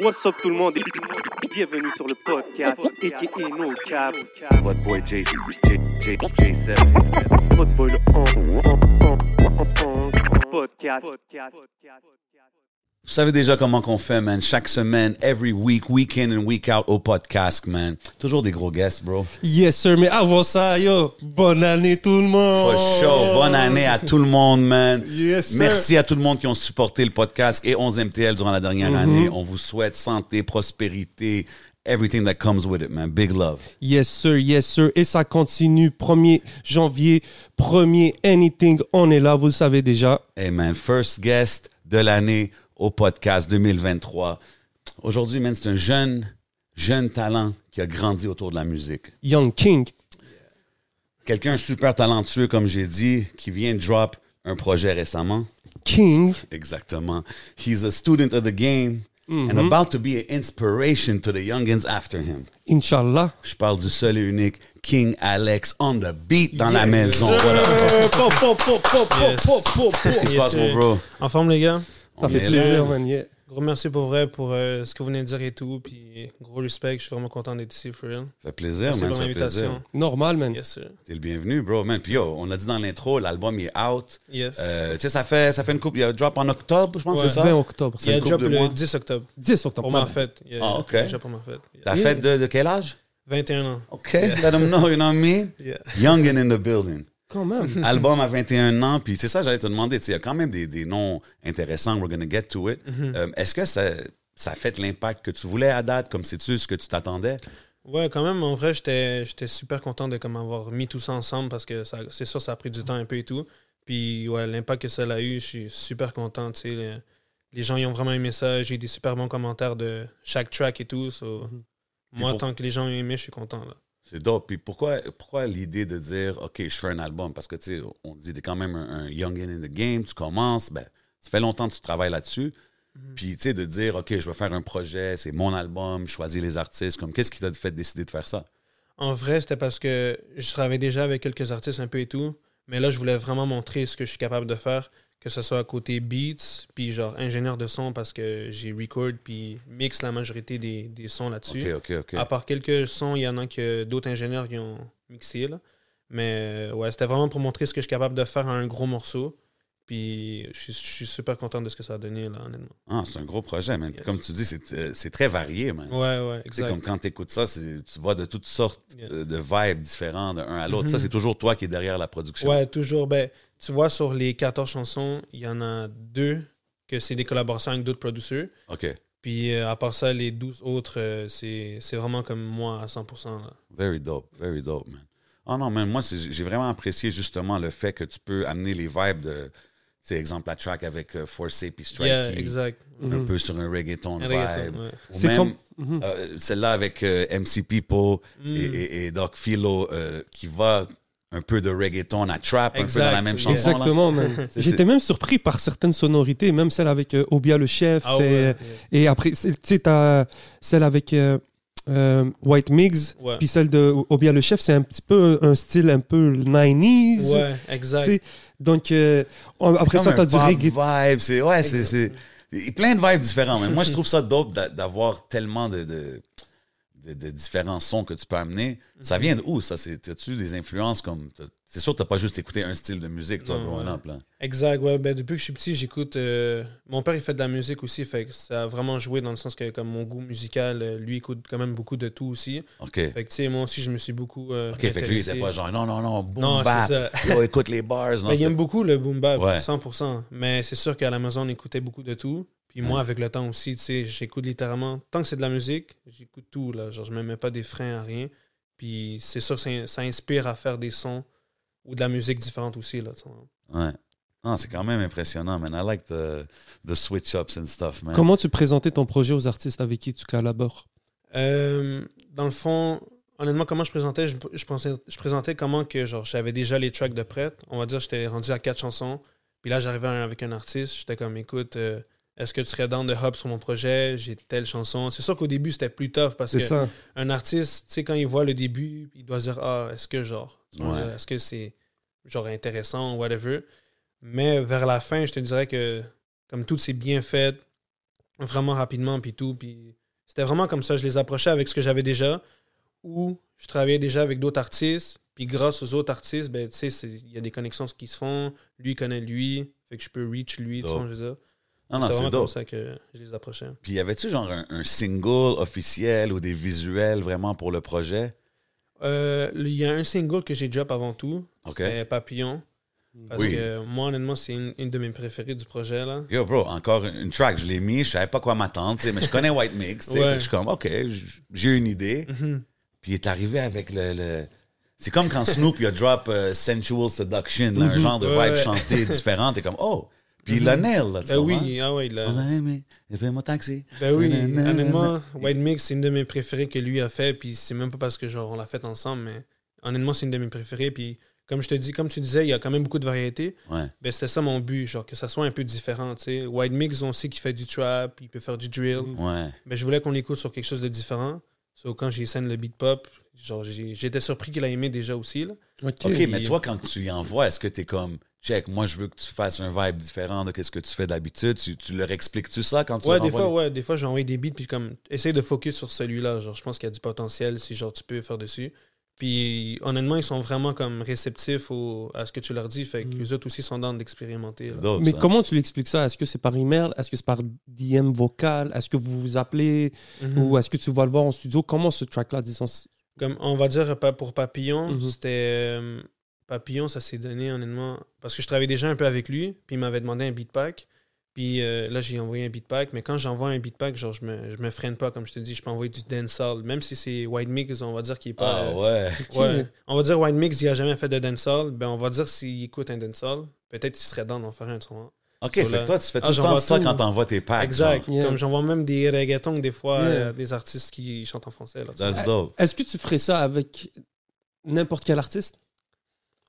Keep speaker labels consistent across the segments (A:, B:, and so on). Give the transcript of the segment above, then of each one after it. A: What's up tout le monde et bienvenue sur le podcast aka No Cap.
B: Votre boy Jason, J, J, J7.
A: Votre boy le podcast.
C: Vous savez déjà comment qu'on fait, man. Chaque semaine, every week, week in and week out au podcast, man. Toujours des gros guests, bro.
D: Yes sir, mais avant ça, yo, bonne année tout le monde.
C: For sure. Bonne année à tout le monde, man.
D: Oh. Yes, sir.
C: Merci à tout le monde qui ont supporté le podcast et 11 MTL durant la dernière
D: Mm-hmm.
C: année. On vous souhaite santé, prospérité, everything that comes with it, man. Big love.
D: Yes sir, yes sir. Et ça continue, 1er janvier, premier anything, on est là, vous le savez déjà.
C: Hey, man, first guest de l'année au podcast 2023. Aujourd'hui, man, c'est un jeune, jeune talent qui a grandi autour de la musique.
D: Young King.
C: Quelqu'un super talentueux, comme j'ai dit, qui vient de drop un projet récemment.
D: King.
C: Exactement. He's a student of the game and
E: Mm-hmm.
C: about to be an inspiration to the youngins after him.
D: Inch'Allah.
C: Je parle du seul et unique King Alex on the beat dans la
E: Yes,
C: maison.
E: sir.
C: Voilà.
E: Euh,
D: Po, po, po, po, po,
E: Yes.
D: po, po, po.
C: Qu'est-ce qui se passe, mon
E: sir.
C: bro?
E: En forme, les gars.
C: On
D: Ça fait
C: est
D: plaisir,
E: là.
D: man. yeah.
E: Gros merci pour vrai pour euh, ce que vous venez de dire et tout. Puis gros respect, je suis vraiment content d'être ici, for real.
C: Ça fait plaisir,
E: Merci
C: man.
E: pour
C: ça fait plaisir.
E: l'invitation.
D: Normal, man.
E: Yes, sir.
C: T'es le bienvenu, bro, man. Puis yo, on a dit dans l'intro, l'album est out.
E: Yes.
C: Euh, tu sais, ça fait, ça fait une coupe. Il y a drop en octobre, je pense,
E: Ouais.
C: c'est
D: 20
C: ça?
D: octobre.
E: Il y
D: c'est
E: a
C: une couple
E: drop
C: de
E: le
C: mois.
E: 10 octobre.
D: 10 octobre.
E: Pour ma
D: pardon.
E: fête. Il y a-
C: Ah, ok.
E: Déjà pour ma fête. Yeah.
C: Ta fête de, de quel âge?
E: 21 ans.
C: OK, let them know, you know what I mean?
E: Yeah.
C: Young and in the building.
D: Quand même.
C: Album à 21 ans, puis c'est ça, j'allais te demander, tu sais, il y a quand même des, des noms intéressants, we're gonna get to it. Euh, Est-ce que ça, ça a fait l'impact que tu voulais à date, comme sais-tu ce que tu t'attendais?
E: Ouais, quand même, en vrai, j'étais j'étais super content de comme, avoir mis tout ça ensemble parce que ça- c'est sûr, ça a pris du temps un peu et tout. Puis, ouais, l'impact que ça a eu, je suis super content. tu sais, Les, les gens, ils ont vraiment aimé ça. J'ai eu des super bons commentaires de chaque track et tout. so,
C: Mhm.
E: Moi,
C: pour-
E: tant que les gens ont aimé, je suis content. Là.
C: C'est dope. Puis pourquoi, pourquoi l'idée de dire, OK, je fais un album? Parce que, tu sais, on dit, t'es quand même un, un young in the game, tu commences, ben, ça fait longtemps que tu travailles là-dessus. Puis, tu sais, de dire, OK, je vais faire un projet, c'est mon album, je choisis les artistes, comme, qu'est-ce qui t'a fait décider de faire ça?
E: En vrai, c'était parce que je travaillais déjà avec quelques artistes un peu et tout, mais là, je voulais vraiment montrer ce que je suis capable de faire, que ce soit à côté beats, puis genre ingénieur de son, parce que j'ai record, puis mix la majorité des, des sons là-dessus.
C: OK, OK, OK.
E: À part quelques sons, il y en a que d'autres ingénieurs qui ont mixé, là. Mais euh, ouais, c'était vraiment pour montrer ce que je suis capable de faire à un gros morceau. Puis je suis, je suis super content de ce que ça a donné, là, honnêtement.
C: Ah, c'est un gros projet, man. Puis Comme tu dis, c'est euh, c'est très varié, man.
E: Ouais, ouais,
C: Tu sais,
E: exact.
C: comme quand tu écoutes ça, c'est- tu vois de toutes sortes
E: Yeah. Mm-hmm.
C: euh, de vibes différents d'un à l'autre. Ça, c'est toujours toi qui es derrière la production.
E: Ouais, toujours. Ben, tu vois, sur les 14 chansons, il y en a deux que c'est des collaborations avec d'autres producteurs.
C: OK.
E: Puis euh, à part ça, les 12 autres, euh, c'est c'est vraiment comme moi à 100%. Là.
C: Very dope, very dope, man. Oh non, man, moi, c'est- j'ai vraiment apprécié justement le fait que tu peux amener les vibes de, tu sais, exemple, la track avec euh, Forcé puis Strike,
E: Yeah,
C: qui est
E: exact.
C: un peu sur un reggaeton
E: Un
C: vibe.
E: reggaeton, ouais. Mm-hmm.
C: Ou
D: C'est
C: même,
D: comme-
C: euh, celle-là avec euh, MC People
E: Mm.
C: et, et- et Doc Philo euh, qui va un peu de reggaeton à trap, un peu
E: Exact,
C: dans la même
E: yeah.
C: chanson. là.
D: Exactement, man.
C: C'est- c'est-
D: J'étais même surpris par certaines sonorités, même celle avec euh, Obia le chef.
E: Ah
D: et,
E: ouais,
D: et après, c'est- tu sais, t'as celle avec euh, euh, White Migs,
E: Ouais.
D: puis celle de Obia le chef, c'est un petit peu un style un peu 90s.
E: Ouais,
D: tu
E: exact.
D: sais. Donc, euh, on- après ça,
C: comme
D: t'as
C: un
D: du
C: pop
D: reggae.
C: vibe, c'est ouais, c'est c'est il y a plein de vibes différents. Mais moi, je trouve ça dope d'a- d'avoir tellement de, de de- de différents sons que tu peux amener. Ça vient de où ça C'est as-tu des influences comme t'as- c'est sûr, t'as pas juste écouté un style de musique, toi,
E: Non,
C: growing
E: ouais.
C: up, là.
E: Exact, ouais. Ben, depuis que je suis petit, j'écoute. euh, mon père, il fait de la musique aussi, fait que ça a vraiment joué dans le sens que, comme mon goût musical, euh, lui, écoute quand même beaucoup de tout aussi.
C: Ok. Ok,
E: Fait que, tu sais, moi aussi, je me suis beaucoup. euh,
C: fait que lui, il était
E: intéressé.
C: pas genre non, non, non, boom
E: Non, c'est
C: bap.
E: ça.
C: Yo, écoute les bars. Non,
E: Ben, il
C: c'était-
E: aime beaucoup le boom bap,
C: Ouais.
E: 100%. Mais c'est sûr qu'à la maison, on écoutait beaucoup de tout. Puis moi, avec le temps aussi, tu sais, j'écoute littéralement. Tant que c'est de la musique, j'écoute tout. Là. Genre, je me mets pas des freins à rien. Puis c'est sûr, ça, ça inspire à faire des sons ou de la musique différente aussi. Là, tu sais.
C: Ouais. Non, c'est quand même impressionnant, man. I like the, the switch-ups and stuff, man.
D: Comment tu présentais ton projet aux artistes avec qui tu collabores
E: Euh, dans le fond, honnêtement, comment je présentais, je, je pensais, je présentais comment que genre j'avais déjà les tracks de prêt. On va dire j'étais rendu à quatre chansons. Puis là, j'arrivais avec un artiste, j'étais comme écoute, euh, est-ce que tu serais dans de hop sur mon projet? J'ai telle chanson. C'est sûr qu'au début, c'était plus tough parce
D: C'est
E: que
D: ça. hein?
E: un artiste, tu sais, quand il voit le début, il doit se dire Ah, est-ce que genre,
C: Ouais.
E: est-ce que c'est genre intéressant, whatever. Mais vers la fin, je te dirais que comme tout s'est bien fait, vraiment rapidement, puis tout, puis c'était vraiment comme ça. Je les approchais avec ce que j'avais déjà, ou je travaillais déjà avec d'autres artistes, puis grâce aux autres artistes, ben, tu sais, c'est- il y a des connexions qui se font. Lui il connaît lui, fait que je peux reach lui, tu sais,
C: Dope.
E: je veux dire.
C: Non, non,
E: C'était
C: c'est
E: vraiment comme
C: dope.
E: ça que je les approchais.
C: Puis, y avait-tu genre un, un single officiel ou des visuels vraiment pour le projet?
E: Euh, Il y a un single que j'ai drop avant tout.
C: OK.
E: C'était Papillon. Parce
C: Oui.
E: que moi, honnêtement, c'est une, une de mes préférées du projet. là.
C: Yo, bro, encore une track, je l'ai mis, je savais pas quoi m'attendre, tu sais, mais je connais White Mix, tu sais,
E: Ouais. Mm-hmm.
C: fait que je suis comme, OK, j- j'ai une idée. Puis il est arrivé avec le... le- C'est comme quand Snoop, il a drop euh, Sensual Seduction, là, un genre de vibe
E: Mm-hmm. Ouais, ouais.
C: chanté différent, t'es comme, oh! Puis il le nail, là, tu
E: Ben
C: comprends?
E: oui, ah ouais, il a-
C: Dans un aimé, il fait mon taxi.
E: Ben oui,
C: Nanana.
E: honnêtement, White Mix, c'est une de mes préférées que lui a fait. Puis c'est même pas parce que genre on l'a fait ensemble, mais honnêtement, c'est une de mes préférées. Puis comme je te dis, comme tu disais, il y a quand même beaucoup de variétés.
C: Ouais.
E: Ben c'était ça mon but, genre que ça soit un peu différent. tu sais. White Mix, on sait qu'il fait du trap, il peut faire du drill.
C: Ouais.
E: Mais je voulais qu'on l'écoute sur quelque chose de différent. So, quand j'ai scène le beat pop, genre j'ai- j'étais surpris qu'il a aimé déjà aussi. Là.
D: Ok.
C: OK, mais toi, quand tu y envoies, est-ce que t'es comme, check, moi, je veux que tu fasses un vibe différent de ce que tu fais d'habitude? Tu, tu leur expliques-tu ça quand tu
E: Ouais,
C: leur
E: des
C: envoies
E: fois,
C: les-
E: ouais, des fois, j'ai envoyé des beats, puis comme, essaye de focus sur celui-là. Genre, je pense qu'il y a du potentiel si, genre, tu peux faire dessus. Puis, honnêtement, ils sont vraiment comme réceptifs au- à ce que tu leur dis. Fait que les autres aussi sont dans d'expérimenter. là.
C: Dope,
D: Mais
C: ça.
D: comment tu l'expliques ça Est-ce que c'est par email Est-ce que c'est par DM vocal Est-ce que vous vous appelez
E: Mhm.
D: Ou est-ce que tu vas le voir en studio Comment ce track-là, disons
E: Comme, on va dire, pa- pour Papillon,
D: Mhm.
E: c'était. euh, Papillon, ça s'est donné, honnêtement. Parce que je travaillais déjà un peu avec lui, puis il m'avait demandé un beat pack. Puis euh, là, j'ai envoyé un beat pack. Mais quand j'envoie un beat pack, genre, je me, je me freine pas, comme je te dis. Je peux envoyer du dancehall. Même si c'est White Mix, on va dire qu'il est pas.
C: Ah
E: euh,
C: ouais.
E: Ouais. On va dire Wine Mix, il a jamais fait de dancehall. Ben, on va dire s'il écoute un dancehall, peut-être il serait dans d'en faire un instrument.
C: OK,
E: So,
C: fait
E: là-
C: que toi, tu fais
E: Ah,
C: tout le
E: j'envoie
C: temps ça
E: tout.
C: quand t'envoies tes packs.
E: exact.
C: Ah, genre.
D: Yeah.
E: Comme j'en vois même des reggaetons des fois,
D: Yeah.
E: euh, des artistes qui chantent en français. là, tu
C: That's dope.
D: Est-ce que tu ferais ça avec n'importe quel artiste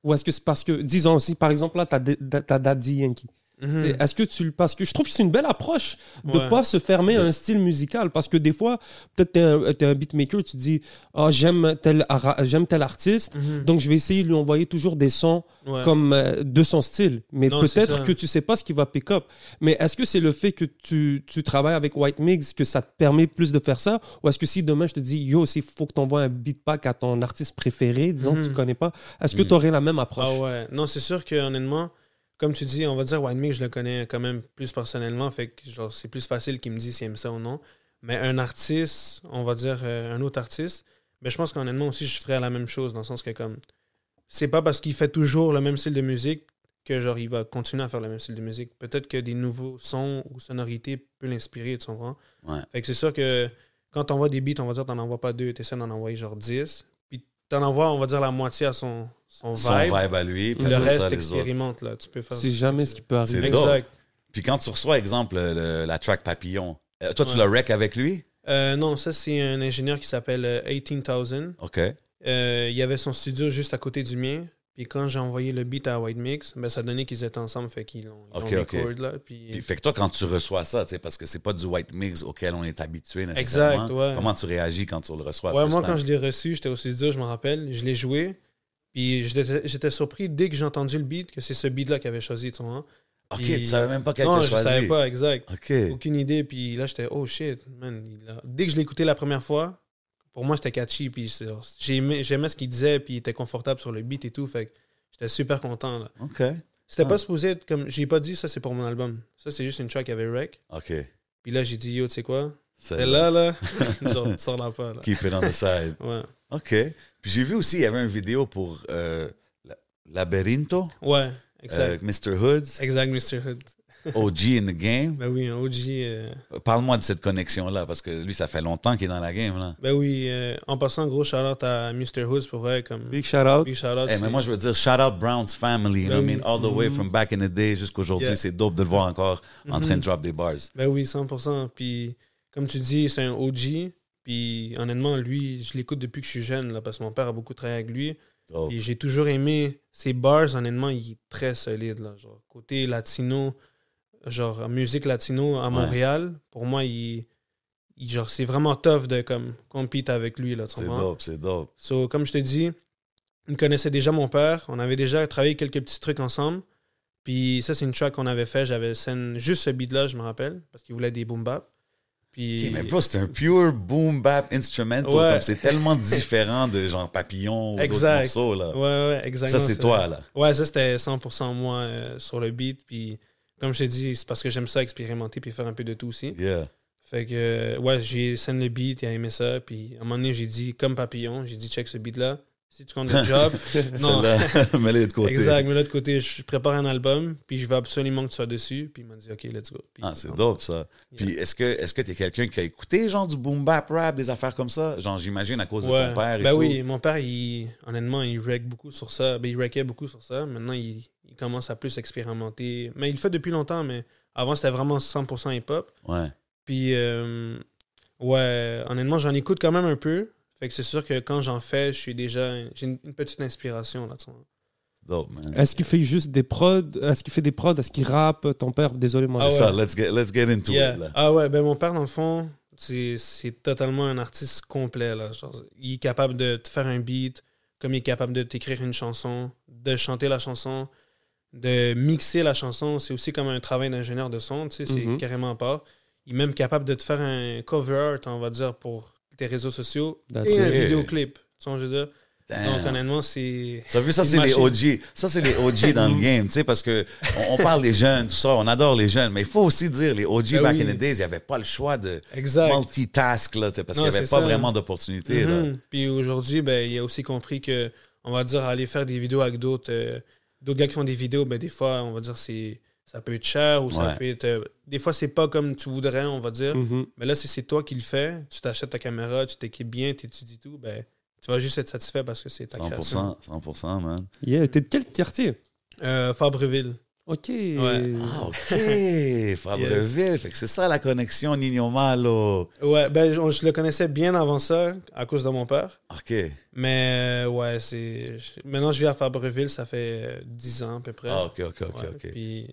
D: Ou est-ce que c'est parce que, disons, si par exemple là, t'as D- t'as Daddy Yankee,
E: vois. Mhm.
D: t'sais, est-ce que tu le. Parce que je trouve que c'est une belle approche euh, de
E: Ouais.
D: pas se fermer à un style musical. Parce que des fois, peut-être t'es un, t'es un beatmaker, tu dis, ah j'aime tel, ara- j'aime tel artiste,
E: Mhm.
D: donc je vais essayer de lui envoyer toujours des sons
E: Ouais.
D: comme euh, de son style. Mais
E: Non, c'est
D: peut-être
E: ça.
D: que tu sais pas ce qui va pick up. Mais est-ce que c'est le fait que tu, tu travailles avec White Mix que ça te permet plus de faire ça Ou est-ce que si demain je te dis yo, il faut que tu envoies un beat pack à ton artiste préféré, disons que tu
E: Mhm.
D: connais pas, est-ce que
C: Mhm.
D: tu aurais la même approche
E: Ah ouais. Non, c'est sûr que honnêtement, comme tu dis, on va dire Wine Mix, je le connais quand même plus personnellement. Fait que genre, c'est plus facile qu'il me dise s'il aime ça ou non. Mais un artiste, on va dire euh, un autre artiste, mais je pense qu'honnêtement aussi, je ferais la même chose dans le sens que comme c'est pas parce qu'il fait toujours le même style de musique que genre il va continuer à faire le même style de musique. Peut-être que des nouveaux sons ou sonorités peuvent l'inspirer, tu comprends?
C: Ouais.
E: Fait que c'est sûr que quand on voit des beats, on va dire t'en envoies pas deux, t'essaies d'en envoyer genre 10. Puis t'en envoies, on va dire, la moitié à son, son,
C: Son
E: vibe.
C: vibe à lui. puis
E: Le
C: après ça,
E: reste,
C: les autres.
E: expérimente, là. Tu peux faire
D: C'est jamais ce qui peut
C: C'est
D: arriver.
C: dope.
E: Exact.
C: Puis quand tu reçois, exemple, le- la track Papillon, euh, toi, tu
E: Ouais.
C: le rec avec lui?
E: Euh, non, ça, c'est un ingénieur qui s'appelle euh, 18000.
C: OK.
E: Euh, il y avait son studio juste à côté du mien. Puis quand j'ai envoyé le beat à White Mix, ben, ça donnait qu'ils étaient ensemble, fait qu'ils l'ont ils
C: Ok,
E: l'ont
C: ok.
E: record, là. Puis,
C: Puis, fait que toi, quand tu reçois ça, tu sais, parce que c'est pas du white mix auquel on est habitué nécessairement.
E: exact, ouais.
C: Comment tu réagis quand tu le reçois?
E: Ouais,
C: first
E: moi,
C: time?
E: quand je l'ai reçu, j'étais au studio, je me rappelle, je l'ai joué. Puis j'étais j'étais surpris dès que j'ai entendu le beat que c'est ce beat-là qu'il avait choisi, tu vois.
C: OK,
E: Puis-
C: tu savais même pas quel
E: non,
C: que
E: je savais pas, exact.
C: OK.
E: Aucune idée. Puis là, j'étais, oh shit, man. il a- Dès que je l'ai écouté la première fois, pour moi, c'était catchy. Puis c'est- j'aimais j'aimais ce qu'il disait, puis il était confortable sur le beat et tout. Fait que j'étais super content. là.
C: OK.
E: C'était
C: Ah.
E: pas supposé être comme. J'ai pas dit ça, c'est pour mon album. Ça, c'est juste une track avec Rec.
C: OK.
E: Puis là, j'ai dit, yo, tu sais quoi
C: C'est
E: C'est là, là. Genre, sors la pas, là.
C: Keep it on the side.
E: Ouais.
C: OK. Puis j'ai vu aussi, il y avait une vidéo pour euh, la- Labyrinto,
E: Ouais, exact.
C: euh, Mr. Hoods.
E: Exact, Mr. Hood.
C: OG in the game.
E: Ben oui, un OG. euh,
C: Parle-moi de cette connexion-là, parce que lui, ça fait longtemps qu'il est dans la game. Là.
E: Ben oui, euh, en passant, gros shout-out à Mr. Hoos pour vrai, comme
D: Big shout out.
E: big shout-out.
C: Hey, Eh, mais moi, je veux dire, shout out Brown's family. You know what I mean? All the way from back in the day jusqu'aujourd'hui.
E: Ben Yeah.
C: C'est dope de le voir encore en train de drop des bars.
E: Ben oui, 100%. Puis, comme tu dis, c'est un OG. Puis, honnêtement, lui, je l'écoute depuis que je suis jeune, là, parce que mon père a beaucoup travaillé avec lui.
C: Dope.
E: Puis, j'ai toujours aimé ses bars. Honnêtement, il est très solide, là. Genre, côté latino, genre, musique latino à Montréal, pour moi, il, il- genre, c'est vraiment tough de, comme, compete avec lui, là, tu
C: C'est
E: comprends?
C: dope, c'est dope.
E: So, comme je te dis, il connaissait déjà mon père. On avait déjà travaillé quelques petits trucs ensemble. Puis ça, c'est une track qu'on avait fait. J'avais scène juste ce beat-là, je me rappelle, parce qu'il voulait des boom bap. Puis
C: Ok, mais bro, c'est un pure boom bap instrumental.
E: Ouais.
C: Comme c'est tellement différent de genre papillon ou d'autres
E: Exact.
C: morceaux. Là.
E: ouais, ouais,
C: ça,
E: exactement.
C: c'est toi, là.
E: Ouais, ça, c'était 100% moi euh, sur le beat. Puis comme je te dis, c'est parce que j'aime ça expérimenter puis faire un peu de tout aussi.
C: Yeah.
E: Fait que, euh, ouais, j'ai scène le beat, il a aimé ça. Puis à un moment donné, j'ai dit, comme papillon, j'ai dit, check ce beat-là. Si tu comptes le job, non,
C: Celle-là, mets-les de côté.
E: Exact, mais là de côté, je prépare un album, puis je veux absolument que tu sois dessus, puis il m'a dit OK, let's go. Puis-
C: Ah, c'est dope, ça. Puis est-ce que est-ce que t'es quelqu'un qui a écouté genre du boom bap rap, des affaires comme ça? Genre, j'imagine à cause de
E: Ouais.
C: ton père et
E: ben
C: tout.
E: oui, mon père, il, honnêtement, il rec beaucoup sur ça. Ben, il wreckait beaucoup sur ça. Maintenant, il, il commence à plus expérimenter. Mais il le fait depuis longtemps, mais avant, c'était vraiment 100% hip-hop.
C: Ouais.
E: Puis, euh, ouais, honnêtement, j'en écoute quand même un peu. Fait que c'est sûr que quand j'en fais, je suis déjà. J'ai une, une petite inspiration là-dessus.
C: Dope, man.
D: Est-ce qu'il fait juste des prods Est-ce qu'il fait des prods Est-ce qu'il rappe Ton père, désolé, moi.
E: Ah
C: C'est
E: ouais.
C: ça, let's get, let's get into
E: Yeah.
C: it, là.
E: Ah ouais, ben mon père, dans le fond, c'est c'est totalement un artiste complet. Là. Genre, il est capable de te faire un beat, comme il est capable de t'écrire une chanson, de chanter la chanson, de mixer la chanson. C'est aussi comme un travail d'ingénieur de son, tu sais, c'est
D: Mhm.
E: carrément à part. Il est même capable de te faire un cover art, on va dire, pour tes réseaux sociaux
D: That's
E: et un
D: it.
E: vidéoclip. Tu vois, je veux dire.
C: Damn.
E: Donc, honnêtement, c'est.
C: Ça vu, ça
E: Une
C: c'est les
E: machine.
C: OG. Ça c'est les OG dans
E: Mm.
C: le game, tu sais, parce que on, on parle des jeunes, tout ça, on adore les jeunes, mais il faut aussi dire les OG
E: Ben
C: back
E: oui.
C: in the days, il n'y avait pas le choix de
E: Exact.
C: multitask là, tu sais, parce qu'il
E: Non,
C: n'y avait
E: c'est
C: pas
E: ça.
C: vraiment d'opportunité. là.
E: Mhm. Puis aujourd'hui, ben, il a aussi compris que, on va dire, aller faire des vidéos avec d'autres euh, d'autres gars qui font des vidéos, ben, des fois, on va dire, c'est ça peut être cher ou ça
C: Ouais.
E: peut être. euh, des fois, c'est pas comme tu voudrais, on va dire.
D: Mhm.
E: Mais là, si c'est toi qui le fais, tu t'achètes ta caméra, tu t'équipes bien, t'étudies tout, ben, tu vas juste être satisfait parce que c'est ta création.
C: 100%, 100%, man.
D: Yeah, t'es de quel quartier
E: Euh, Fabreville.
D: Ok.
E: Mm.
C: Ah, OK. Fabreville. Fait que c'est ça la connexion Nino Malo.
E: Ouais, ben, je, je le connaissais bien avant ça à cause de mon père.
C: OK.
E: Mais euh, ouais, c'est. je- Maintenant, je vis à Fabreville, ça fait euh, 10 ans à peu près.
C: Ah, OK, OK, OK,
E: Ouais,
C: OK.
E: Puis,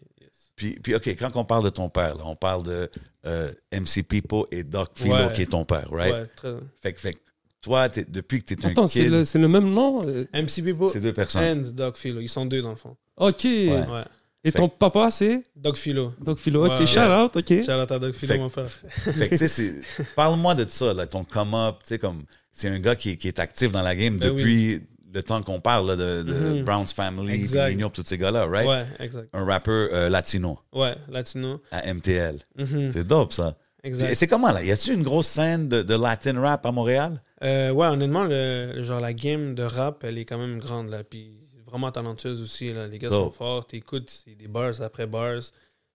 C: Puis, puis, OK, quand on parle de ton père, là, on parle de euh, MC Pipo et Doc Philo,
E: Ouais.
C: qui est ton père, right?
E: ouais, très-
C: Fait que, fait que toi, t'es- depuis que t'es un
D: Attends, c'est
C: kid,
D: le, c'est le même nom euh,
E: MC Bibo
C: c'est deux personnes.
E: and Doc Philo. Ils sont deux dans le fond.
D: Ok.
C: Ouais.
E: Ouais.
D: Et ton papa, c'est
E: Doc Philo.
D: Donc Philo. Ok,
E: Ouais.
D: shout out. Ok.
E: Shout out à Doc Philo,
C: Fait-
E: mon frère.
C: Fait que, tu sais, c'est- parle-moi de ça, là, ton come-up, tu sais, comme, c'est un gars qui, qui est actif dans la game
E: Ben oui.
C: depuis le temps qu'on parle, là, de, de
E: Mhm.
C: Brown's Family,
E: Exact.
C: Nino, tous ces gars-là, right?
E: Ouais, exact.
C: Un rappeur euh, latino
E: Ouais, latino.
C: à MTL.
E: Mhm,
C: C'est dope, ça. Et
E: Exact.
C: c'est comment, là? Y a-tu une grosse scène de, de Latin rap à Montréal?
E: Euh, ouais, honnêtement, le, le genre la game de rap, elle est quand même grande là. Puis vraiment talentueuse aussi. Là. Les gars sont
C: Dope.
E: forts. T'écoutes, c'est des bars après bars.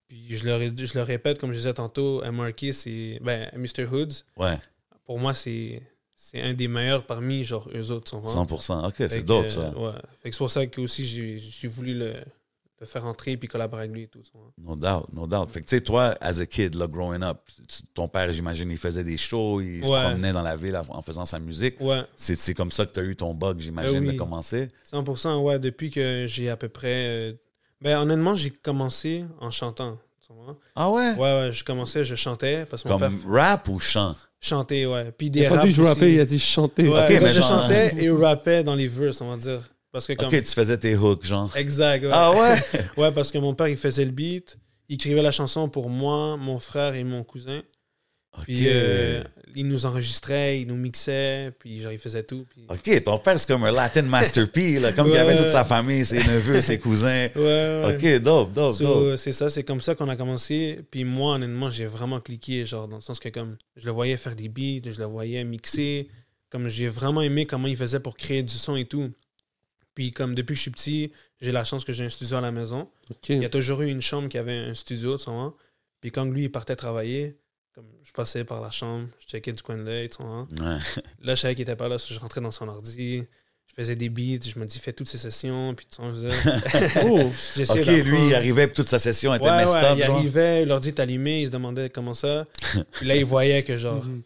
E: Puis je le, ré- je le répète, comme je disais tantôt, MRK, c'est. Ben, Mr. Hoods,
C: Ouais,
E: pour moi, c'est. C'est un des meilleurs parmi genre eux autres. tu comprends?
C: 100%. OK,
E: Fait
C: c'est
E: que,
C: dope, ça.
E: euh, ouais. Fait que c'est pour ça que aussi j'ai- j'ai voulu le, le faire entrer puis collaborer avec lui et tout. tu vois.
C: No doubt, no doubt. Fait que, tu sais, toi, as a kid, là, growing up, tu- ton père, j'imagine, il faisait des shows, il se
E: Ouais.
C: promenait dans la ville en en faisant sa musique.
E: Ouais,
C: C'est c'est comme ça que tu as eu ton bug, j'imagine,
E: Ben oui.
C: de commencer.
E: 100%, ouais, depuis que j'ai à peu près... euh, ben honnêtement, j'ai commencé en chantant. tu vois.
C: Ah ouais?
E: Ouais, ouais, je commençais, je chantais parce que mon
C: Comme
E: père f-
C: rap ou chant?
E: chantait, ouais. Puis
D: Il
E: des
D: a pas
E: raps
D: dit je
E: aussi.
D: rappais, il a dit chanter.
E: Ouais,
C: Ok,
E: moi,
C: mais
E: je
C: genre- hein.
E: chantais et rappais dans les verses, on va dire. Parce que comme...
C: OK, tu faisais tes hooks, genre.
E: Exact, ouais.
C: Ah ouais?
E: Ouais, parce que mon père, il faisait le beat, il écrivait la chanson pour moi, mon frère et mon cousin. Puis
C: OK.
E: euh, il nous enregistrait, il nous mixait, puis genre il faisait tout. puis-
C: OK, ton père, c'est comme un Latin masterpiece, là, comme il y avait
E: Ouais.
C: toute sa famille, ses neveux, ses cousins.
E: Ouais, ouais.
C: OK, dope, dope,
E: So,
C: dope.
E: c'est ça, c'est comme ça qu'on a commencé. Puis moi, honnêtement, j'ai vraiment cliqué, genre dans le sens que comme je le voyais faire des beats, je le voyais mixer, comme j'ai vraiment aimé comment il faisait pour créer du son et tout. Puis comme depuis que je suis petit, j'ai la chance que j'ai un studio à la maison.
D: OK.
C: Mm.
E: Il y a toujours eu une chambre qui avait un studio, tu vois. Puis quand lui, il partait travailler, comme je passais par la chambre, je checkais du coin de l'œil, tu vois.
C: Ouais.
E: Là, je savais qu'il était pas là, so je rentrais dans son ordi, je faisais des beats, je me dis, fais toutes ces sessions, puis tu sais, je faisais-
D: Oh,
E: j'essayais
C: Ok, lui, il
E: d'apprendre.
C: arrivait, puis toute sa session était
E: Ouais,
C: messed
E: ouais,
C: up,
E: il
C: genre.
E: arrivait, l'ordi était allumé, il se demandait comment ça. Puis là, il voyait que genre,
D: Mhm.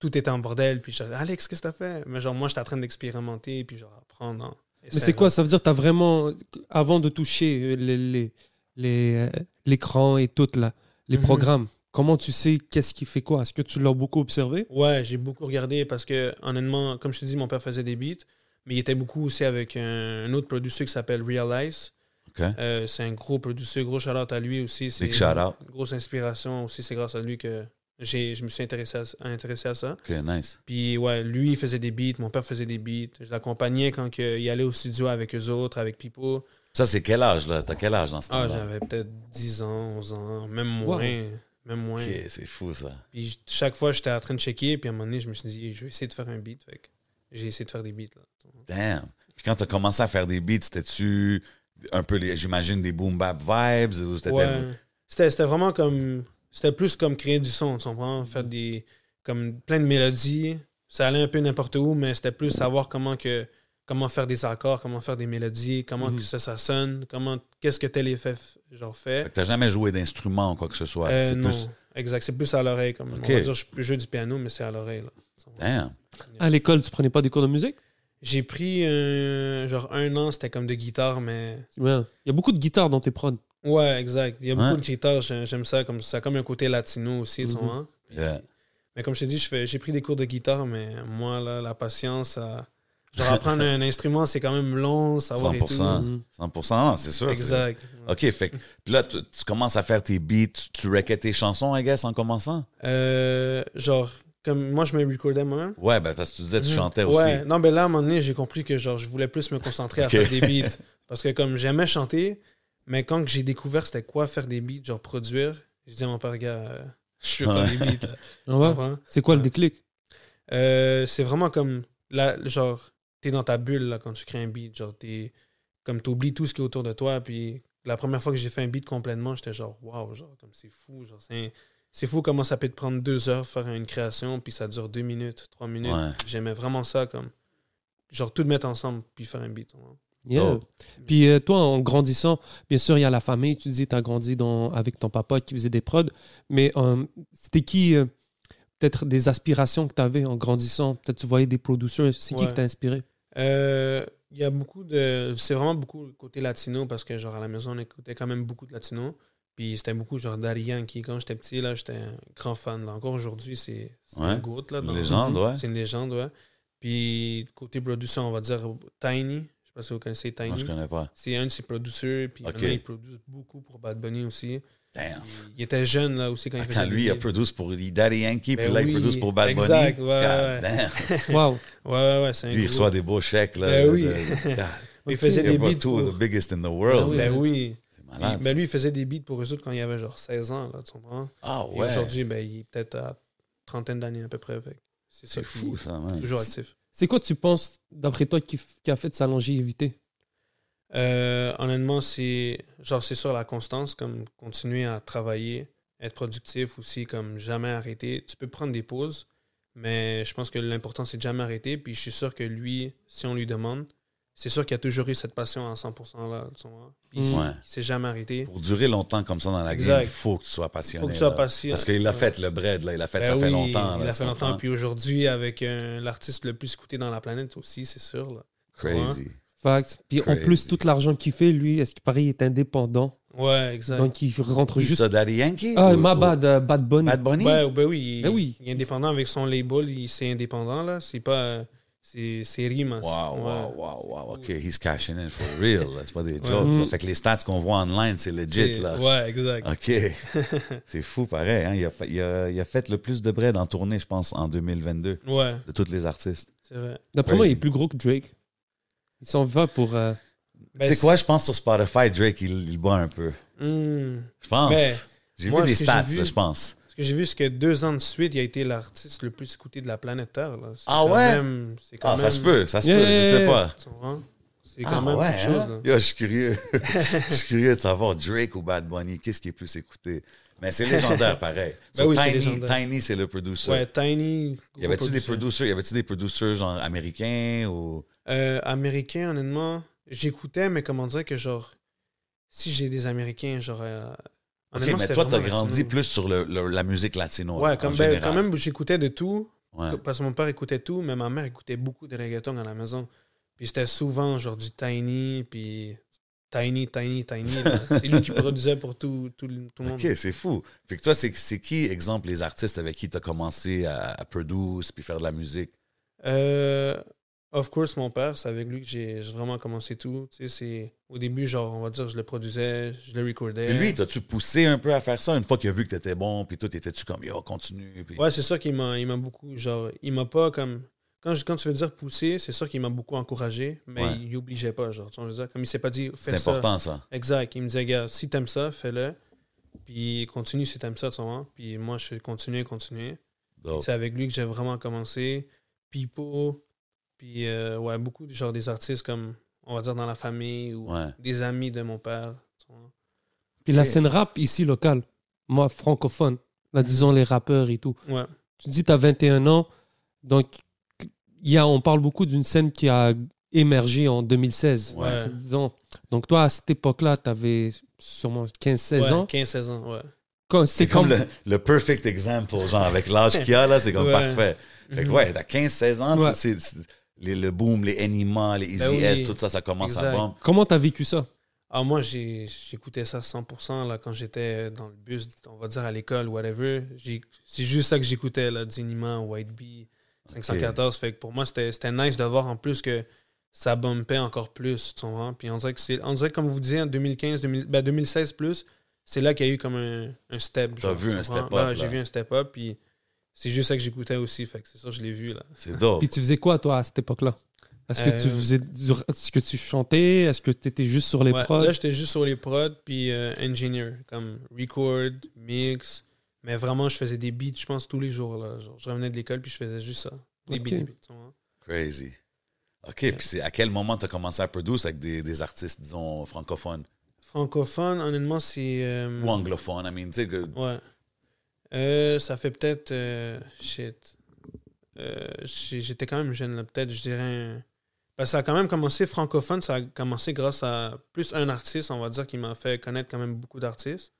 E: tout était en bordel, puis je disais, Alex, qu'est-ce que t'as fait? Mais genre, moi, j'étais en train d'expérimenter, puis genre, apprendre. hein. Et
D: Mais c'est quoi Ça veut dire que tu as vraiment, avant de toucher euh, les- les- les, euh, l'écran et tout, là, les
E: Mhm.
D: programmes, comment tu sais qu'est-ce qui fait quoi Est-ce que tu l'as beaucoup observé
E: Ouais, j'ai beaucoup regardé parce que, honnêtement, comme je te dis, mon père faisait des beats, mais il était beaucoup aussi avec un, un autre producer qui s'appelle Realize.
C: Ok.
E: Euh, c'est un gros producer, gros shout-out à lui aussi. C'est
C: Big shout-out.
E: une grosse inspiration aussi. C'est grâce à lui que j'ai, je me suis intéressé à, intéressé à ça.
C: Ok, nice.
E: Puis, ouais, lui, il faisait des beats, mon père faisait des beats. Je l'accompagnais quand que, il allait au studio avec eux autres, avec Pipo.
C: Ça, c'est quel âge, là? T'as quel âge dans ce
E: Ah,
C: temps-là?
E: j'avais peut-être 10 ans, 11 ans, même
D: Wow.
E: moins. Même moins.
C: Ok, c'est fou, ça.
E: Puis j- chaque fois, j'étais en train de checker, puis à un moment donné, je me suis dit, je vais essayer de faire un beat. Fait que j'ai essayé de faire des beats. Là.
C: Damn. Puis quand t'as commencé à faire des beats, c'était-tu un peu, les- j'imagine, des boom bap vibes? Ou c'était-
E: Ouais. C'était c'était vraiment comme. C'était plus comme créer du son, tu comprends? Faire des. comme plein de mélodies. Ça allait un peu n'importe où, mais c'était plus savoir comment que. comment faire des accords, comment faire des mélodies, comment
D: Mhm.
E: que ça, ça sonne, comment. qu'est-ce que tel effet f- genre fait.
C: Fait que t'as jamais joué d'instrument ou quoi que ce soit.
E: Euh,
C: c'est
E: non.
C: plus.
E: Exact. C'est plus à l'oreille. Comme,
C: Ok.
E: On va dire, je je joue du piano, mais c'est à l'oreille. là.
C: Damn.
D: À l'école, tu prenais pas des cours de musique
C: Hein?
E: J'ai pris un- genre un an, c'était comme de guitare, mais
D: Ouais. Il y a beaucoup de guitares dans tes prods.
E: Ouais, exact. Il y a
C: Ouais.
E: beaucoup de guitares, j'ai- j'aime ça, comme ça a comme un côté latino aussi, tu
D: Mhm.
E: vois.
C: Yeah.
E: Mais comme je t'ai dit, je fais- j'ai pris des cours de guitare, mais moi, là, la patience, ça... genre apprendre un instrument, c'est quand même long, savoir et tout.
C: 100%.
D: Mhm.
C: 100%, ah, c'est sûr. c'est-
E: Exact.
C: OK, fait que puis là, tu, tu commences à faire tes beats, tu, tu rackais tes chansons, I guess, en commençant?
E: Euh, genre, comme moi, je me recordais moi.
C: Ouais, ben, parce que tu disais tu
E: Mhm.
C: chantais
E: Ouais,
C: aussi.
E: non, mais là, à un moment donné, j'ai compris que genre, je voulais plus me concentrer
C: Ok.
E: à faire des beats. Parce que comme j'aimais chanter, mais quand que j'ai découvert c'était quoi faire des beats, genre produire, j'ai dit à mon père, gars, euh, je veux faire des beats. là. Tu
D: On va?
E: comprends?
D: Ah C'est quoi le
E: Ouais.
D: déclic
E: Euh, c'est vraiment comme là genre t'es dans ta bulle là quand tu crées un beat genre t'es comme t'oublies tout ce qui est autour de toi puis la première fois que j'ai fait un beat complètement j'étais genre waouh genre comme c'est fou genre c'est c'est fou comment ça peut te prendre deux heures faire une création puis ça dure deux minutes trois minutes
C: Ouais.
E: j'aimais vraiment ça comme genre tout mettre ensemble puis faire un beat tu vois.
D: Yeah.
C: Oh.
D: Puis euh, toi, en grandissant, bien sûr, il y a la famille. Tu dis, tu as grandi dans, avec ton papa qui faisait des prods. Mais euh, c'était qui, euh, peut-être, des aspirations que tu avais en grandissant Peut-être tu voyais des producers. C'est qui
E: Ouais.
D: qui t'a inspiré
E: Euh, Il y a beaucoup de. C'est vraiment beaucoup le côté latino parce que, genre, à la maison, on écoutait quand même beaucoup de latino. Puis c'était beaucoup, genre, Daddy Yankee. Quand j'étais petit, là, j'étais un grand fan. Là. Encore aujourd'hui, c'est c'est
C: Ouais.
E: une goutte, là.
C: Une
E: dans-
C: légende, ouais.
E: C'est une légende, ouais. Puis côté production, on va dire Tiny. Je sais pas si vous connaissez Tiny.
C: Moi, je connais pas.
E: C'est un de ses producteurs. Puis
C: Ok.
E: maintenant, il produit beaucoup pour Bad Bunny aussi.
C: Damn. Ah,
E: Il était jeune, là, aussi, quand il faisait.
C: Quand lui, il
E: des-
C: a produit pour Daddy Yankee, puis
E: Ben
C: là, il
E: oui,
C: produit pour Bad Bunny.
E: exact, ouais, ouais,
C: God
E: ouais.
C: damn.
D: Wow.
E: Ouais, ouais, ouais, c'est un
C: Lui, il
E: gros-
C: reçoit des beaux chèques, là.
E: Ben
C: de-
E: oui.
C: de- God.
E: Il faisait
C: Il y a
E: des
C: pas
E: beats.
C: tout,
E: pour-
C: the biggest in the world.
D: oui.
E: Ben oui.
C: C'est
E: Puis,
C: malade.
E: ben lui, il faisait des beats pour eux autres quand il avait genre 16 ans, là, tu comprends?
C: ah
E: Et
C: ouais.
E: aujourd'hui, ben, il est peut-être à trentaine d'années à peu près. fait que C'est ça
C: C'est
E: qui-
C: fou, ça, man.
E: Toujours actif.
D: C'est quoi, tu penses, d'après toi, qui, f- qui a fait de sa longévité
E: Euh, honnêtement, c'est genre c'est sur la constance, comme continuer à travailler, être productif aussi, comme jamais arrêter. Tu peux prendre des pauses, mais je pense que l'important c'est de jamais arrêter. Puis je suis sûr que lui, si on lui demande, c'est sûr qu'il a toujours eu cette passion à 100% là, tu vois. Puis
D: Mm.
E: Il
C: Ouais.
E: s'est jamais arrêté.
C: Pour durer longtemps comme ça dans la
E: Exact.
C: game, il faut que tu sois passionné.
E: Faut que tu sois
C: là.
E: patient.
C: Parce qu'il l'a
E: Ouais.
C: fait, le bread, là. Il l'a fait,
E: Ben
C: ça fait
E: oui,
C: longtemps. là,
E: Il a
C: tu
E: fait longtemps.
C: comprends?
E: Puis aujourd'hui, avec euh, l'artiste le plus écouté dans la planète aussi, c'est sûr. Là.
C: Crazy.
E: hein.
D: Fact. Puis en
C: Crazy.
D: plus, tout l'argent qu'il fait, lui, est-ce qu'il paraît il est indépendant
E: Ouais, exact.
D: Donc il rentre
C: Juste
D: juste.
C: ça, Daddy Yankee?
D: Ah,
C: Ou-
D: ma
C: ou-
D: bad, euh, Bad Bunny.
C: Bad Bunny?
E: Ouais, ben oui, il,
D: Ben oui.
E: il est indépendant avec son label, il c'est indépendant là. C'est pas. euh, C'est c'est Rimas.
C: Wow,
E: Ouais,
C: wow, wow,
E: c'est
C: wow.
E: fou.
C: OK, he's cashing in for real. là. C'est pas des jokes.
D: Mm.
C: là. Fait que les stats qu'on voit online, c'est legit,
E: C'est-
C: là.
E: Ouais, exact.
C: OK. c'est fou, pareil. hein. Il, a fait, il a- il a fait le plus de bread en tournée, je pense, en 2022,
E: Ouais,
C: de tous les artistes.
E: c'est vrai.
D: D'après moi, il est
C: Crazy.
D: plus gros que Drake. Il s'en va pour. euh,
E: Ben,
C: tu sais quoi, je pense sur Spotify, Drake, il, il bat un peu.
E: Hmm.
C: Je pense.
E: Ben,
C: j'ai
E: moi,
C: vu des
E: ce que j'ai
C: stats,
E: vu-
C: là, je pense.
E: Ce que j'ai vu, c'est que deux ans de suite, il a été l'artiste le plus écouté de la planète Terre. Là. C'est
C: Ah
E: quand
C: ouais?
E: même- c'est quand
C: Ah, ça
E: même-
C: se peut, ça se
D: Yeah,
C: peut, je
D: yeah,
C: sais
D: yeah.
C: pas.
E: Tu comprends? C'est quand
C: Ah,
E: même
C: ouais,
E: quelque
C: hein?
E: chose. là.
C: Yo, je suis curieux. je suis curieux de savoir Drake ou Bad Bunny, qu'est-ce qui est plus écouté. Mais c'est légendaire, pareil.
E: Ben
C: So,
E: oui, c'est
C: Tiny,
E: légendaire.
C: Tiny, c'est le producer.
E: Ouais, Tiny.
C: y avait-tu des
E: producers.
C: producers, y avait-tu des producers genre américains ou.
E: Euh, américain, honnêtement, j'écoutais, mais comment dire que genre, si j'ai des Américains, genre. euh,
C: Ok,
E: honnêtement,
C: mais
E: c'était
C: toi, t'as
E: vraiment
C: grandi
E: latino.
C: plus sur le- le- la musique latino.
E: Ouais,
C: en
E: comme, ben,
C: général.
E: quand même, j'écoutais de tout,
C: Ouais.
E: parce que mon père écoutait tout, mais ma mère écoutait beaucoup de reggaeton à la maison. Puis c'était souvent genre du Tiny, puis Tiny, Tiny, Tiny. là. C'est lui qui produisait pour tout, tout, le- tout le monde.
C: Ok, c'est fou. Fait que toi, c'est- c'est qui, exemple, les artistes avec qui t'as commencé à, à produire puis faire de la musique?
E: Euh, of course, mon père, c'est avec lui que j'ai j'ai vraiment commencé tout. Tu sais, c'est- au début, genre, on va dire, je le produisais, je le recordais.
C: Puis lui, t'as-tu poussé un peu à faire ça une fois qu'il a vu que t'étais bon, puis toi, t'étais-tu comme, yo, continue? Puis...
E: Ouais, c'est ça qui m'a, il m'a beaucoup, genre, il m'a pas comme, quand, je- quand tu veux dire pousser, c'est sûr qu'il m'a beaucoup encouragé, mais
C: Ouais.
E: il obligeait pas, genre, tu vois, je veux dire, comme il s'est pas dit,
C: c'est
E: fais ça.
C: important, ça.
E: Exact, il me disait, gars, si t'aimes ça, fais-le, puis continue si t'aimes ça, tu vois, puis moi, je continuais, continuais.
C: Donc,
E: C'est avec lui que j'ai vraiment commencé, Pipo, puis euh, ouais, beaucoup, de- genre, des artistes comme, on va dire, dans la famille, ou
C: ouais.
E: des amis de mon père, tu vois.
D: Puis la
C: Ok.
D: scène rap ici locale, moi francophone, là disons les rappeurs et tout.
E: Ouais.
D: Tu dis tu as 21 ans, donc il y a, on parle beaucoup d'une scène qui a émergé en 2016.
E: Ouais.
D: Disons. Donc toi à cette époque-là, tu avais sûrement 15-16
E: Ouais,
D: ans.
E: 15-16 ans, ouais.
D: Quand-
C: C'est
D: C'était
C: comme
D: comme,
C: le, le perfect example, genre, avec l'âge qu'il a, là, c'est comme
E: Ouais.
C: parfait. Fait que,
E: Mhm.
C: ouais, t'as 15-16 ans,
D: Ouais.
C: c'est, c'est- les- le boom, les Anima, les Easy
E: Ben oui.
C: S, tout ça, ça commence à
E: Exact.
C: bomber.
D: comment tu as vécu ça
E: Ah, moi, j'ai- j'écoutais ça 100% là, quand j'étais dans le bus, on va dire à l'école, whatever. J'ai- C'est juste ça que j'écoutais, là, Dinima, White Bee, 514. Fait que pour moi, c'était c'était nice de voir en plus que ça bumpait encore plus, tu comprends? Puis on dirait que, c'est- on dirait, comme vous disiez, en 2015, 2000 ben, 2016 plus, c'est là qu'il y a eu comme un, un step.
C: T'as
E: genre,
C: vu
E: tu
C: un
E: comprends?
C: step-up,
E: Ouais, J'ai
C: là.
E: vu un step-up, puis c'est juste ça que j'écoutais aussi. Fait que c'est ça, je l'ai vu, là.
C: C'est dope.
D: Puis tu faisais quoi toi à cette époque-là Est-ce que tu
E: Euh,
D: faisais du- est-ce que tu chantais Est-ce que tu étais juste sur les
E: Ouais,
D: prods
E: Là, j'étais juste sur les prods, puis euh, engineer, comme record, mix. Mais vraiment, je faisais des beats, je pense, tous les jours. Là. Genre, je revenais de l'école, puis je faisais juste ça. Des
D: Ok.
E: beats, des beats. tu vois.
C: Crazy. OK, puis c'est à quel moment t'as commencé à produire avec des, des artistes, disons, francophones
E: Francophone, honnêtement, c'est. euh,
C: ou anglophones? I mean, tu sais, que-
E: ouais. Euh, ça fait peut-être. euh, shit. Euh, j'ai- J'étais quand même jeune, là. Peut-être, je dirais. un- Parce que ça a quand même commencé francophone, ça a commencé grâce à plus un artiste, on va dire, qui m'a fait connaître quand même beaucoup d'artistes.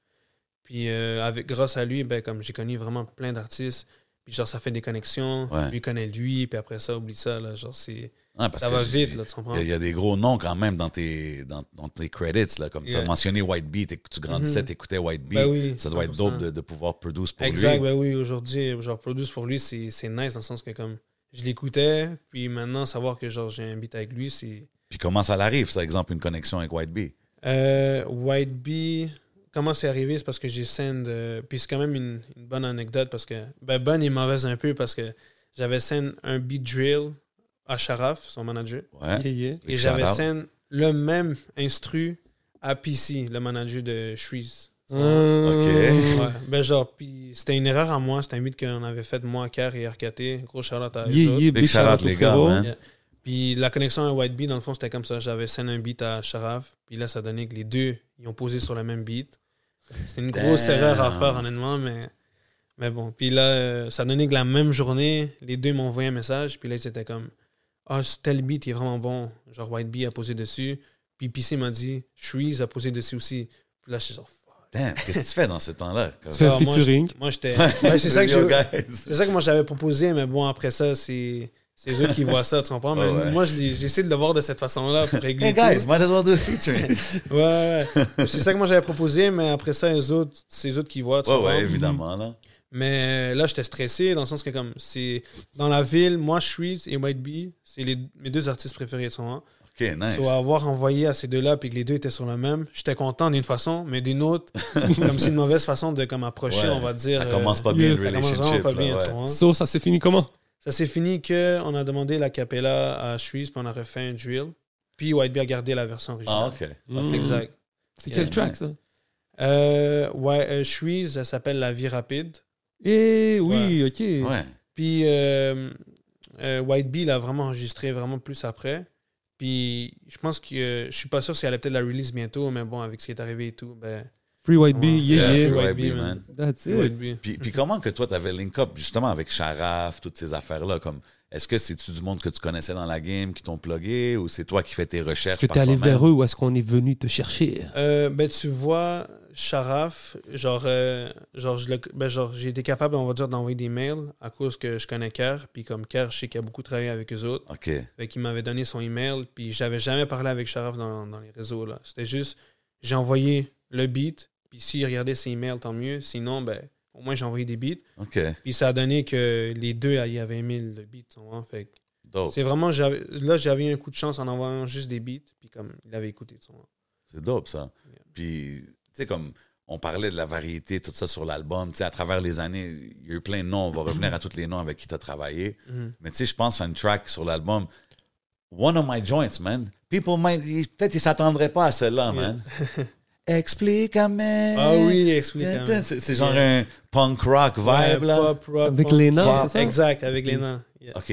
E: Puis euh, avec, grâce à lui, ben, comme j'ai connu vraiment plein d'artistes, puis genre ça fait des connexions,
C: Ouais.
E: lui connaît lui, puis après ça, oublie ça, là, genre c'est,
C: Ouais, hein, parce
E: ça
C: que
E: va
C: je-
E: vite, là, tu comprends?
C: Il y, a- il y a des gros noms quand même dans tes, dans, dans tes credits. Là, comme tu as
E: Yeah.
C: mentionné White Bee, t'éc- tu grandissais,
E: Mhm.
C: t'écoutais White Bee.
E: Ben oui,
C: ça doit être
E: 100%.
C: dope de, de pouvoir produire pour
E: exact,
C: lui.
E: ben oui, aujourd'hui, genre Produce pour lui, c'est c'est nice dans le sens que comme je l'écoutais, puis maintenant savoir que genre j'ai un beat avec lui, c'est,
C: Puis comment ça l'arrive, ça, exemple, une connexion avec White Bee?
E: Euh, White Bee, comment c'est arrivé? C'est parce que j'ai send. euh, puis c'est quand même une, une bonne anecdote parce que. Ben, bonne et mauvaise un peu parce que j'avais send un beat drill à Sharaf, son manager.
C: Ouais.
D: Yeah, yeah.
E: Et
C: Shout
E: j'avais
C: out.
E: send le même instru à PC, le manager de Shreeze.
D: Hmm. Hum,
E: Ouais, ben genre, puis c'était une erreur à moi, c'était un beat qu'on avait fait moi, Car et RKT. Gros Charlotte à eux
D: yeah,
E: autres.
D: yeah,
C: Big
D: big
C: shout out,
D: shout out aux
C: les gars,
D: frérots.
C: man.
E: Puis la connexion à White Beat, dans le fond, c'était comme ça. J'avais send un beat à Sharaf. Puis là, ça donnait que les deux, ils ont posé sur le même beat. C'était une grosse
C: Damn.
E: erreur à faire, honnêtement, mais, mais bon. Puis là, euh, ça donnait que la même journée, les deux m'ont envoyé un message. Puis là, c'était comme Ah, ce tel beat il est vraiment bon. Genre, White Beat a posé dessus. Puis PC m'a dit Shreeze a posé dessus aussi. Puis là, je suis genre Fuck.
C: Damn, qu'est-ce que tu fais dans ce temps-là? Comme-
D: Tu fais un
E: Ah, moi, je-
D: featuring.
E: Moi, j'étais. Ouais, c'est ça que
C: Yo,
E: j'ai.
C: guys.
E: C'est ça que moi j'avais proposé, mais bon, après ça, c'est c'est eux qui voient ça, tu comprends? Mais
C: Ah ouais.
E: moi, je l'ai- j'essaie de le voir de cette façon-là pour régler.
C: Hey guys, might as well do a featuring.
E: tout. Ouais, ouais. C'est ça que moi j'avais proposé, mais après ça, les autres, c'est eux autres qui voient, tu
C: ouais,
E: comprends?
C: ouais, évidemment. Là.
E: Mais là, j'étais stressé dans le sens que, comme, c'est dans la ville, moi, Shreeze et White Bee, c'est les- mes deux artistes préférés, tu comprends?
C: OK, nice.
E: So, uh, avoir envoyé à ces deux-là, puis que les deux étaient sur le même, j'étais content d'une façon, mais d'une autre, comme c'est une mauvaise façon de comme approcher,
C: Ouais.
E: on va dire.
C: ça
E: euh,
C: commence pas bien,
D: yeah,
C: le
E: ça commence
C: relationship.
E: vraiment pas
C: là,
E: bien,
C: ouais.
E: tu comprends?
D: So, ça s'est fini comment
E: Ça s'est fini que on a demandé la capella à Suisse, puis on a refait un drill. Puis White Bee a gardé la version
C: Ah,
E: originale.
C: OK.
D: Hum,
E: Exact.
D: C'est
C: Yeah,
D: quel track
C: nice.
D: ça
E: Euh, ouais, euh, Suisse, ça s'appelle La Vie Rapide.
D: Eh oui, ok.
C: Ouais.
E: Puis euh, euh, White Bee l'a vraiment enregistré vraiment plus après. Puis je pense que euh, je suis pas sûr si elle a peut-être la release bientôt, mais bon, avec ce qui est arrivé et tout, ben.
D: Free White Bee,
E: Ouais.
D: yeah,
E: Yeah,
D: yeah.
E: Free White
C: Bee,
E: Bee, man.
C: man.
D: That's
E: ouais,
D: it.
E: lui.
C: Puis, puis comment que toi, t'avais link-up justement avec Sharaf, toutes ces affaires-là? Comme, est-ce que c'est-tu du monde que tu connaissais dans la game qui t'ont plugué ou c'est toi qui fais tes recherches?
D: Est-ce que
C: par
D: t'es allé
C: toi-même?
D: vers eux ou est-ce qu'on est venu te chercher?
E: Euh, ben, tu vois, Sharaf, genre, euh, genre, je le- ben, genre, j'ai été capable, on va dire, d'envoyer des mails à cause que je connais Kerr. Puis comme Kerr, je sais qu'il a beaucoup travaillé avec eux autres.
C: OK.
E: Fait qu'il m'avait donné son email, puis j'avais jamais parlé avec Sharaf dans, dans les réseaux. là. C'était juste, j'ai envoyé le beat, puis s'il regardait ses emails, tant mieux. Sinon, ben, au moins j'ai envoyé des beats.
C: OK.
E: Puis ça a donné que les deux ah, y avaient aimé le beat. tu vois. Fait que
C: Dope.
E: c'est vraiment, j'avais- là j'avais eu un coup de chance en envoyant juste des beats, puis comme il avait écouté. tu vois.
C: C'est dope, ça.
E: Yeah.
C: Puis, tu sais, comme on parlait de la variété, tout ça sur l'album, tu sais, à travers les années, il y a eu plein de noms. On va revenir à tous les noms avec qui tu as travaillé.
E: Mhm.
C: Mais tu sais, je pense à une track sur l'album, One of My Joints, man. People might. ils- Peut-être ils s'attendraient pas à celle-là, man. Explique-moi.
E: Ah oui, explique. hein.
C: C'est c'est genre
E: Yeah.
C: un punk rock vibe,
E: Ouais,
C: là.
E: pop, rock,
D: Avec
E: punk.
D: les nains, c'est ça?
E: Exact, avec les nains. Yeah.
C: OK.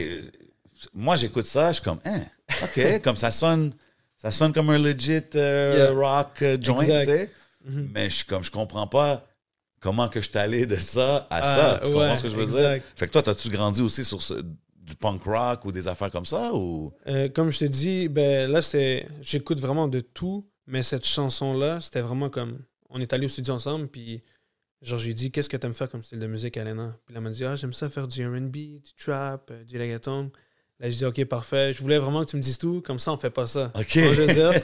C: Moi, j'écoute ça, je suis comme, hein, OK, comme ça sonne, ça sonne comme un legit euh,
E: Yeah.
C: rock euh, joint, tu
E: Exact.
C: sais. Mais je suis comme, je comprends pas comment que je suis allé de ça à ça.
E: Ah,
C: Tu comprends
E: ouais,
C: ce que je veux dire?
E: exact.
C: Fait que toi, t'as-tu grandi aussi sur ce- du punk rock ou des affaires comme ça? Ou...
E: Euh, comme je te dis, ben là, c'était. J'écoute vraiment de tout, mais cette chanson-là, c'était vraiment comme. On est allé au studio ensemble, puis genre, j'ai dit, qu'est-ce que t'aimes faire comme style de musique, Alena Puis là, elle m'a dit, ah, j'aime ça faire du RB, du trap, euh, du reggaeton. Là, j'ai dit, ok, parfait. Je voulais vraiment que tu me dises tout, comme ça, on fait pas ça.
C: OK.
E: Tu vois ce que je veux dire?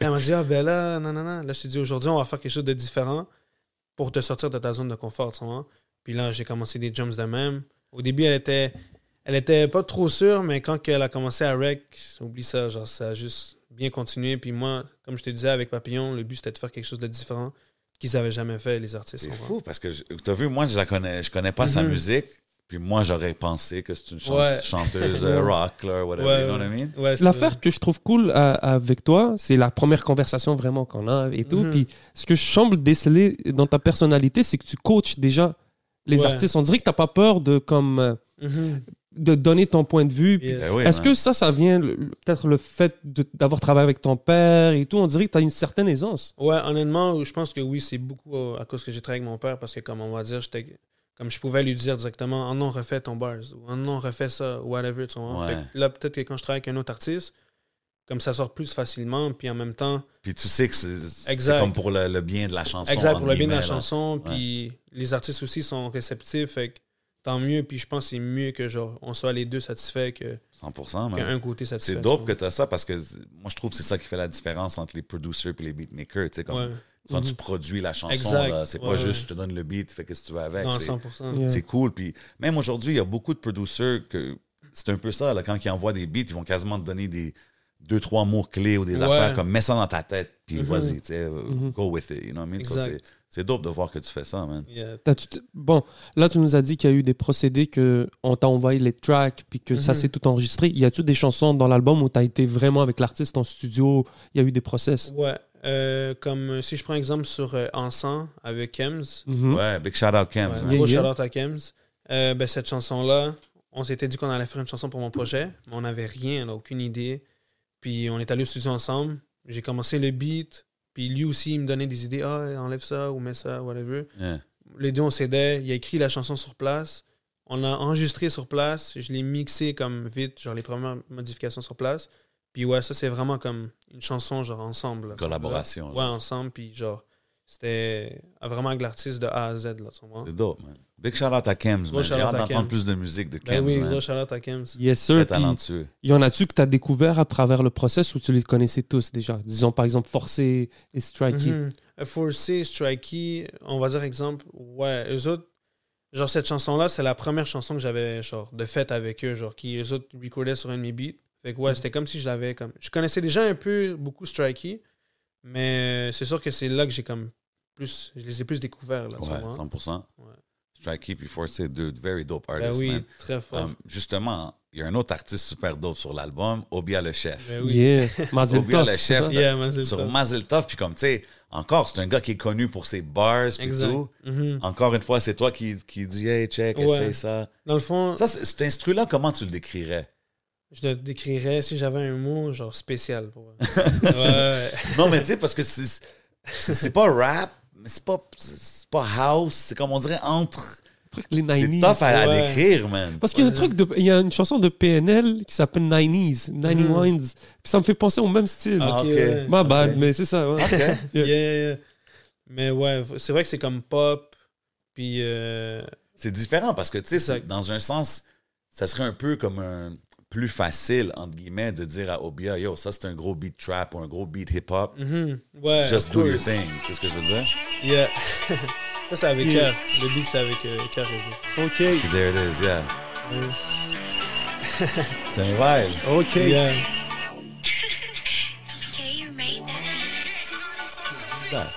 E: elle m'a dit, ah, ben là, non, non, non. Là, je t'ai dit, aujourd'hui, on va faire quelque chose de différent pour te sortir de ta zone de confort, tu vois. Puis là, j'ai commencé des jumps de même. Au début, elle était, elle était pas trop sûre, mais quand elle a commencé à rec, oublie ça, genre, ça a juste bien continué. Puis moi, comme je te disais avec Papillon, le but c'était de faire quelque chose de différent qu'ils avaient jamais fait, les artistes.
C: C'est
E: on voit.
C: fou parce que, je- t'as vu, moi, je la connais, je connais pas sa
E: Mhm.
C: musique. Puis moi, j'aurais pensé que c'est une chan-
E: Ouais.
C: chanteuse euh, rock, là, whatever,
E: Ouais,
C: you know
E: ouais.
C: what I mean?
E: Ouais, c'est-
D: L'affaire que je trouve cool euh, avec toi, c'est la première conversation vraiment qu'on a et tout.
E: Mhm.
D: Puis ce que je semble déceler dans ta personnalité, c'est que tu coaches déjà les
E: Ouais.
D: artistes. On dirait que t'as pas peur de comme euh,
E: Mhm. euh,
D: de donner ton point de vue. Puis
E: Yeah.
C: Ben oui,
D: Est-ce
C: man.
D: que ça, ça vient le- le- peut-être le fait de- d'avoir travaillé avec ton père et tout On dirait que t'as une certaine aisance.
E: Ouais, honnêtement, je pense que oui, c'est beaucoup euh, à cause que j'ai travaillé avec mon père parce que, comme on va dire, j'étais. Comme je pouvais lui dire directement, oh non, refais ton bars, ou oh non, refais ça, ou whatever, tu vois.
C: Ouais.
E: Fait que là, peut-être que quand je travaille avec un autre artiste, comme ça sort plus facilement, puis en même temps,
C: Puis tu sais que c'est c'est
E: Exact.
C: comme pour le, le bien de la chanson.
E: Exact,
C: entre
E: pour le bien de la
C: guillemets, là.
E: chanson.
C: Ouais.
E: Puis les artistes aussi sont réceptifs. Fait que tant mieux. Puis je pense que c'est mieux que genre on soit les deux satisfaits que,
C: 100%, man.
E: qu'un côté satisfait.
C: C'est dope que tu as ça parce que c'est- moi, je trouve que c'est ça qui fait la différence entre les producers et les beatmakers. Tu sais, comme
E: Ouais,
C: quand tu produis la chanson,
E: Mhm. Exact.
C: là, c'est pas
E: Ouais,
C: juste
E: ouais.
C: je te donne le beat, fais qu'est-ce que tu veux avec.
E: dans
C: C'est-
E: 100%.
D: Yeah.
C: C'est cool. Puis même aujourd'hui, il y a beaucoup de producers que c'est un peu ça. Là, quand ils envoient des beats, ils vont quasiment te donner des deux, trois mots clés ou des
E: Ouais.
C: affaires comme mets ça dans ta tête, puis
E: Mhm.
C: vas-y, tu sais, euh,
D: Mhm.
C: go with it. You know what I mean? Ça,
E: Exact.
C: c'est- C'est dope de voir que tu fais ça, man.
E: Yeah.
D: T'as-tu t- Bon, là, tu nous as dit qu'il y a eu des procédés que on t'a envoyé les tracks, puis que ça
E: Mhm.
D: s'est tout enregistré. Y a-tu des chansons dans l'album où t'as été vraiment avec l'artiste en studio Il y a eu des process
E: Ouais. Euh, comme euh, si je prends exemple sur euh, Ensemble avec Kems.
D: Mhm.
C: Ouais, big shout out Kems,
E: Ouais,
C: man.
D: Yeah,
E: Gros
D: yeah.
E: shout-out à Kems. Euh, ben, cette chanson-là, on s'était dit qu'on allait faire une chanson pour mon projet, mais on n'avait rien, là, aucune idée. Puis on est allé au studio ensemble. J'ai commencé le beat. Puis lui aussi, il me donnait des idées. Ah, enlève ça ou mets ça, whatever.
C: Yeah.
E: les deux on s'aidait, il a écrit la chanson sur place, on l'a enregistré sur place, je l'ai mixé comme vite, genre les premières modifications sur place. Puis ouais, ça c'est vraiment comme une chanson genre ensemble. là, tu
C: Collaboration,
E: vois.
C: là.
E: Ouais, ensemble, puis genre c'était vraiment avec l'artiste de A à Z là, tu vois.
C: C'est dope, man. Big shout out à Kems, man.
E: Gros
C: J'ai
E: shout-out
C: hâte
E: à
C: d'entendre
E: Kems.
C: plus de musique de Kems,
E: Ben oui,
C: man.
E: gros shout-out à Kems.
D: Yes,
C: Très
D: sir. Puis,
C: talentueux.
D: y en a-tu que t'as découvert à travers le process ou tu les connaissais tous déjà Disons par exemple Forcé et Strikey.
E: Mhm. Euh, Forcé, Strikey, on va dire exemple, ouais, eux autres, genre cette chanson-là, c'est la première chanson que j'avais, genre, de fête avec eux, genre, qui eux autres recordaient sur un de mes beats. Fait que ouais, c'était comme si je l'avais, comme. Je connaissais déjà un peu beaucoup Strikey, mais c'est sûr que c'est là que j'ai, comme, plus. Je les ai plus découverts, là, Ben, tu
C: Ouais,
E: vois.
C: 100%.
E: Ouais.
C: Strikey puis Force, deux very dope
E: Ben
C: artists,
E: oui,
C: man.
E: très fort.
C: Um, justement, il y a un autre artiste super dope sur l'album, Obia le chef.
E: Ben oui.
D: Yeah, Mazel
C: Obia
D: Tov,
C: le
D: c'est
C: chef,
D: ça?
C: t'as-
E: Yeah, man, c'est le
C: sur
E: top.
C: Mazel Tov, puis comme tu sais, encore, c'est un gars qui est connu pour ses bars puis
E: Exact.
C: tout.
E: Mhm.
C: Encore une fois, c'est toi qui, qui dis Hey, check,
E: Ouais.
C: essaye ça.
E: Dans le fond,
C: Ça, c'est- cet instru-là, comment tu le décrirais
E: Je le décrirais si j'avais un mot genre spécial. Pour... ouais, ouais.
C: Non, mais tu sais, parce que c'est c'est- c'est pas rap, mais c'est pas, c'est pas house, c'est comme on dirait entre.
D: Truc les
C: C'est
D: 90s.
C: tough à, à
E: ouais.
C: décrire, man.
D: Parce qu'il y a un truc de, il y a une chanson de PNL qui s'appelle 90s, 90
E: Mhm.
D: Wines. Puis ça me fait penser au même style.
C: Ah,
E: Ok,
C: ok.
E: ouais.
D: My bad,
C: ok.
D: mais c'est ça. ouais.
C: Ok.
E: Yeah, yeah, yeah. Mais ouais, v- c'est vrai que c'est comme pop, puis euh,
C: C'est différent parce que, tu sais, c'est-
E: Exact.
C: dans un sens, ça serait un peu comme un plus facile, entre guillemets, de dire à Obia, yo, ça c'est un gros beat trap ou un gros beat hip hop.
E: mhm, ouais.
C: Just
E: of
C: do your
E: course.
C: thing. C'est ce que je veux dire?
E: Yeah. ça, c'est avec
D: Yeah.
E: Cœur. Le beat, c'est avec euh, Cœur. et
D: Ok,
C: There it is, yeah.
E: vous. Ouais.
C: C'est un vibe.
D: ok.
E: Yeah.
F: you made that
C: Ça.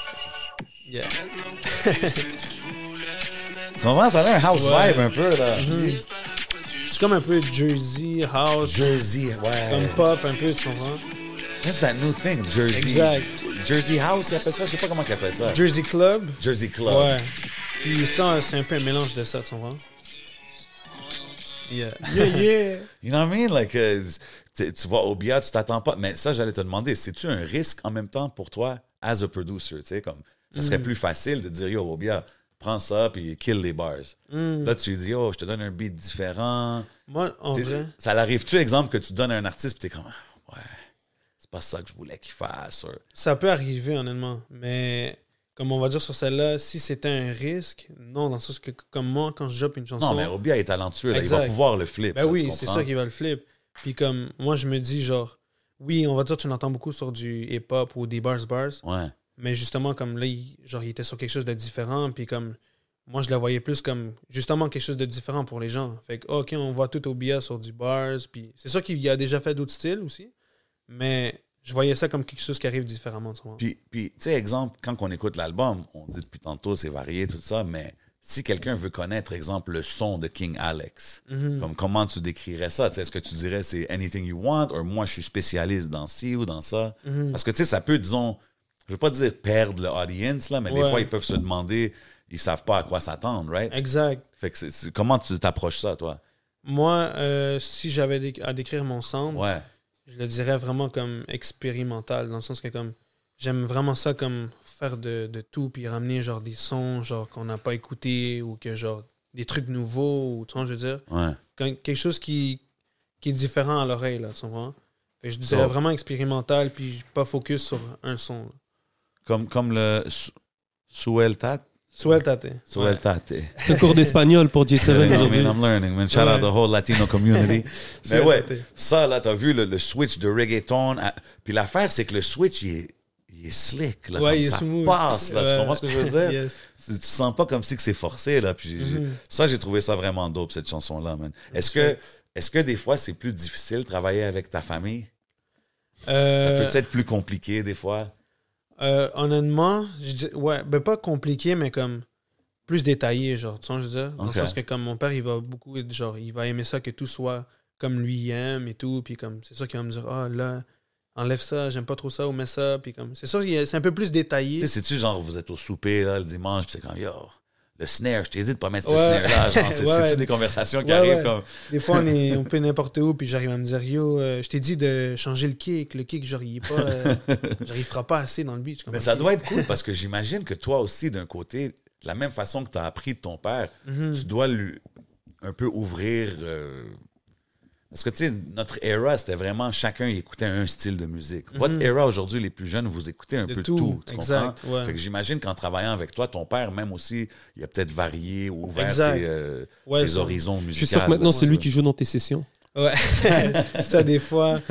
E: Yeah.
C: Ce moment, ça a un house
E: Ouais. Mm-hmm.
C: vibe un peu, là.
E: C'est comme un peu Jersey, House,
C: Jersey,
E: comme
C: ouais.
E: pop, un peu, tu comprends?
C: That's that new thing, Jersey.
E: Exact.
C: Jersey House, il appelle ça, je sais pas comment il appelle ça.
E: Jersey Club.
C: Jersey Club.
E: Ouais. Puis ça, c'est un peu un mélange de ça, tu comprends? Yeah.
D: Yeah, yeah.
C: You know what I mean? Like, euh, tu tu vas au billard, tu t'attends pas. Mais ça, j'allais te demander, c'est-tu un risque en même temps pour toi, as a producer? Tu sais, comme, ça
E: Mm.
C: serait plus facile de dire, yo, au billard, prends ça, puis kill les bars. Là, tu lui dis, yo, je te donne un beat différent.
E: Moi, Mm. en
C: Tu sais,
E: vrai.
C: Ça l'arrive-tu, exemple, que tu donnes à un artiste, puis t'es comme, Ah, ouais, c'est pas ça que je voulais qu'il fasse. or-
E: Ça peut arriver, honnêtement. Mais comme on va dire sur celle-là, si c'était un risque, non, dans le sens que comme moi, quand je joppe une chanson.
C: Non, mais Obia est talentueux, là. il va
E: Exact.
C: pouvoir le flip.
E: ben
C: là,
E: oui,
C: tu
E: c'est
C: comprends?
E: ça qui va le flip. Puis comme moi, je me dis genre, oui, on va dire tu l'entends beaucoup sur du hip-hop ou des bars bars.
C: Ouais.
E: Mais justement, comme là, il, genre, il était sur quelque chose de différent. Puis comme moi, je la voyais plus comme justement quelque chose de différent pour les gens. Fait que, OK, on voit tout Obia sur du bars. Puis c'est sûr qu'il y a déjà fait d'autres styles aussi. Mais je voyais ça comme quelque chose qui arrive différemment. tu vois.
C: Puis, puis, tu sais, exemple, quand on écoute l'album, on dit depuis tantôt, c'est varié, tout ça, mais si quelqu'un veut connaître, exemple, le son de King Alex, comme comment tu décrirais ça? Tu sais, Est-ce que tu dirais c'est anything you want, ou moi, je suis spécialiste dans ci ou dans ça? Parce que, tu sais, ça peut, disons, je veux pas dire perdre le audience, là, mais des
E: Ouais.
C: fois, ils peuvent se demander, ils savent pas à quoi s'attendre, right?
E: Exact.
C: Fait que c'est- c'est- comment tu t'approches ça, toi?
E: Moi, euh, si j'avais déc- à décrire mon sound,
C: Ouais.
E: je le dirais vraiment comme expérimental, dans le sens que comme j'aime vraiment ça comme faire de, de tout, puis ramener genre des sons genre qu'on n'a pas écoutés ou que genre des trucs nouveaux, ou tu vois, je veux dire,
C: Ouais.
E: quand- quelque chose qui, qui est différent à l'oreille, là, tu comprends? Fait que je dirais
C: Oh.
E: vraiment expérimental, puis pas focus sur un son. là.
C: Comme, comme le su- Sueltate.
E: Suéltate.
C: Sueltate.
D: Le cours d'espagnol pour J7
C: Yeah, I
D: aujourd'hui.
C: mean, I'm learning, man. Shout out
E: Ouais.
C: the whole Latino community. Mais
E: C'est
C: ouais,
E: adapté.
C: ça, là, t'as vu le, le switch de reggaeton. à- Puis l'affaire, c'est que le switch, il est, il est slick. Là,
E: Ouais,
C: Comme
E: il est
C: ça
E: smooth.
C: passe, là. Tu
E: Ouais.
C: comprends ce que je veux dire?
E: Yes.
C: Tu, tu sens pas comme si que c'est forcé, là. Puis j'ai- j'ai-
E: Mhm.
C: ça, j'ai trouvé ça vraiment dope, cette chanson-là, man. Est-ce que, est que des fois, c'est plus difficile de travailler avec ta famille? Ça
E: Euh,
C: peut être plus compliqué, des fois.
E: Euh, honnêtement, je dis, ouais, ben pas compliqué, mais comme plus détaillé, genre, tu sais, je veux dire. Dans
C: Ok.
E: le sens que comme mon père, il va beaucoup, être genre, il va aimer ça, que tout soit comme lui aime et tout, puis comme, c'est sûr qu'il va me dire, ah là, enlève ça, j'aime pas trop ça, ou mets ça, puis comme, c'est sûr, qu'il y a- c'est un peu plus
C: Tu
E: détaillé.
C: sais, c'est-tu genre, vous êtes au souper, là, le dimanche, puis c'est comme, yo, le snare, je t'ai dit de pas mettre ce
E: Ouais.
C: snare-là. genre, C'est-
E: Ouais,
C: C'est-tu
E: ouais.
C: des conversations qui
E: Ouais,
C: arrivent
E: ouais.
C: comme.
E: Des fois, on, est, on peut n'importe où, puis j'arrive à me dire, yo, euh, je t'ai dit de changer le kick, le kick, genre, il est pas, euh, genre, il fera pas assez dans le beat.
C: Mais ça doit être cool parce que j'imagine que toi aussi, d'un côté, de la même façon que tu as appris de ton père,
E: Mhm.
C: tu dois lui un peu ouvrir. euh, Parce que, tu sais, notre era, c'était vraiment chacun écoutait un style de musique. Votre era aujourd'hui, les plus jeunes, vous écoutez un
E: Mhm. De
C: peu tout.
E: tout,
C: tu
E: exact,
C: comprends?
E: ouais.
C: Fait que j'imagine qu'en travaillant avec toi, ton père, même aussi, il a peut-être varié ou ouvert
E: Exact.
C: ses, euh,
E: Ouais,
C: ses
E: ça-
C: horizons musicaux.
D: Je suis sûr que maintenant, c'est lui qui joue dans tes sessions.
E: Ouais, ça des fois.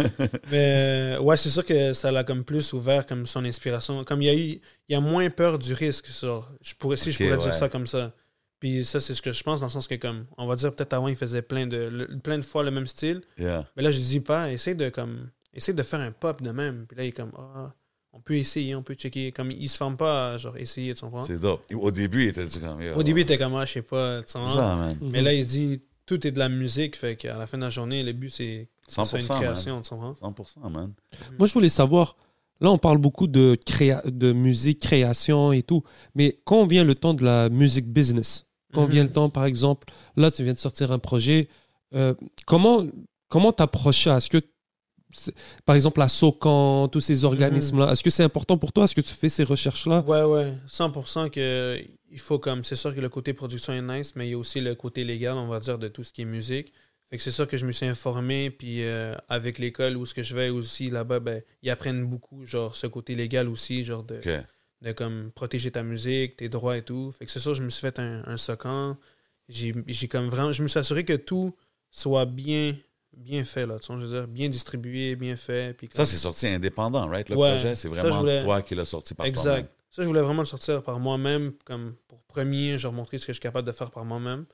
E: Mais euh, ouais, c'est sûr que ça l'a comme plus ouvert comme son inspiration. Comme il y a eu, il y a moins peur du risque, ça. Je pourrais, si
C: Ok,
E: je pourrais
C: ouais.
E: dire ça comme ça. Puis ça, c'est ce que je pense dans le sens que comme, on va dire peut-être avant il faisait plein de, le- plein de fois le même style.
C: Yeah.
E: Mais là, je dis pas, essaye de comme, essaye de faire un pop de même. Puis là, il est comme, ah, on peut essayer, on peut checker. Comme il se forme pas, à, genre essayer, tu comprends?
C: C'est dope. Au début, il était du comme. yo,
E: Au début, il était comme, ah, je sais pas, tu
C: c'est
E: comprends?
C: ça, man.
E: Mais là, il se dit, tout est de la musique. Fait qu'à la fin de la journée, le but c'est, c'est une
C: 100%, man.
E: création, tu comprends?
C: 100%, man.
D: Moi, je voulais savoir, là, on parle beaucoup de, créa- de musique, création et tout, mais quand vient le temps de la musique business Quand
E: Mhm.
D: vient le temps, par exemple, là, tu viens de sortir un projet, euh, comment Comment t'approches ça? Est-ce que, c'est- par exemple, la SOCAN, tous ces
E: Mhm.
D: organismes-là, est-ce que c'est important pour toi? Est-ce que tu fais ces recherches-là?
E: Ouais, ouais. 100% que il faut comme. C'est sûr que le côté production est nice, mais il y a aussi le côté légal, on va dire, de tout ce qui est musique. Fait que c'est sûr que je me suis informé, puis euh, avec l'école où ce que je vais aussi là-bas, ben, ils apprennent beaucoup, genre, ce côté légal aussi, genre, de,
C: OK.
E: de comme protéger ta musique, tes droits et tout. Fait que c'est sûr, je me suis fait un, un socan. J'ai j'ai comme vraiment. Je me suis assuré que tout soit bien, bien fait, là. Tu sais, je veux dire, bien distribué, bien fait. Puis
C: Ça, c'est sorti indépendant, right? Le
E: Ouais.
C: projet, c'est
E: Ça,
C: vraiment
E: je voulais-
C: toi qui l'as sorti par toi-même.
E: Exact. Ça, je voulais vraiment le sortir par moi-même, comme pour premier, genre montrer ce que je suis capable de faire par moi-même.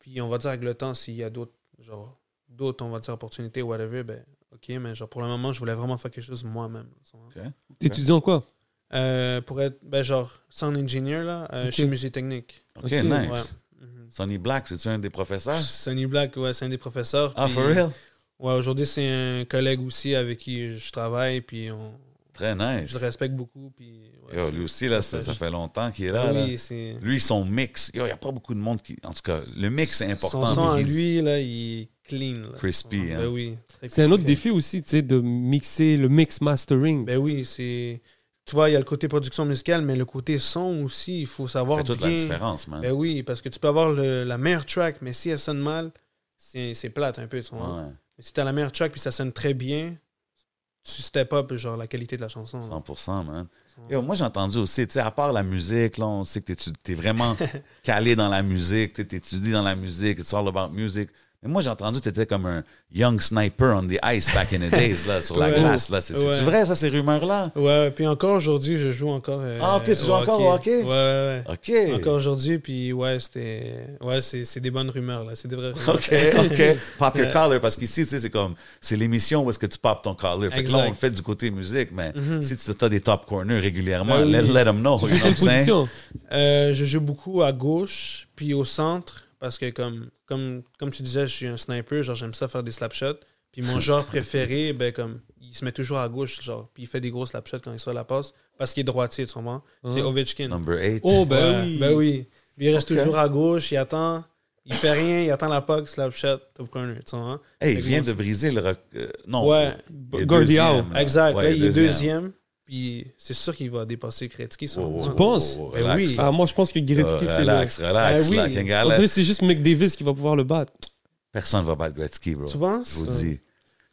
E: Puis on va dire avec le temps, s'il y a d'autres, genre, d'autres, on va dire, opportunités, whatever, ben, ok, mais genre pour le moment, je voulais vraiment faire quelque chose moi-même.
D: T'étudies en quoi?
E: Euh, pour être, ben, genre, sound engineer, là, euh,
D: Ok.
E: chez Musée Technique.
C: OK,
D: Ok,
C: nice.
E: Ouais. Mhm.
C: Sonny Black, c'est-tu un des professeurs?
E: Sonny Black, ouais, c'est un des professeurs.
C: Ah,
E: puis-
C: for real?
E: Ouais, aujourd'hui, c'est un collègue aussi avec qui je travaille, puis on,
C: Très nice.
E: je le respecte beaucoup. Puis, ouais,
C: Yo,
E: c'est-
C: lui aussi, là, ça, ça fait longtemps qu'il est là. là.
E: Oui, c'est.
C: Lui, son mix. Il n'y a pas beaucoup de monde qui. En tout cas, le mix, c'est important.
E: Son sang à
C: mais il-
E: lui, là, il est clean. là.
C: Crispy,
E: Ben
C: hein.
E: oui. Très
D: C'est un autre
E: crispy.
D: défi aussi, tu sais, de mixer le mix mastering.
E: Ben oui, c'est. Tu vois, il y a le côté production musicale, mais le côté son aussi, il faut
C: Ça
E: savoir
C: fait toute
E: bien.
C: la différence, hein. man.
E: Ben oui, parce que tu peux avoir le- la meilleure track, mais si elle sonne mal, c'est c'est plate un peu, tu vois.
C: Ouais,
E: Mais si t'as la meilleure track puis ça sonne très bien, tu step up, genre, la qualité de la chanson. là.
C: 100%, man. Yo, moi, j'ai entendu aussi, tu sais, à part la musique, là, on sait que tu es vraiment calé dans la musique, tu étudies dans la musique, it's all about music. Mais moi, j'ai entendu que tu étais comme un young sniper on the ice back in the days, là, sur la
E: Ouais.
C: glace. là. C'est c'est-tu
E: Ouais.
C: vrai, ça, ces rumeurs-là?
E: Ouais, puis encore aujourd'hui, je joue encore. euh,
C: Ah, ok, tu joues
E: au
C: encore au hockey?
E: Ouais, ouais, ouais.
C: OK.
E: Encore aujourd'hui, puis ouais, c'était. Ouais, c'est c'est des bonnes rumeurs, là. C'est des vraies rumeurs.
C: OK, OK. Pop your collar, parce qu'ici, tu sais, c'est comme, c'est l'émission où est-ce que tu popes ton collar. Fait que là,
E: Exact. Mm-hmm.
C: on le fait du côté musique, mais si tu as des top corners régulièrement,
E: Ben oui.
C: let, let them know.
D: Tu
C: you
D: fais
C: know what
D: quelle
C: I'm saying?
D: position?
E: Euh, je joue beaucoup à gauche, puis au centre, parce que comme, comme, comme tu disais, je suis un sniper, genre j'aime ça faire des slap shots. Puis mon genre préféré, ben comme, il se met toujours à gauche, genre, puis il fait des gros slap shots quand il sort la passe, parce qu'il est droitier, tu comprends?
C: Ah.
E: C'est
D: Hein.
E: Ovechkin.
C: Number 8.
D: Oh, ben
E: Ouais,
D: oui.
E: Ben oui. Puis il reste
C: Ok.
E: toujours à gauche, il attend, il fait rien, il attend la puck, slap shot, top corner, tu comprends?
C: Hey, il
E: Fait que
C: vient
E: moi,
C: de briser le rec- euh, non.
E: Ouais.
C: il est
D: Gordiao.
C: deuxième, là.
E: Exact,
C: Ouais,
E: là, il est deuxième, puis c'est sûr qu'il va dépasser Kretsky, ça.
C: Oh, oh,
E: Tu
C: oh,
D: penses?
C: oh,
E: Ben
C: relax.
E: oui.
D: Ah, moi, je pense que Gretzky,
C: Oh,
D: c'est
C: relax,
D: le...
C: relax,
E: Ah oui.
C: là, King
D: On
C: Allen.
D: dirait que c'est juste McDavis qui va pouvoir le battre.
C: Personne ne va battre Gretzky, bro.
E: Tu
C: Je
E: penses?
C: vous le dis.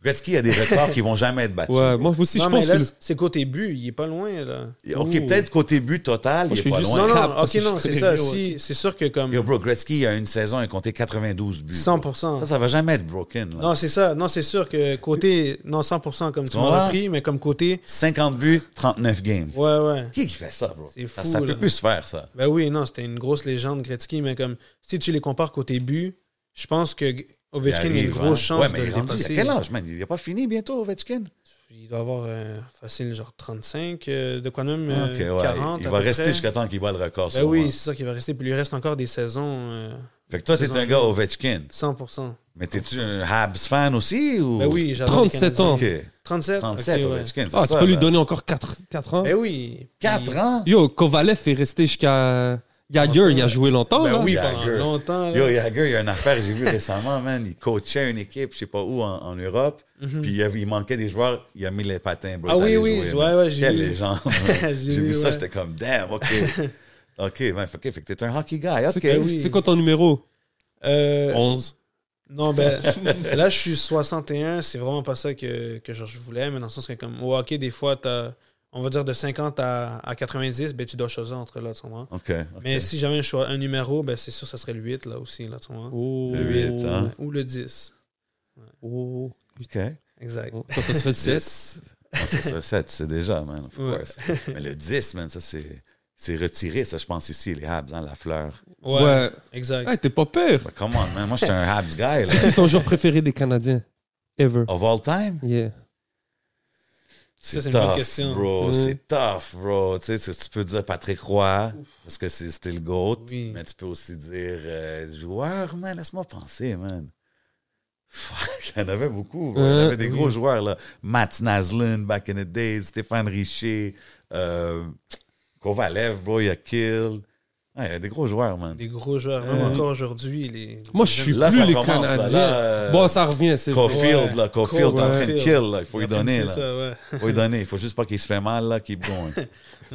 C: Gretzky a des records qui vont jamais être battus.
D: Ouais, moi aussi,
E: non,
D: je
E: mais
D: pense
E: là,
D: que... le-
E: c'est côté but, il est pas loin, là.
C: OK,
D: Ouh.
C: peut-être côté but total,
D: Moi,
C: il
D: je
C: est
D: fais
C: pas
D: juste
C: loin.
E: Non,
D: cap,
E: non,
D: parce
E: ok,
D: que je
E: non, c'est
D: connais
E: ça.
D: le hockey.
E: Si, c'est sûr que comme
C: Yo, bro, Gretzky a une saison, il a compté 92 buts.
E: 100%.
C: Ça, ça va jamais être broken. là.
E: Non, c'est ça. Non, c'est sûr que côté, non, 100% comme tu
C: comprends?
E: m'as repris, mais comme côté,
C: 50 buts, 39 games.
E: ouais, ouais.
C: Qui qui fait ça, bro?
E: C'est
C: ça,
E: fou,
C: ça peut
E: là.
C: plus se faire, ça.
E: Ben oui, non, c'était une grosse légende, Gretzky, mais comme si tu les compares côté but, je pense que G-
C: Il
E: Ovechkin a une
C: arrive,
E: grosse
C: hein.
E: chance
C: Ouais, mais
E: de
C: il
E: le
C: est rendu- il a
E: dépasser.
C: quel âge, man? Il n'a pas fini bientôt, Ovechkin?
E: Il doit avoir euh, facile, genre 35, euh, de quoi de même
C: Ah, Ok,
E: euh,
C: ouais.
E: 40.
C: Il
E: à
C: va
E: peu
C: rester
E: près.
C: jusqu'à temps qu'il bat le record.
E: Ben
C: sûrement.
E: oui, c'est ça qui va rester. Puis il lui reste encore des saisons euh,
C: Fait que toi, t'es
E: Saison
C: un
E: jouée.
C: gars Ovechkin.
E: 100%.
C: Mais t'es-tu un Habs fan aussi? Ou...
E: Ben oui, j'adore. les
D: 37
E: Canadiens.
D: ans.
C: OK.
E: 37,
C: 37,
E: ok, ouais.
C: Ovechkin.
D: Ah, tu peux lui donner encore 4, ans.
E: Ben oui.
C: 4
E: Puis-
C: ans?
D: Yo, Kovalev est resté jusqu'à... Yager, Oh, il a joué longtemps,
E: Ben
D: là.
E: oui,
C: Yeah,
E: pendant
C: girl.
E: longtemps. là.
C: Yo, Yager, il y a une affaire, j'ai vu récemment, man. Il coachait une équipe, je sais pas où, en, en Europe. Puis il, y avait- il manquait des joueurs, il a mis les patins, bro.
E: Mhm. Ah
C: t'allais
E: oui, oui,
C: jouer,
E: ouais,
C: man.
E: ouais, j'ai
C: Quelle
E: vu.
C: légende.
E: J'ai
C: j'ai vu
E: vu,
C: ça,
E: ouais.
C: j'étais comme, damn, OK. OK, ben, fait que- fait que t'es un hockey guy, OK.
D: C'est quoi-
E: ben oui.
D: c'est quoi ton numéro?
E: Euh,
D: 11.
E: Non, ben là, je suis 61, c'est vraiment pas ça que, que genre, je voulais, mais dans le sens que, comme au hockey, des fois, t'as, on va dire de 50 à, à 90, ben tu dois choisir entre là, tu comprends?
C: OK. ok.
E: Mais si j'avais un, choix, un numéro, ben c'est sûr, ça serait le 8 là aussi, là, tu comprends?
D: Oh.
C: Le huit, hein.
E: Ou le 10.
D: Oh.
C: OK.
E: Exact.
D: Toi, ça serait le 7.
C: 10. Ah, ça, c'est le 7, tu sais déjà, man. of
E: Ouais.
C: course. Mais le 10, man, ça, c'est. C'est retiré, ça, je pense, ici, les Habs, hein, la fleur.
E: Ouais.
D: Ouais.
E: Exact.
D: Hey, t'es pas pire.
C: Mais come on, man. Moi, j'étais un Habs guy,
D: C'est
C: là.
D: qui ton joueur préféré des Canadiens? Ever.
C: Of all time?
D: Yeah.
C: C'est
E: Ça, c'est une bonne
C: tough,
E: question.
C: Bro,
D: Mm.
C: C'est tough, bro. Tu, sais, tu- tu peux dire Patrick Roy, parce que c'est- c'était le GOAT.
E: Oui.
C: Mais tu peux aussi dire euh, joueur, man. Laisse-moi penser, man. Fuck, il y en avait beaucoup. bro. il y en
D: Euh,
C: avait des gros joueurs, là. Matt Naslin, back in the days. Stéphane Richer. Euh, Kovalev, bro, il a kill. Ouais, il y a des gros joueurs, man.
E: Des gros joueurs, même
D: Euh,
E: encore aujourd'hui. Les...
D: Moi, je suis
C: Là,
D: plus
C: ça
D: les
C: commence, là.
D: Canadiens.
C: Là, euh,
D: Bon, ça revient, c'est vrai.
C: Caulfield,
E: Ouais.
C: là, Caulfield, est en train de
E: Caulfield.
C: kill, là. Il faut lui donner,
E: C'est
C: là.
E: ça, ouais.
C: faut lui donner. Il faut juste pas qu'il se fait mal, là, keep going.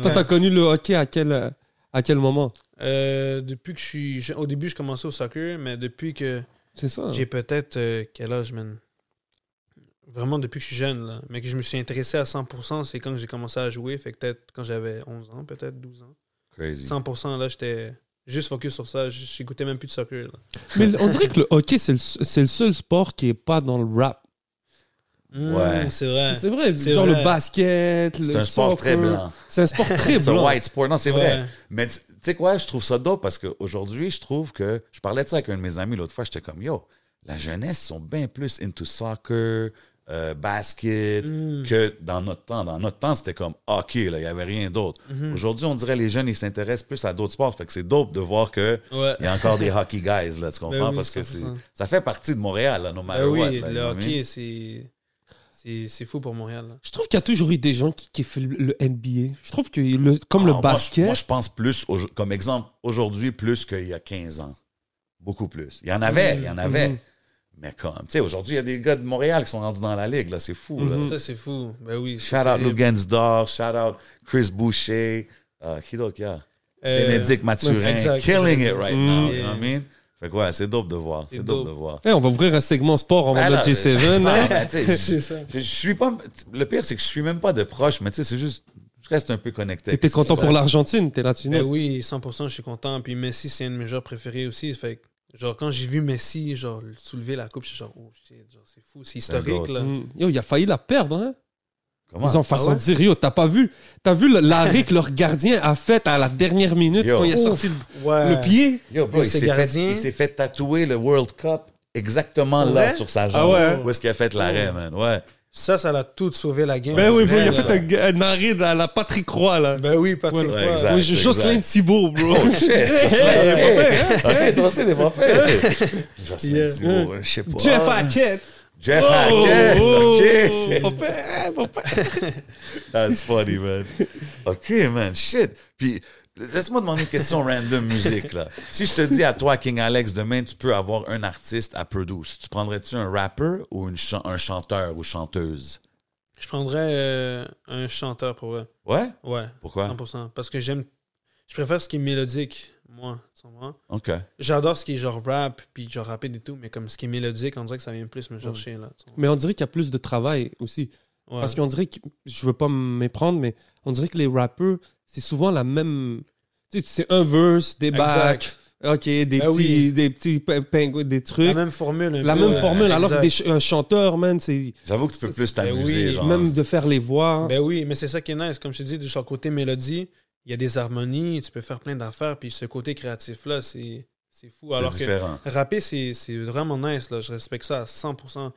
D: Toi, t'as connu le hockey à quel, euh, à quel moment
E: Euh, depuis que je suis. je- Au début, je commençais au soccer, mais depuis que.
D: C'est
C: Ah.
D: ça. hein?
E: J'ai peut-être. euh, quel âge, man Vraiment depuis que je suis jeune, là. Mais que je me suis intéressé à 100%, c'est quand j'ai commencé à jouer. Fait que peut-être quand j'avais 11 ans, peut-être 12 ans.
C: Crazy.
E: 100%, là, j'étais juste focus sur ça. J- J'écoutais même plus de soccer, là.
D: Mais le- on dirait que le hockey, c'est le, c'est le seul sport qui est pas dans le rap.
E: Mm,
C: Ouais.
E: C'est vrai.
D: C'est vrai,
E: C'est
D: genre
E: vrai.
D: le basket, le
C: C'est un sport
D: soccer.
C: très blanc.
D: C'est un sport très
C: C'est un
D: blanc.
C: white sport. Non, c'est vrai.
E: Ouais.
C: Mais tu tu sais quoi, je trouve ça dope parce qu'aujourd'hui, je trouve que. Je parlais de ça avec un de mes amis l'autre fois. J'étais comme, yo, la jeunesse sont bien plus into soccer, euh, basket,
E: Mm.
C: que dans notre temps. Dans notre temps, c'était comme hockey, là, il n'y avait rien d'autre.
E: Mm-hmm.
C: Aujourd'hui, on dirait les jeunes, ils s'intéressent plus à d'autres sports. Fait que c'est dope de voir que.
E: Ouais.
C: Il y a encore des hockey guys, là, tu comprends?
E: Ben oui,
C: parce que c'est,
E: 100%.
C: ça fait partie de Montréal, là, no matter
E: Ben oui,
C: what, là, you
E: le
C: know what I mean?
E: hockey, c'est. C'est c'est fou pour Montréal, là.
D: Je trouve qu'il y a toujours eu des gens qui kiffent le, le NBA. Je trouve que le, comme
C: Ah,
D: le
C: moi,
D: basket,
C: je- Moi, je pense plus, au- comme exemple, aujourd'hui, plus qu'il y a 15 ans. Beaucoup plus. Il y en avait, il y en
D: Mm-hmm.
C: avait. Mais comme, tu sais, aujourd'hui, il y a des gars de Montréal qui sont rendus dans la ligue, là, c'est fou. là.
D: Mm-hmm.
E: Ça, c'est fou. Ben oui. c'est
C: Shout out
E: terrible.
C: Lugansdorf, shout out Chris Boucher, euh, qui d'autre qu'il y a?
E: Euh,
C: Bénédicte Mathurin,
E: exact,
C: killing
E: exact.
C: it right
D: Mm.
C: now, you know what I mean? Fait que ouais, c'est dope de voir, c'est
E: C'est
C: dope
E: dope.
C: de voir.
D: Eh, on va ouvrir un segment sport en mode
C: Ben
D: J7.
C: là,
D: hein.
C: ben, tu sais,
E: C'est ça.
C: je, je suis pas. Le pire, c'est que je suis même pas de proche, mais tu sais, c'est juste. Je reste un peu connecté.
D: T'étais content pour l'Argentine, t'es la
E: Ben
D: Tunis.
E: oui, 100%, je suis content. Puis Messi, c'est un de mes joueurs préférés aussi. Fait que, genre, quand j'ai vu Messi, genre, soulever la coupe, je suis genre, oh shit, genre, c'est fou, c'est historique,
C: goat.
E: là.
D: Mm. Yo, il a failli la perdre. Hein?
C: Comment?
D: Ils ont
C: Ah
D: façon de dire, yo, t'as pas vu, t'as vu le- l'arrêt que leur gardien a fait à la dernière minute
C: Yo.
D: quand il a
C: Ouf.
D: sorti le,
E: Ouais.
D: le pied.
C: Yo, bro,
E: Yo,
C: il
E: c'est
C: s'est fait,
E: gardien.
C: il s'est fait tatouer le World Cup exactement là
E: Ouais?
C: sur sa
D: Ah
C: jambe.
D: ouais?
C: Où est-ce qu'il a fait l'arrêt, man? Ouais.
E: Ça, ça l'a tout sauvé la game.
D: Ben oui,
E: C'est
D: bro, il a
E: vrai, là.
D: fait un, un arrêt à la Patrick Roy, là.
E: Ben oui, Patrick.
D: Ouais,
E: Roy.
C: exact.
D: Oui, je-
C: exact.
D: Jocelyn Thibault, bro.
C: Oh shit! Jocelyn, toi aussi, t'es pas fait. Jocelyn
E: Yeah.
C: Thibault, je sais pas.
D: Jeff Hackett.
C: Jeff
D: Oh,
C: Hackett,
D: oh,
C: ok.
D: oh, papa, papa.
C: That's funny, man. OK, man, shit. Puis, laisse-moi demander une question random musique, là. Si je te dis à toi, King Alex, demain, tu peux avoir un artiste à produce, tu prendrais-tu un rapper ou une chan- un chanteur ou chanteuse?
E: Je prendrais euh, un chanteur pour eux.
C: Ouais?
E: Ouais.
C: Pourquoi?
E: 100%. Parce que j'aime. Je préfère ce qui est mélodique, moi, tu comprends?
C: OK.
E: J'adore ce qui est genre rap, puis genre rapide et tout, mais comme ce qui est mélodique, on dirait que ça vient plus me chercher, là. tu comprends?
D: Mais on dirait qu'il y a plus de travail aussi.
E: Ouais.
D: Parce qu'on dirait que, je veux pas méprendre, mais on dirait que les rappeurs, c'est souvent la même. Tu sais, c'est un verse, des bacs,
E: Exact.
D: ok, des
E: Ben
D: petits,
E: oui.
D: des petits pin- pingouins, des
E: La
D: trucs.
E: même formule. un
D: La
E: peu,
D: même
E: ouais.
D: formule, alors que des
E: Exact.
D: ch- un chanteur, man, c'est.
C: J'avoue que tu peux plus
E: ben oui,
C: t'amuser, genre.
D: Même de faire les voix.
E: Ben oui, mais c'est ça qui est nice. Comme je te dis, de son côté mélodie, il y a des harmonies, tu peux faire plein d'affaires, puis ce côté créatif-là, c'est c'est fou.
C: C'est
E: Alors que
C: différent.
E: rapper, c'est c'est vraiment nice, là. je respecte ça à 100%.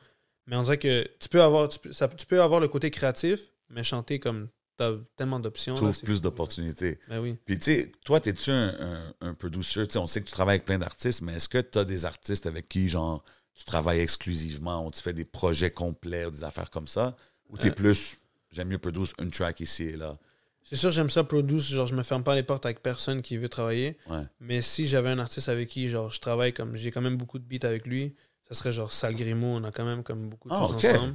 E: Mais on dirait que tu peux avoir, tu peux, ça- tu peux avoir le côté créatif, mais chanter comme t'as tellement d'options.
C: Tu
E: là,
C: trouves
E: c'est
C: plus
E: fou.
C: d'opportunités.
E: Ben oui.
C: Puis, tu sais, toi, t'es-tu un, un, un producteur? Tu sais, on sait que tu travailles avec plein d'artistes, mais est-ce que tu as des artistes avec qui, genre, tu travailles exclusivement, on te fait des projets complets, des affaires comme ça? Ou
E: Euh.
C: t'es plus, j'aime mieux produire une track ici et là?
E: C'est sûr, j'aime ça, produce, genre je me ferme pas les portes avec personne qui veut travailler.
C: Ouais.
E: Mais si j'avais un artiste avec qui genre je travaille comme j'ai quand même beaucoup de beats avec lui, ça serait genre Sal Grimo, on a quand même comme beaucoup de
C: Ah,
E: choses
C: ok.
E: ensemble.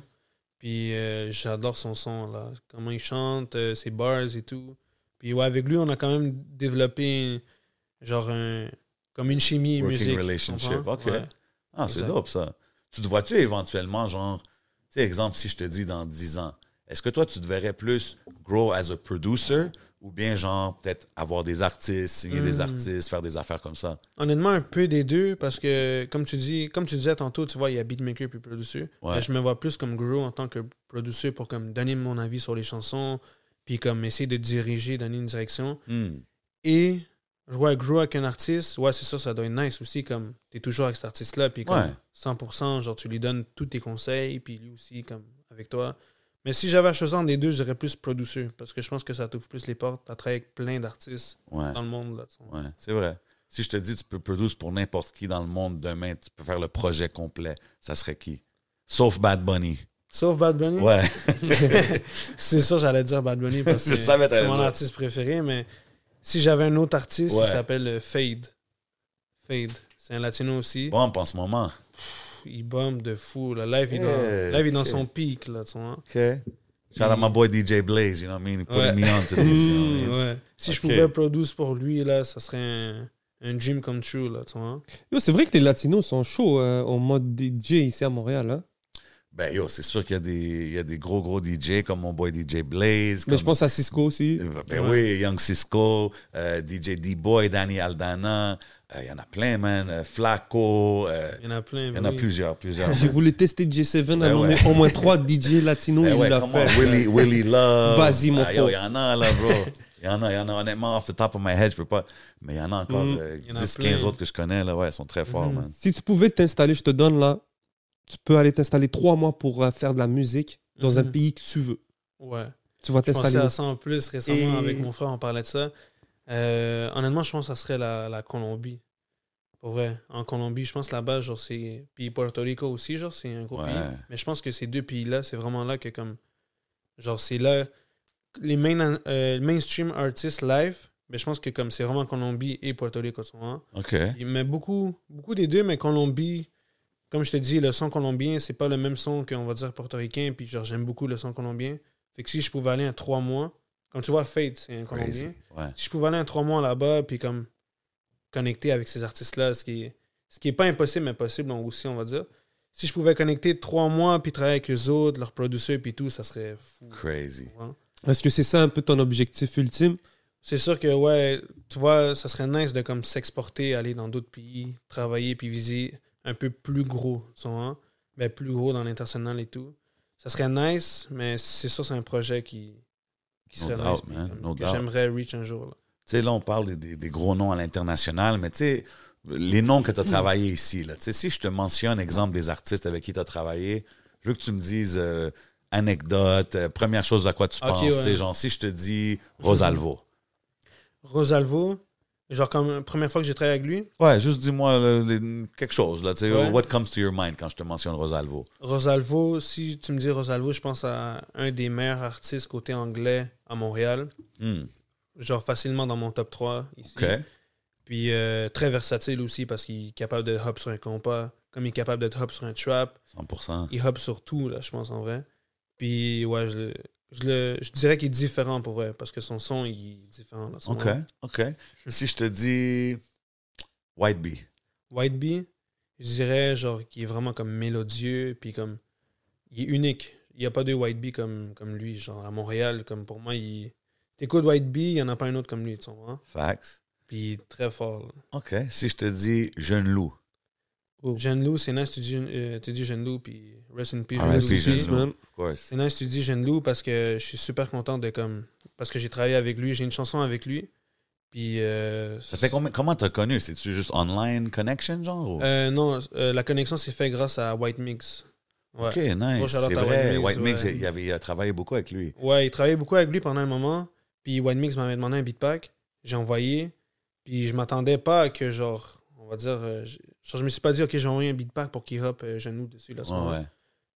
E: Puis euh, j'adore son son là, comment il chante, euh, ses bars et tout. Puis ouais, avec lui, on a quand même développé genre un comme une chimie
C: Working
E: musique. tu
C: relationship,
E: comprends?
C: ok.
E: Ouais.
C: Ah, c'est
E: Exact.
C: dope, ça. Tu te vois-tu éventuellement, genre, tu sais, exemple, si je te dis dans 10 ans, est-ce que toi, tu te verrais plus grow as a producer ou bien, genre, peut-être avoir des artistes, signer des
E: Hmm.
C: artistes, faire des affaires comme ça?
E: Honnêtement, un peu des deux, parce que comme tu dis, comme tu disais tantôt, tu vois, il y a beatmaker puis producer.
C: Ouais.
E: Mais Je me vois plus comme guru en tant que producer pour comme donner mon avis sur les chansons, puis comme essayer de diriger, donner une direction.
C: Hmm.
E: Et jouer à guru avec un artiste, ouais, c'est ça, ça doit être nice aussi, comme t'es toujours avec cet artiste-là, puis comme
C: Ouais.
E: 100%, genre tu lui donnes tous tes conseils, puis lui aussi, comme avec toi. Mais si j'avais à choisir entre les deux, j'aurais plus producer, parce que je pense que ça t'ouvre plus les portes à travailler avec plein d'artistes
C: Ouais.
E: dans le monde. Là, tu vois.
C: Ouais, c'est vrai. Si je te dis tu peux produire pour n'importe qui dans le monde demain, tu peux faire le projet complet, ça serait qui? Sauf Bad Bunny.
E: Sauf Bad Bunny.
C: Ouais.
E: C'est sûr, j'allais dire Bad Bunny parce que
C: Je savais que t'allais
E: c'est mon
C: dire.
E: artiste préféré, mais Si j'avais un autre artiste,
C: Ouais.
E: il s'appelle euh, Fade. Fade. C'est un latino aussi.
C: Bombe en ce moment.
E: Il bombe de fou. Là. Live, il est
C: Yeah,
E: dans, live, il est dans
C: shit.
E: son pic. Là, tu vois.
C: Okay. Shout out my boy DJ Blaze, you know what I mean? Putting
E: Ouais. Hmm.
C: me on to this, you know what I mean?
E: Ouais. Si je
C: Ok.
E: pouvais produire pour lui, là, ça serait un, un dream come true. Là, tu vois.
D: Yo, c'est vrai que les Latinos sont chauds euh, en mode DJ ici à Montréal. hein.
C: Ben yo, c'est sûr qu'il y, a des- il y a des gros gros DJ comme mon boy DJ Blaze.
D: Mais
C: comme-
D: je pense à Cisco aussi.
C: Ben oui, Young Cisco, euh, DJ D-Boy, Danny Aldana. euh, Il y en a plein, man. euh, Flaco. euh,
E: Il y en a plein.
C: il y en a
E: oui.
C: plusieurs, plusieurs.
D: J'ai
C: man.
D: voulu tester DJ7 à
C: Ben
D: nommer
C: ouais.
D: au moins trois DJ latinos.
C: Ben
D: il
C: ouais,
D: l'a
C: come
D: fait.
C: on, Willy, Willy Love.
D: Vas-y, mon
C: Ah, yo,
D: faux.
C: Il y en a, là, bro. Il y en a, il y en a. Honnêtement, off the top of my head, je peux pas. Mais il y en a encore
D: Mm. Mm-hmm.
C: euh,
E: Il y en a
C: 10, 15
E: plein.
C: autres que je connais, là. Ouais, ils sont très forts,
E: Mhm.
C: man.
D: Si tu pouvais t'installer, je te donne là, tu peux aller t'installer trois mois pour euh, faire de la musique dans un
E: Mhm.
D: pays que tu veux.
E: Ouais.
D: Tu vas
E: Je pensais
D: t'installer.
E: à ça en plus récemment
D: Et-
E: avec mon frère, on parlait de ça. Euh, honnêtement, je pense que ça serait la, la Colombie. Pour vrai, en Colombie, je pense là-bas, genre, c'est. Puis Puerto Rico aussi, genre, c'est un gros
C: Ouais.
E: pays. Mais je pense que ces deux pays-là, c'est vraiment là que, comme. Genre, c'est là. Les main, euh, mainstream artistes live, mais je pense que, comme, c'est vraiment Colombie et Puerto Rico, tu vois.
C: OK.
E: Mais beaucoup, beaucoup des deux, mais Colombie, comme je te dis, le son colombien, c'est pas le même son qu'on va dire portoricain, puis genre j'aime beaucoup le son colombien. Fait que si je pouvais aller un trois mois, comme tu vois, Fate, c'est un
C: Crazy.
E: colombien.
C: Ouais.
E: Si je pouvais aller un trois mois là-bas, puis comme connecter avec ces artistes-là, ce qui, est- ce qui est pas impossible, mais possible on- aussi, on va dire. Si je pouvais connecter trois mois, puis travailler avec eux autres, leurs producteurs, puis tout, ça serait fou.
C: Crazy.
E: Ouais.
D: Est-ce que c'est ça un peu ton objectif ultime
E: C'est sûr que, ouais, tu vois, ça serait nice de comme s'exporter, aller dans d'autres pays, travailler puis viser un peu plus gros, tu vois, hein? Ben, plus gros dans l'international et tout. Ça serait nice, mais c'est sûr, c'est un projet qui, qui
C: No
E: serait
C: doubt,
E: nice. puis,
C: man,
E: comme,
C: no
E: que
C: doubt.
E: j'aimerais reach un jour. là.
C: Tu sais, là, on parle des, des- des gros noms à l'international, mais tu sais, les noms que tu as
D: Mm.
C: travaillés ici, là. Tu sais, si je te mentionne, exemple, des artistes avec qui tu as travaillé, je veux que tu me dises euh, anecdote, euh, première chose à quoi tu
E: Ok,
C: penses.
E: ouais.
C: Tu sais, genre, si je te dis Rosalvo.
E: Rosalvo, genre, comme première fois que j'ai travaillé avec lui,
C: Ouais, juste dis-moi là, les- quelque chose, là. Tu sais,
E: Ouais.
C: what comes to your mind quand je te mentionne Rosalvo?
E: Rosalvo, si tu me dis Rosalvo, je pense à un des meilleurs artistes côté anglais à Montréal.
C: Hmm,
E: Genre, facilement dans mon top 3 ici.
C: OK.
E: Puis euh, très versatile aussi parce qu'il est capable de hop sur un compas, comme il est capable de hop sur un trap.
C: 100%.
E: Il hop sur tout, là, je pense, en vrai. Puis ouais, je, le- je, le, je dirais qu'il est différent pour vrai parce que son son, il est différent. Là, son
C: OK. OK. Si je te dis White Bee.
E: White Bee, je dirais genre qu'il est vraiment comme mélodieux, puis comme il est unique. Il n'y a pas de White Bee comme, comme lui, genre à Montréal, comme pour moi, il. T'écoutes White Bee, il n'y en a pas un autre comme lui, tu comprends?
C: Facts.
E: Puis il est très fort. là.
C: OK. Si je te dis Jeune Loup.
E: Jeune Lou, c'est nice, tu dis, euh, tu dis Jeune Lou, puis rest in peace.
C: All right,
E: Ah, Jeune Lou
C: puis
E: aussi.
C: Jeune Loup,
D: man.
C: of course.
E: C'est nice que tu dis Jeune Lou parce que je suis super content de comme parce que j'ai travaillé avec lui, j'ai une chanson avec lui. Puis euh,
C: Ça fait combien, comment t'as connu? C'est-tu juste online connection, genre? ou-
E: euh, non, euh, la connexion s'est faite grâce à White Mix. Ouais.
C: OK, nice.
E: shout-out
C: C'est
E: à
C: vrai.
E: White Mix,
C: White Mix,
E: ouais.
C: il, avait, il a travaillé beaucoup avec lui.
E: Ouais, il travaillait beaucoup avec lui pendant un moment. Puis White Mix m'avait demandé un beatpack, j'ai envoyé. Puis je m'attendais pas à que genre on va dire euh, je, genre, je me suis pas dit OK, j'ai envoyé un beatpack pour qu'il hop euh, Jeune Lou dessus là. ce
C: Ouais,
E: moment-là.
C: ouais.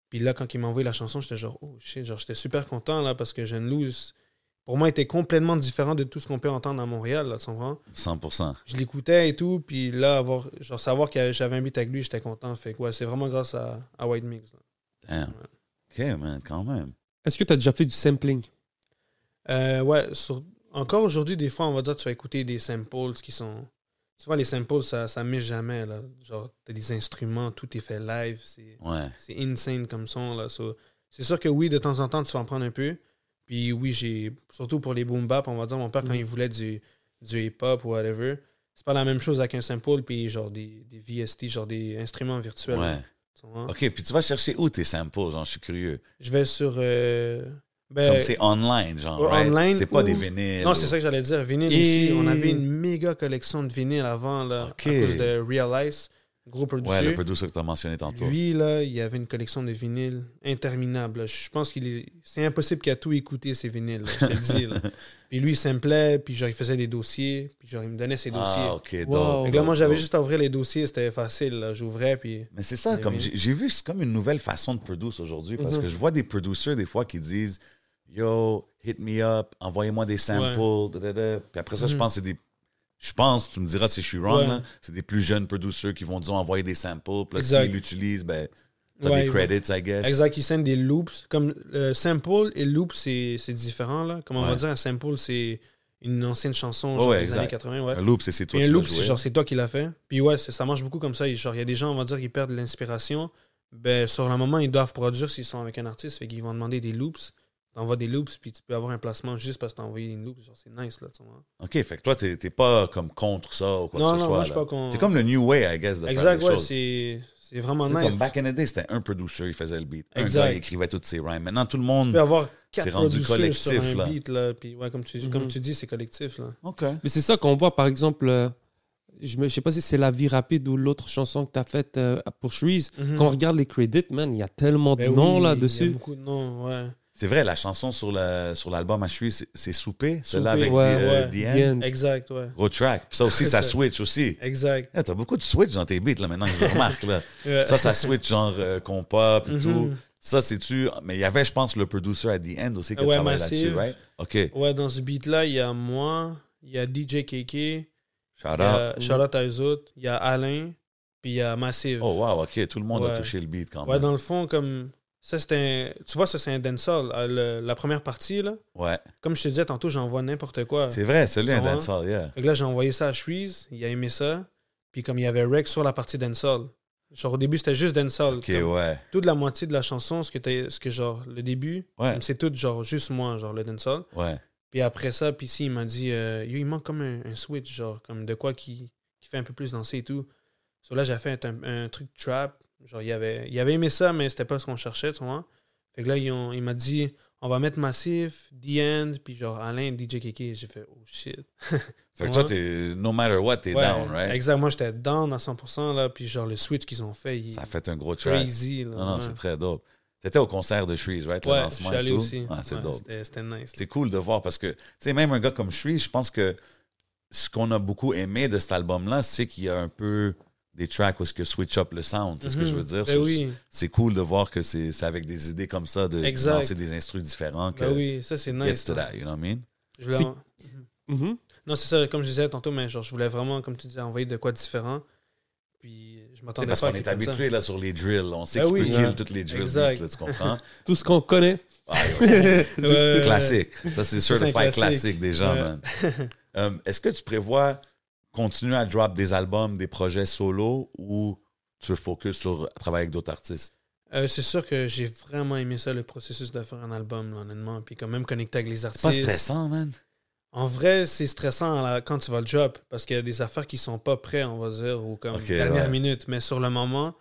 E: Puis là, quand il m'a envoyé la chanson, j'étais genre, oh shit, genre, j'étais super content là parce que Jeune Lou, c- pour moi, était complètement différent de tout ce qu'on peut entendre à Montréal, là, tu comprends?
C: 100%.
E: Je l'écoutais et tout, puis là, avoir, genre, savoir que j'avais un beat avec lui, j'étais content. Fait que ouais, c'est vraiment grâce à, à White Mix. là.
C: Damn. OK, man, quand même.
D: Est-ce que tu as déjà fait du sampling
E: Euh, ouais, sur- encore aujourd'hui, des fois, on va dire, tu vas écouter des samples qui sont. Tu vois, les samples, ça, ça met jamais, là. Genre, t'as des instruments, tout est fait live, c'est.
C: Ouais.
E: c'est insane comme son là. So, c'est sûr que oui, de temps en temps, tu vas en prendre un peu. Puis oui, j'ai surtout pour les boom bap, on va dire mon père
C: Mm.
E: quand il voulait du, du hip hop ou whatever, c'est pas la même chose avec un sample puis genre des, des VST, genre des instruments virtuels.
C: Ouais.
E: là, tu vois.
C: OK, puis tu vas chercher où tes samples, genre, je suis curieux.
E: Je vais sur euh, ben,
C: Comme c'est online, genre,
E: ouais,
C: right?
E: online
C: C'est pas
E: ou-
C: des vinyles.
E: non, c'est ça que j'allais dire. Vinyle
D: Et-
E: aussi, on avait une méga collection de vinyles avant là,
C: Ok.
E: à cause de Realize, gros
C: ou-
E: producteur.
C: Ouais, le producer que t'as mentionné tantôt.
E: Lui, là, il avait une collection de vinyles interminable. là. Je pense qu'il est... C'est impossible qu'il a tout écouté, ces vinyles, là, je te le dis. là. Puis lui, il s'implait, puis genre, il faisait des dossiers, puis genre, il me donnait ses dossiers.
C: Ah, OK, Oh.
D: Wow.
C: dope,
E: Fait que là,
C: dope,
E: moi, j'avais
C: dope.
E: juste à ouvrir les dossiers, c'était facile. là. J'ouvrais, puis...
C: Mais c'est ça,
E: Mais
C: comme
E: oui. Mm-hmm.
C: j'ai j'ai vu, c'est comme une nouvelle façon de produire aujourd'hui parce que je vois des producers des fois qui disent yo, hit me up, envoyez-moi des samples. da, da, da. Puis après ça, je pense que c'est des. Je pense, tu me diras si je suis wrong,
E: Mm-hmm. Ouais.
C: là, c'est des plus jeunes producers qui vont, disons, envoyer des samples. Puis là,
E: Exact.
C: s'ils l'utilisent, ben, t'as
E: Ouais,
C: des
E: ouais.
C: credits, I guess.
E: Exact, ils sèment des loops. Comme le sample et loop, c'est c'est différent. Là. Comme on va
C: Ouais.
E: dire, un sample, c'est une ancienne chanson
C: Ouais,
E: genre,
C: ouais,
E: des
C: exact.
E: années 80. Ouais.
C: Un loop, c'est c'est toi
E: Puis un
C: qui l'as
E: loop,
C: joué.
E: c'est genre c'est toi qui l'as fait. Puis ouais, c'est- ça marche beaucoup comme ça. Il- genre, Il y a des gens, on va dire, qui perdent de l'inspiration. Ben, sur le moment, ils doivent produire s'ils sont avec un artiste. Fait qu'ils vont demander des loops. T'envoies des loops, puis tu peux avoir un placement juste parce que t'as envoyé une loop. Genre, c'est nice, là, tu vois.
C: OK, fait que toi, t'es t'es pas comme contre ça ou quoi
E: Non,
C: que ce
E: non,
C: soit.
E: moi, je suis
C: là.
E: pas contre.
C: C'est comme le new way, I guess, de faire
E: Exact,
C: les
E: ouais,
C: choses.
E: c'est c'est vraiment
C: C'est
E: nice.
C: comme back in the day, c'était un producer, il faisait le beat.
E: Exact.
C: Un gars, il écrivait toutes ses rhymes. Maintenant, tout le
E: Tu peux
C: monde.
E: avoir quatre
C: rendu
E: producteurs sur
C: collectif,
E: un
C: là.
E: beat, là. Puis ouais, comme tu, comme tu dis, c'est collectif, là.
C: OK.
D: Mais c'est ça qu'on voit, par exemple, euh, je ne sais pas si c'est La vie rapide ou l'autre chanson que tu as faite euh, pour Shreeze.
E: Mhm.
D: Quand on regarde les crédits, man, il y a tellement de
E: Ben
D: noms
E: oui, Il y a
D: là-dessus.
E: beaucoup de noms, ouais.
C: C'est vrai, la chanson sur la- sur l'album à Chui, c'est c'est Souper, celle-là
E: Souper,
C: avec
D: ouais,
C: des, euh,
E: ouais.
C: The End.
D: The End.
E: Exact, ouais.
C: Gros track. Puis ça aussi, ça
E: Ça.
C: switch aussi.
E: Exact.
C: Yeah, T'as beaucoup de switch dans tes beats, là, maintenant que je le remarque. Là.
E: Ouais.
C: Ça, ça switch genre euh, compas, puis
E: Mhm.
C: tout. Ça, c'est-tu. Mais il y avait, je pense, le producer à The End aussi qui a
E: Ouais,
C: travaillé
E: Massive.
C: là-dessus, right? OK.
E: Ouais, dans ce beat-là, il y a moi, il y a DJ KK, il
C: Shout
E: y
C: out.
E: a Charlotte à eux autres, il y a Alain, puis il y a Massive.
C: Oh, wow, OK. Tout le monde a
E: Ouais.
C: touché le beat quand
E: ouais,
C: même.
E: dans le fond, comme. Ça, c'est un. Tu vois, ça, c'est un dancehall. euh, le- la première partie, là.
C: Ouais.
E: Comme je te disais tantôt, j'envoie n'importe quoi.
C: C'est vrai, celui-là, un
E: Ouais.
C: dancehall, yeah.
E: Fait que là, j'ai envoyé ça à Shreeze, il a aimé ça. Puis comme il y avait Rex sur la partie dancehall. Genre au début, c'était juste dancehall.
C: OK,
E: Comme
C: ouais.
E: Toute la moitié de la chanson, ce que, t'as- ce que genre le début,
C: Ouais.
E: comme c'est tout genre juste moi, genre le dancehall.
C: Ouais.
E: Puis après ça, puis si, il m'a dit, euh, Yo, il manque comme un, un switch, genre comme de quoi qui, qui fait un peu plus danser et tout. So là, j'ai fait un, un truc trap. Genre, il avait, il avait aimé ça, mais c'était pas ce qu'on cherchait, tu vois. Fait que là, ils ont- il m'a dit, on va mettre Massif, The End, puis genre Alain, DJ Kiki. J'ai fait, oh shit.
C: Fait que
E: Ouais.
C: toi, t'es. No matter what, t'es
E: Ouais,
C: down, right?
E: Exact, moi j'étais down à 100%, là, puis genre le switch qu'ils ont fait, il
C: Ça a
E: est
C: fait un gros track.
E: crazy. Là,
C: Non, non,
E: ouais.
C: c'est très dope. T'étais au concert de Shreeze, right? le
E: Ouais, je
C: lancement
E: suis
C: et
E: allé
C: tout?
E: aussi.
C: Ah, c'est
E: Ouais,
C: dope.
E: C'était c'était nice.
C: C'est cool de voir parce que, tu sais, même un gars comme Shreeze, je pense que ce qu'on a beaucoup aimé de cet album-là, c'est qu'il y a un peu des tracks où est-ce que switch up le sound. C'est ce que je veux dire.
E: Ben
C: C'est-
E: oui,
C: C'est cool de voir que c'est c'est avec des idées comme ça, de
E: Exact.
C: lancer des instrus différents. Que
E: ben oui, ça c'est
C: gets
E: nice.
C: to
E: là.
C: that, you know what I mean?
E: Je voulais
D: C'est-
E: en-
D: Mhm.
E: Non, c'est ça, comme je disais tantôt, mais genre je voulais vraiment, comme tu disais, envoyer de quoi de différent. Puis je
C: Tu sais,
E: m'attendais pas
C: Parce
E: à
C: qu'on
E: quelque
C: est
E: chose comme ça.
C: habitué là sur les drills. On sait
E: Ben
C: que tu
E: oui.
C: peux kill
D: Ouais.
C: toutes les drills,
E: Exact.
C: beats, là, tu comprends?
D: Tout ce qu'on connaît.
C: Ah, ouais.
E: Ouais,
C: Classique. Ça, c'est
E: Ça, c'est un
C: certified classique.
E: classique.
C: classique des gens,
E: Ouais.
C: man. Euh, Est-ce que tu prévois continuer à drop des albums, des projets solo ou tu focuses sur travailler avec d'autres artistes?
E: Euh, c'est sûr que j'ai vraiment aimé ça, le processus de faire un album, là, honnêtement. Puis quand même connecter avec les
C: C'est
E: artistes.
C: pas stressant, man.
E: En vrai, c'est stressant à la- quand tu vas le job parce qu'il y a des affaires qui sont pas prêtes, on va dire, ou comme
C: Ok,
E: dernière
C: ouais.
E: minute. Mais sur le moment,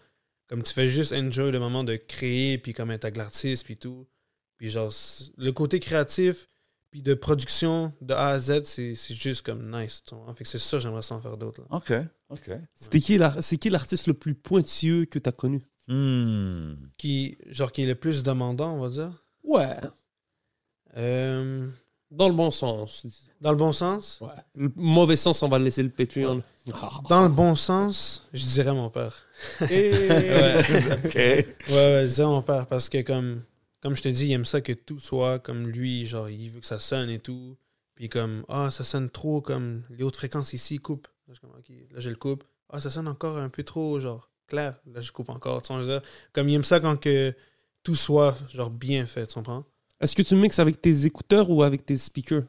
E: comme tu fais juste enjoy le moment de créer, puis comme être avec l'artiste, puis tout. Puis genre, c- le côté créatif, puis de production de A à Z, c'est c'est juste comme nice. tu vois. Fait que c'est sûr, j'aimerais s'en faire d'autres. là.
C: OK. OK.
D: C'était qui la- C'est qui l'artiste le plus pointilleux que tu as connu
C: Hmm.
E: Qui, genre, qui est le plus demandant, on va dire.
D: Ouais.
E: Euh,
D: Dans le bon sens.
E: dans le bon sens
D: Ouais. Le mauvais sens, on va laisser le Patreon.
E: Dans le bon sens, je dirais mon père.
D: Et-
C: OK.
E: Ouais, ouais, disons mon père, parce que comme, comme je te dis, il aime ça que tout soit comme lui, genre il veut que ça sonne et tout. Puis comme, ah, ça sonne trop, comme les hautes fréquences ici, coupe. Là, je, suis comme, Ok, là, je le coupe. Ah, ça sonne encore un peu trop, genre, clair. Là, je coupe encore, tu sais, je veux dire. Comme il aime ça quand que tout soit, genre, bien fait, tu comprends?
D: Est-ce que tu mixes avec tes écouteurs ou avec tes speakers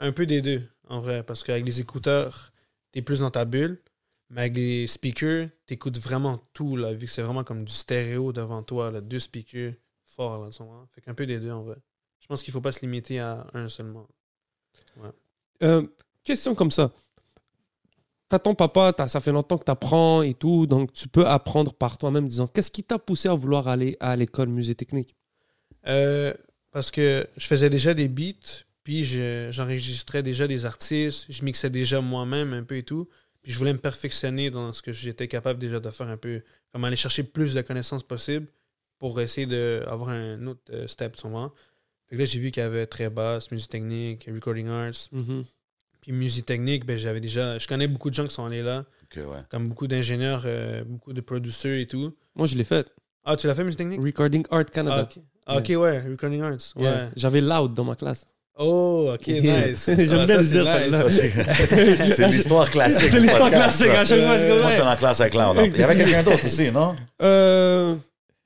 E: Un peu des deux, en vrai, parce qu'avec les écouteurs, t'es plus dans ta bulle, mais avec les speakers, t'écoutes vraiment tout, là, vu que c'est vraiment comme du stéréo devant toi, là, deux speakers forts, là, tu comprends? Fait qu'un peu des deux, en vrai. Je pense qu'il faut pas se limiter à un seulement.
D: Euh, question comme ça. T'as ton papa, t'as- ça fait longtemps que t'apprends et tout, donc tu peux apprendre par toi-même, disant qu'est-ce qui t'a poussé à vouloir aller à l'école musée technique
E: Euh, parce que je faisais déjà des beats, puis je- j'enregistrais déjà des artistes, je mixais déjà moi-même un peu et tout. Puis je voulais me perfectionner dans ce que j'étais capable déjà de faire un peu, comme aller chercher plus de connaissances possibles pour essayer d'avoir un autre euh, step souvent. Fait que là, j'ai vu qu'il y avait très basse, musique technique, recording arts. Puis musique technique, ben, j'avais déjà. Je connais beaucoup de gens qui sont allés là,
C: OK, ouais.
E: comme beaucoup d'ingénieurs, euh, beaucoup de producteurs et tout.
D: Moi, je l'ai fait.
E: Ah, tu l'as fait, musique technique?
D: Recording Art Canada.
E: Ah, ok. Ah, ok, ouais, Recording Arts. Ouais.
D: Yeah. J'avais Loud dans ma classe.
E: Oh, ok,
D: Yeah.
E: nice.
D: J'aime
E: Ah,
D: bien le
E: c'est
D: dire,
E: nice.
D: celle-là.
C: Ça, C'est c'est l'histoire classique.
D: C'est
C: du
D: l'histoire
C: podcast,
D: classique à
C: ça.
D: chaque fois. je
C: Moi,
D: comprends.
C: c'est en classe avec Loud. Il y avait quelqu'un d'autre aussi, non?
D: Euh,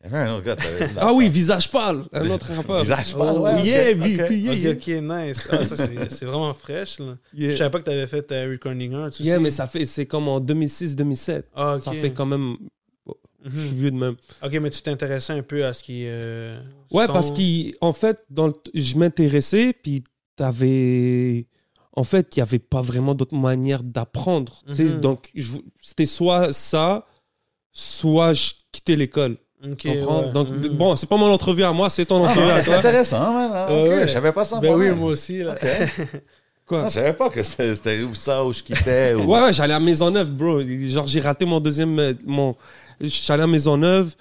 C: Il y avait un autre gars. t'avais-
D: ah oui, Visage Pâle, un autre rappeur.
C: Visage pâle, ouais.
D: Oh,
C: ok,
D: yeah, vi-
C: ok.
D: puis yeah,
E: Ok,
D: yeah.
E: ok, nice. Ah, ça, c'est c'est vraiment fraîche, là.
D: Yeah.
E: Je savais pas que t'avais fait euh, Recording Arts aussi.
D: Yeah, mais ça fait, c'est comme en 2006-2007.
E: Ah, ok. Mhm.
D: Ça fait quand même. oh, Je suis vieux de même.
E: Ok, mais tu t'intéressais un peu à ce qui est. euh,
D: Ouais,
E: son.
D: parce qu'en fait, dans le t- je m'intéressais, puis t'avais. En fait, il n'y avait pas vraiment d'autre manière d'apprendre. tu sais.
E: Mhm.
D: Donc, je vou- c'était soit ça, soit je quittais l'école.
E: Ok,
D: tu comprends?
E: ouais.
D: Donc,
E: Mhm.
D: bon, c'est pas mon entrevue à moi, c'est ton
C: Ah,
D: entrevue
C: ouais,
D: à
C: C'est
D: toi.
C: intéressant, man. Ah,
E: Ouais,
C: ok,
E: ouais.
C: Je savais pas ça.
E: Ben
C: moi,
E: oui,
C: man.
E: moi aussi, là.
C: Ok.
D: Quoi?
E: Ah,
C: Non, Je savais pas que c'était c'était où ça, où je quittais. ou-
D: Ouais, ouais, j'allais à Maisonneuve, bro. Genre, j'ai raté mon deuxième. euh, Mon... J'allais à Maisonneuve,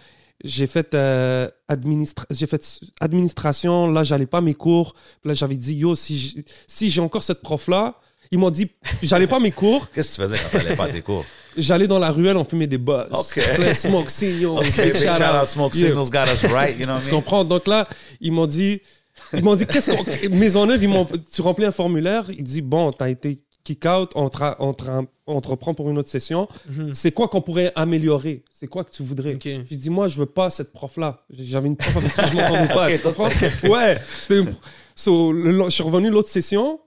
D: j'ai fait, euh, administra- j'ai fait s- administration. Là, j'allais pas à mes cours. Puis Là, j'avais dit, yo, si j'ai si j'ai encore cette prof-là, ils m'ont dit, j'allais pas à mes cours,
C: Qu'est-ce que tu faisais quand t'allais pas à tes cours?
D: j'allais dans la ruelle, on fumait des buzz.
C: Ok.
D: Plein smoke signals,
C: Ok,
D: big
C: big shout out,
D: shout-out.
C: Smoke
D: Yeah.
C: Signals got us right, you know
D: Tu
C: what I mean?
D: comprends? Donc là, ils m'ont dit, ils m'ont dit, qu'est-ce qu'on. Maisonneuve, ils m'ont. Tu remplis un formulaire, ils disent, bon, t'as été kick out, on te, ra- on te ra- on te reprend pour une autre session.
C: Mm-hmm.
E: Mhm.
D: C'est quoi qu'on pourrait améliorer? C'est quoi que tu voudrais?
E: Ok.
D: J'ai dit, moi, je veux pas cette prof-là. J'avais une prof avec qui je m'entendais pas.
C: Ok,
D: tu comprends? Ouais. c'était une- So, le lo- je suis revenu l'autre session.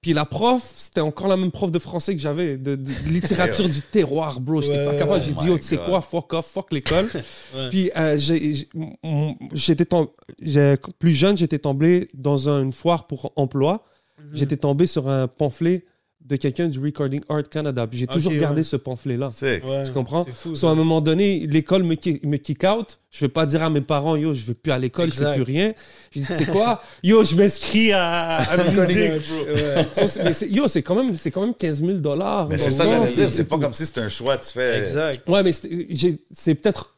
D: Puis la prof, c'était encore la même prof de français que j'avais, de, de- de littérature du terroir, bro. J'étais pas
E: Ouais.
D: capable. J'ai
C: Oh
D: dit,
C: my
D: oh, tu sais
C: God.
D: quoi, fuck off, fuck l'école.
E: Ouais.
D: Puis euh, j'ai- j'ai- m- j'étais tom- j'ai- plus jeune, j'étais tombé dans un- une foire pour emploi.
E: Mhm.
D: J'étais tombé sur un pamphlet de quelqu'un du Recording Art Canada. Puis J'ai
E: Ok,
D: toujours gardé
E: ouais.
D: ce pamphlet-là.
C: Sick.
E: Ouais.
D: Tu comprends?
E: C'est fou.
D: So, à
E: ça.
D: un moment donné, l'école me, ki- me kick out. Je vais pas dire à mes parents, yo, je vais plus à l'école, je fais
E: Exact.
D: plus rien. Je dis, c'est quoi? Yo, je m'inscris à, à la musique.
E: Ouais.
D: So, c'est- mais c'est- yo, c'est quand même, c'est quand même 15 000 dollars.
C: Mais c'est ça, j'allais dire. C'est pas
D: comme
C: comme si c'était un choix que tu fais.
E: Exact.
D: Ouais, mais c'était- j'ai- c'est peut-être.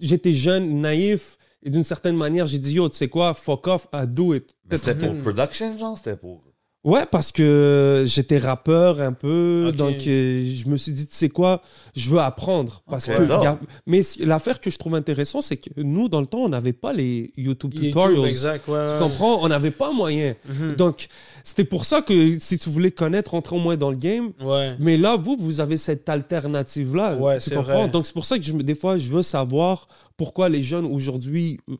D: J'étais jeune, naïf, et d'une certaine manière, j'ai dit, yo, tu sais quoi, fuck off, I do it.
C: Mais c'était
D: Peut-être-
C: pour production, genre? C'était pour.
D: Ouais, parce que j'étais rappeur un peu,
E: Ok.
D: donc euh, je me suis dit, tu sais quoi, je veux apprendre. Parce
C: Ok.
D: que
C: J'adore.
D: y a- Mais c- l'affaire que je trouve intéressante, c'est que nous, dans le temps, on n'avait pas les YouTube
E: YouTube,
D: tutorials.
E: Exact, ouais.
D: Tu
E: ouais.
D: comprends? On n'avait pas moyen.
E: Mhm.
D: Donc, c'était pour ça que si tu voulais connaître, rentrer au moins dans le game,
E: Ouais.
D: mais là, vous, vous avez cette alternative-là.
E: Ouais,
D: tu
E: c'est
D: comprends?
E: vrai.
D: Donc, c'est pour ça que je, me- des fois, je veux savoir pourquoi les jeunes aujourd'hui euh,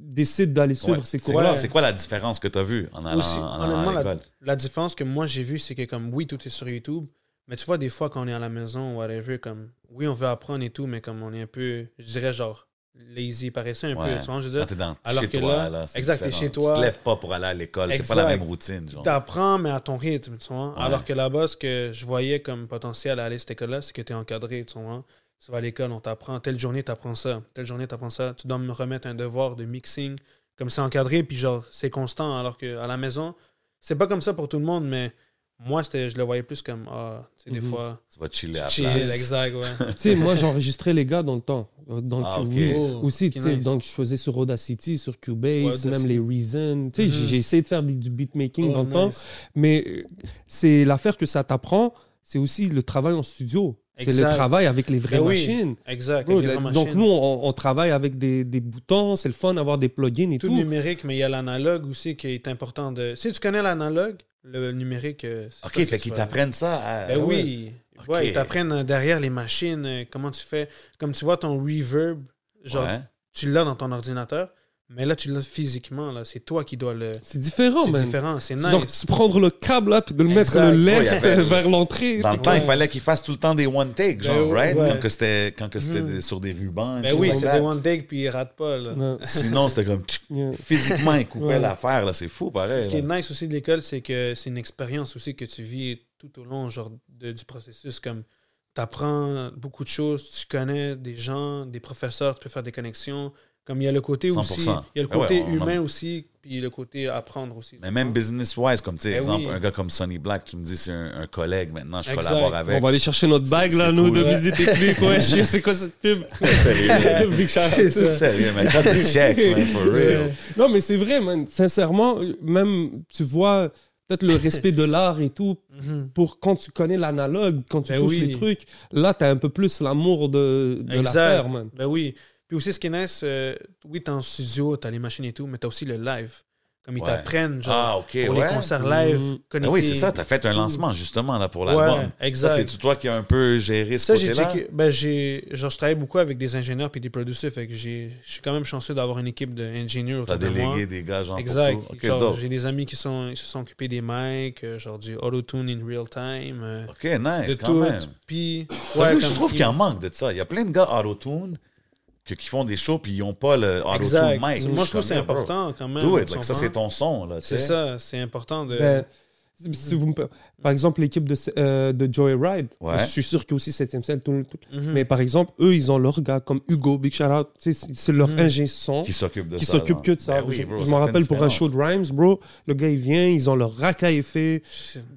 D: décident d'aller suivre
C: Ouais.
D: ces
C: C'est
D: cours-là.
C: quoi, c'est quoi la différence que tu as vue en allant,
E: Aussi,
C: en allant
E: honnêtement,
C: à
E: la,
C: l'école?
E: la différence que moi j'ai vue, c'est que comme oui, tout est sur YouTube, mais tu vois, des fois quand on est à la maison, whatever, comme oui, on veut apprendre et tout, mais comme on est un peu, je dirais genre lazy, paresseux un
C: Ouais.
E: peu, tu vois, je veux
C: Quand
E: dire.
C: t'es dans,
E: alors
C: chez
E: que
C: toi, là,
E: là-
C: c'est
E: exact, t'es
C: différent.
E: chez toi.
C: Tu te lèves pas pour aller à l'école. C'est pas la
E: Exact.
C: même routine, genre.
E: T'apprends, mais à ton rythme, tu vois.
C: Ouais.
E: Alors que là-bas, ce que je voyais comme potentiel à aller à cette école-là, c'est que t'es encadré, tu vois. Tu vas à l'école, on t'apprend. Telle journée, t'apprends ça. Telle journée, t'apprends ça. Tu dois me remettre un devoir de mixing. Comme c'est encadré, puis genre, c'est constant. Alors que à la maison, c'est pas comme ça pour tout le monde, mais moi, c'était, je le voyais plus comme, ah, tu sais, des
D: Mhm.
E: fois,
C: Tu vas chiller à la
E: chill,
C: place.
E: exact, ouais.
D: Tu sais, moi, j'enregistrais les gars dans le temps. Euh, Donc,
C: Ah, ok.
D: oui,
E: Oh,
D: aussi,
E: ok,
D: tu sais,
E: nice.
D: donc je faisais sur Audacity, sur Cubase,
E: Ouais,
D: même les Reason. Tu sais, j'ai-
E: Mhm.
D: j'ai essayé de faire des- du beatmaking
E: Oh,
D: dans le
E: nice.
D: temps. Mais euh, c'est l'affaire que ça t'apprend, c'est aussi le travail en studio. C'est le
E: Exact.
D: travail avec les vraies
E: Ben oui.
D: machines.
E: Exact.
D: Bro,
E: avec des
D: la-
E: vraies
D: Oh, donc
E: machines.
D: nous, on, on travaille avec des, des boutons, c'est le fun d'avoir des plugins et
E: tout,
D: tout.
E: numérique, mais il y a l'analogue aussi qui est important de. Si tu connais l'analogue, le numérique. euh, c'est pas
C: Ok,
E: que
C: fait
E: tu
C: qu'ils
E: vas-
C: t'apprennent ça. ah, à-
E: Ben oui.
C: Ok.
E: Ouais, ils t'apprennent euh, derrière les machines, euh, comment tu fais. Comme tu vois ton reverb, genre,
C: Ouais.
E: tu l'as dans ton ordinateur, mais là, tu l'as physiquement, là. C'est toi qui dois le.
D: C'est
C: Oh,
D: différent,
E: C'est
D: man.
E: différent, c'est nice.
D: Genre, tu prendre le câble là, puis de le
E: Exact.
D: mettre le
C: Ouais, y
D: left
C: avait-
D: vers l'entrée.
C: Dans le temps,
E: Ouais.
C: il fallait qu'ils fassent tout le temps des one take, genre,
E: Ben,
C: right?
E: ouais.
C: Quand que c'était quand que c'était
E: Mm.
C: des- sur des rubans.
E: Ben
C: quelque
E: oui,
C: chose
E: c'est
C: comme
E: des
C: ça.
E: one take, puis ils ratent pas, là.
D: Ouais.
C: Sinon, c'était comme tchou,
D: Yeah.
C: physiquement, ils coupaient
D: Ouais.
C: l'affaire, là. C'est fou, pareil.
E: Ce qui est
C: là.
E: nice aussi de l'école, c'est que c'est une expérience aussi que tu vis tout au long genre, de- du processus. Comme tu apprends beaucoup de choses, tu connais des gens, des professeurs, tu peux faire des connexions. Comme il y a le côté aussi,
C: 100%.
E: il y a le
C: Ah ouais,
E: côté
C: on en-
E: humain aussi, puis le côté apprendre aussi.
C: Mais même business-wise, comme, tu sais,
E: Ben
C: exemple,
E: oui.
C: un gars comme Sonny Black, tu me dis, c'est un, un collègue maintenant, je
E: Exact.
C: collabore
D: On
C: avec.
D: va aller chercher notre bague là, nous,
C: cool,
D: de
C: ouais.
D: visite technique. Ouais, je sais, c'est quoi cette pub?
C: Sérieux.
D: Big shout out.
C: C'est sérieux, man. Cut the check, man, for real.
D: Non, mais c'est vrai, man. Sincèrement, euh, même, tu vois, peut-être le respect de l'art et tout,
E: Mhm.
D: pour quand tu connais l'analogue, quand tu
E: Ben
D: touches
E: oui.
D: les trucs, là, t'as un peu plus l'amour de, de
E: Exact.
D: l'affaire, man.
E: Ben oui. Puis aussi, ce qui est nice, euh, oui, t'es en studio, t'as les machines et tout, mais t'as aussi le live. Comme ils
C: Ouais.
E: t'apprennent, genre,
C: Ah, ok,
E: pour les
C: ouais.
E: concerts live,
D: Mhm.
C: Ah
E: connectés.
C: oui, c'est ça, t'as fait un
E: tout.
C: lancement justement là pour
E: Ouais,
C: l'album.
E: exact.
C: Ça, c'est toi qui as un peu géré ce
E: Ça, j'ai
C: côté-là.
E: checké- ben, j'ai, genre, je travaille beaucoup avec des ingénieurs puis des producers, fait que j'ai, je suis quand même chanceux d'avoir une équipe d'ingénieurs
C: T'as
E: autour de moi.
C: délégué des gars, genre. pour
E: Exact.
C: tout. Ok,
E: Genre,
C: dope.
E: j'ai des amis qui sont, ils se sont occupés des mics, euh, genre du auto-tune in real time, euh,
C: Ok, nice,
E: de
C: quand
E: tout.
C: même.
E: Puis,
C: T'as
E: ouais,
C: vu, je
E: comme
C: trouve
E: ils-
C: qu'il en manque de ça. Il y a plein de gars auto-tune que- qui font des shows puis ils n'ont pas le
E: Exact.
C: auto-tune mic.
E: Moi, je trouve que c'est
C: Comme, bro,
E: important quand même.
C: Do it,
E: tu
C: like, ça,
E: comprends?
C: c'est ton son, là, tu
E: C'est
C: sais.
E: ça, c'est
C: Euh.
E: important de.
D: Ben, si vous me per- Par exemple, l'équipe de, euh, de Joyride,
C: Ouais. Hmm.
D: je suis sûr qu'il y a aussi 7 Cell. tout- tout-
E: Mhm.
D: Mais par exemple, eux, ils ont leur gars comme Hugo, Big Shout Out. tu sais, C'est c'est leur ingé son
C: Hmm. Qui s'occupe de
D: qui
C: ça.
D: s'occupe
C: genre.
D: que de ça.
C: Ben oui,
D: je
C: bro,
D: je
C: ça
D: m'en
C: fait une
D: rappelle pour un
C: différence.
D: show de Rhymes, bro. Le gars, il vient, ils ont leur rack à effet.